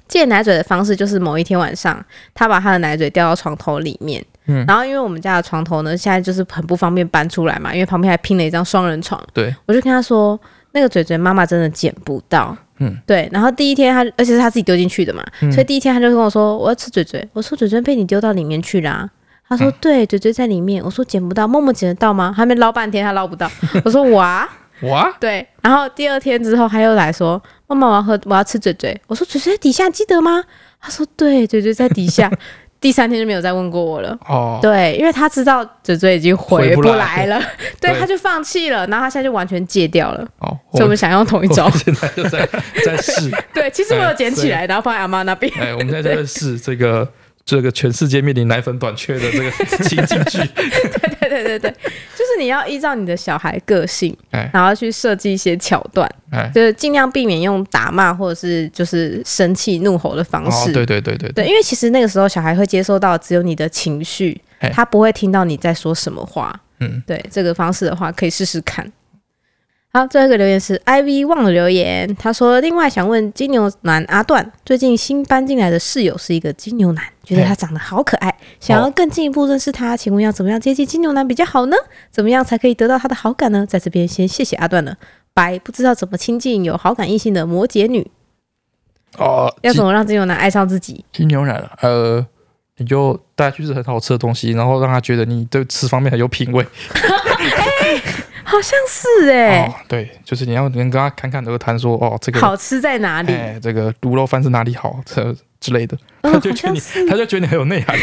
Speaker 4: 戒奶嘴的方式就是某一天晚上，他把他的奶嘴掉到床头里面。
Speaker 2: 嗯
Speaker 4: 然后因为我们家的床头呢，现在就是很不方便搬出来嘛，因为旁边还拼了一张双人床。
Speaker 2: 对，
Speaker 4: 我就跟他说，那个嘴嘴妈妈真的捡不到。
Speaker 2: 嗯，
Speaker 4: 对。然后第一天他，而且是他自己丢进去的嘛，
Speaker 2: 嗯
Speaker 4: 所以第一天他就跟我说，我要吃嘴嘴。我说嘴嘴被你丢到里面去啦、他
Speaker 2: 嗯
Speaker 4: 说：“对，嘴嘴在里面。”我说：“捡不到，默默捡得到吗？”他没捞半天，他捞不到。我说：“哇，
Speaker 2: 哇，
Speaker 4: 对，然后第二天之后，他又来说：“妈妈，我要喝，我要吃嘴嘴。”我说：“嘴嘴在底下，记得吗？”他说：“对，嘴嘴在底下。” 第三天就没有再问过我了。
Speaker 2: 哦，
Speaker 4: 对，因为他知道嘴嘴已经回
Speaker 2: 回不
Speaker 4: 不
Speaker 2: 来
Speaker 4: 来了， 对，
Speaker 2: 对
Speaker 4: 他就放弃了，然后他现在就完全戒掉了。
Speaker 2: 哦，
Speaker 4: 所以我们想用同一
Speaker 2: 我
Speaker 4: 招
Speaker 2: 们。 现在就在在试， 哎
Speaker 4: 对，其实我有捡起来，然后放在阿妈那边。
Speaker 2: 哎，我们现在就在试这个这个全世界面临奶粉短缺的这个情景 剧。
Speaker 4: 对对对对，就是你要依照你的小孩个性
Speaker 2: 哎，
Speaker 4: 然后去设计一些桥段，
Speaker 2: 哎，
Speaker 4: 就是尽量避免用打骂或者是就是生气怒吼的方
Speaker 2: 哦
Speaker 4: 式。，
Speaker 2: 对对对对对，
Speaker 4: 对，因为其实那个时候小孩会接收到只有你的情绪
Speaker 2: 哎，
Speaker 4: 他不会听到你在说什么话。
Speaker 2: 嗯，
Speaker 4: 对这个方式的话，可以试试看。好，最后一个留言是 IV 忘了留言，他说：“另外想问金牛男阿段，最近新搬进来的室友是一个金牛男，觉得他长得好可爱，想要更进一步认识他，请问要怎么样接近金牛男比较好呢？怎么样才可以得到他的好感呢？在这边先谢谢阿段了。”白不知道怎么亲近有好感异性的摩羯女，
Speaker 2: 哦，
Speaker 4: 要
Speaker 2: 金
Speaker 4: 怎么让金牛男爱上自己？
Speaker 2: 金牛奶啊，呃，你就带他去吃很好吃的东西，然后让他觉得你对吃方面很有品味。
Speaker 4: 好像是哎、
Speaker 2: 哦，对，就是你要能跟他侃侃而谈说，哦，这个
Speaker 4: 好吃在哪里？
Speaker 2: 哎，这个卤肉饭是哪里好，这之类的，
Speaker 4: 嗯
Speaker 2: 他就觉得
Speaker 4: 好像
Speaker 2: 你，他就觉得你很有 内涵。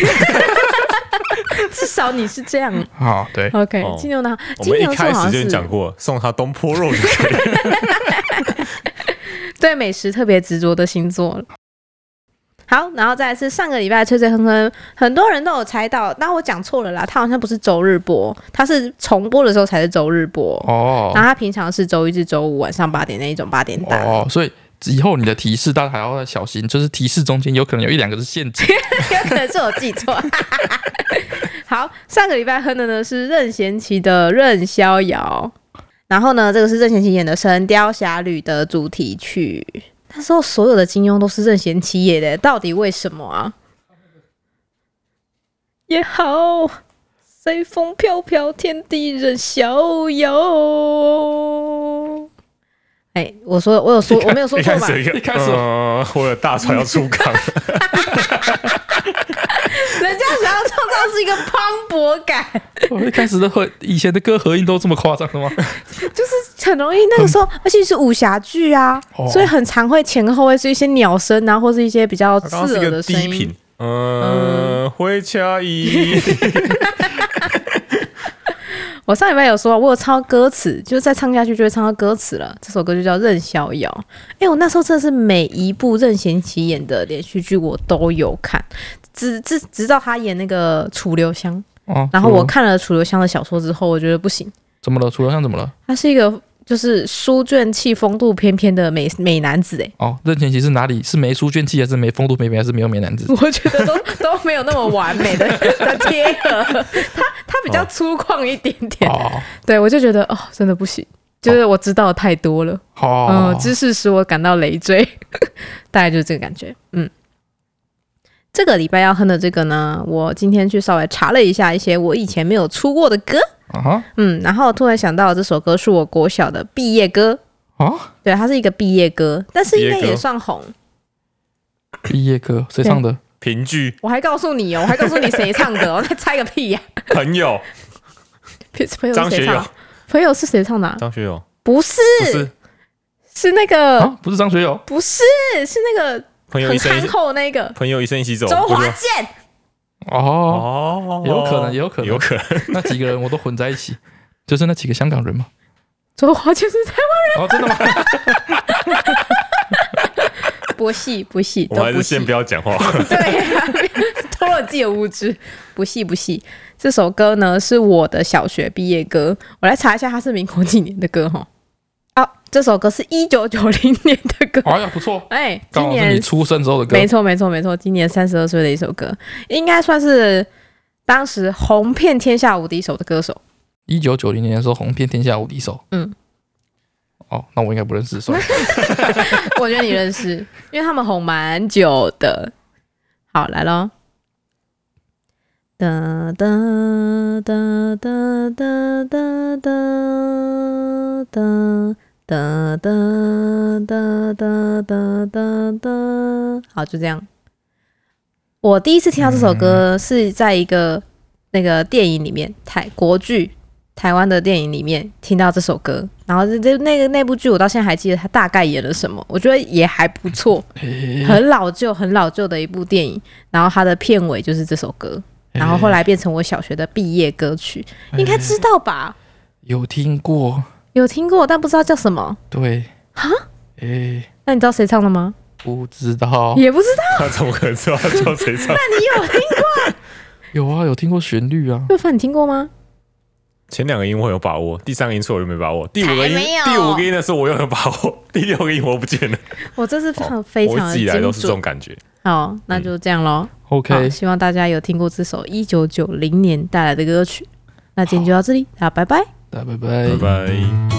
Speaker 4: 至少你是 这样。
Speaker 2: 啊，对，
Speaker 4: OK，、
Speaker 3: 哦
Speaker 4: 金牛男，
Speaker 3: 我
Speaker 4: 金
Speaker 3: 们一
Speaker 4: 牛座
Speaker 3: 开
Speaker 4: 好
Speaker 3: 始
Speaker 4: 像
Speaker 3: 就已经
Speaker 4: 是
Speaker 3: 讲过，送他东坡肉就可以了。
Speaker 4: 对美食特别执着的星座了。好，然后再来是上个礼拜吹吹哼哼，很多人都有猜到，但我讲错了啦，他好像不是周日播，他是重播的时候才是周日播，
Speaker 2: 哦
Speaker 4: 然后他平常是周一至周五晚上八点那一种八点档，
Speaker 2: 哦，所以以后你的提示大家还要小心，就是提示中间有可能有一两个是陷 阱。
Speaker 4: 有可能是我记错。 好，上个礼拜哼的呢是任贤齐的《任逍遥》，然后呢，这个是任贤齐演的《神雕侠侣》的主题曲。那时候所有的金庸都是任贤齐演的，到底为什么啊？也好，随风飘飘，天地任逍遥。哎、我说我有说我没有说
Speaker 3: 一
Speaker 4: 错
Speaker 3: 开
Speaker 4: 吧？
Speaker 3: 始一
Speaker 2: 一开始
Speaker 3: 呃，我有大船要出港，
Speaker 4: 人家想要创造是一个磅礴感。
Speaker 2: 我哦一开始的和以前的歌合音都这么夸张的 吗？
Speaker 4: 就是很容易那个时候，而且是武侠剧啊，
Speaker 2: 哦
Speaker 4: 所以很常会前后会是一些鸟声啊，或是一些比较刺
Speaker 3: 刚刚是一
Speaker 4: 耳的
Speaker 3: 个
Speaker 4: 声
Speaker 3: 低
Speaker 4: 音
Speaker 3: 频。。嗯，回家 一
Speaker 4: 我上礼拜有说啊，我有唱到歌词，就是再唱下去就会唱到歌词了。这首歌就叫《任逍遥》。哎、我那时候真的是每一部任贤齐演的连续剧我都有看，直直直到他演那个楚留香，
Speaker 2: 哦，
Speaker 4: 然后
Speaker 2: 怎么
Speaker 4: 我
Speaker 2: 了
Speaker 4: 看了楚留香的小说之后，我觉得不行，
Speaker 2: 怎么了？楚留香怎么了？
Speaker 4: 他是一个就是书卷气、风度翩翩的美美男子、哎。
Speaker 2: 哦，任贤齐是哪里？是没书卷气，还是没风度翩翩，还是没有美男 子？
Speaker 4: 我觉得都都没有那么完美的的贴合，它它比较
Speaker 3: 哦
Speaker 4: 粗犷一点点。
Speaker 2: 哦，
Speaker 4: 对我就觉得哦，真的不行，就是我知道的太多了，
Speaker 2: 好、
Speaker 3: 哦
Speaker 4: 嗯、知识使我感到累赘， 大概就是这个感觉，嗯。这个礼拜要哼的这个呢，我今天去稍微查了一下一些我以前没有出过的歌，
Speaker 2: 啊哈
Speaker 4: 嗯，然后突然想到这首歌是我国小的毕业歌，
Speaker 2: 啊！
Speaker 4: 对，它是一个毕业歌，但是应
Speaker 3: 毕
Speaker 4: 该
Speaker 3: 业歌
Speaker 4: 也算红。
Speaker 2: 毕业歌谁唱的？
Speaker 3: 评剧
Speaker 4: 我还告诉你哦，我还告诉你谁唱的哦，我 再猜个屁呀、
Speaker 3: 朋 友
Speaker 4: 朋朋友是
Speaker 3: 张
Speaker 4: 谁
Speaker 3: 学
Speaker 4: 唱
Speaker 3: 友
Speaker 4: 啊？，朋友是谁唱的啊、
Speaker 3: 张学友
Speaker 4: 不是，
Speaker 3: 不是
Speaker 4: 是那个、
Speaker 2: 啊，不是张学友
Speaker 4: 不是，是那个
Speaker 3: 朋友
Speaker 4: 很
Speaker 3: 一生一
Speaker 4: 憨
Speaker 3: 起，
Speaker 4: 厚那个
Speaker 3: 朋友一生一起走，
Speaker 4: 周
Speaker 3: 不
Speaker 4: 华
Speaker 3: 是吗
Speaker 4: 健。
Speaker 2: 哦，
Speaker 3: 哦
Speaker 2: 有可能有可能
Speaker 3: 有可能。
Speaker 2: 那几个人我都混在一起，就是那几个香港人嘛。
Speaker 4: 周华健是在
Speaker 2: 哦，真的吗？
Speaker 4: 不戏不戏，
Speaker 3: 我
Speaker 4: 都
Speaker 3: 们还是先
Speaker 4: 戏
Speaker 3: 不要讲 话。
Speaker 4: 对呀、偷了自己的无知，不戏不戏。这首歌呢是我的小学毕业歌，我来查一下它是民国几年的歌哈。啊，这首歌是一九九零年的歌，
Speaker 2: 哎呀，不错，
Speaker 4: 哎、
Speaker 2: 刚
Speaker 4: 今
Speaker 2: 好是
Speaker 4: 年
Speaker 2: 你出生之后的歌
Speaker 4: 没。错，没错，没错，今年三十二岁的一首歌，应该算是当时红遍天下无敌手的歌手。
Speaker 2: 一九九零年的时候红遍天下无敌手。
Speaker 4: 嗯。
Speaker 2: 哦，那我应该不认识， 算了。
Speaker 4: 我觉得你认识，因为他们红蛮久的。好，来喽。哒哒哒哒哒哒哒哒哒哒哒哒哒哒哒。好，就这样。我第一次听到这首歌是在一个那个电影里面，台国剧台湾的电影里面听到这首歌，然后这这那个那部剧我到现在还记得他大概演了什么，我觉得也还不错， 很老旧很老旧的一部电影，然后它的片尾就是这首歌，
Speaker 3: 哎
Speaker 4: 然后后来变成我小学的毕业歌曲，应该知道吧？
Speaker 2: 有听过，
Speaker 4: 有听过，但不知道叫什么。
Speaker 2: 对。哈？诶、
Speaker 4: 那你知道谁唱的吗？
Speaker 2: 不知道，
Speaker 3: 哦
Speaker 4: 也不知道
Speaker 3: 他怎么可能知道他叫谁 唱？
Speaker 4: 你有听，
Speaker 2: 有啊，有听过旋律啊，
Speaker 4: 又凡你听 过吗？
Speaker 3: 前两个音我有把握，第三个音是我就没把握，第五
Speaker 4: 哎
Speaker 3: 个音
Speaker 1: 才没有
Speaker 3: 第五个音的时候我又有把握， 第六个音我不见了。
Speaker 4: 我这是非常非
Speaker 3: 哦我
Speaker 4: 常
Speaker 3: 一
Speaker 4: 的
Speaker 3: 直以来
Speaker 4: 精
Speaker 3: 都是这种嗯
Speaker 4: 准。
Speaker 3: 感觉。
Speaker 4: 好，那就这样喽。好，
Speaker 2: OK，
Speaker 4: 希望大家有听过这首一九九零年带来的歌曲。那今天就到这里，大家拜拜。
Speaker 2: 大家拜拜
Speaker 3: 拜。拜。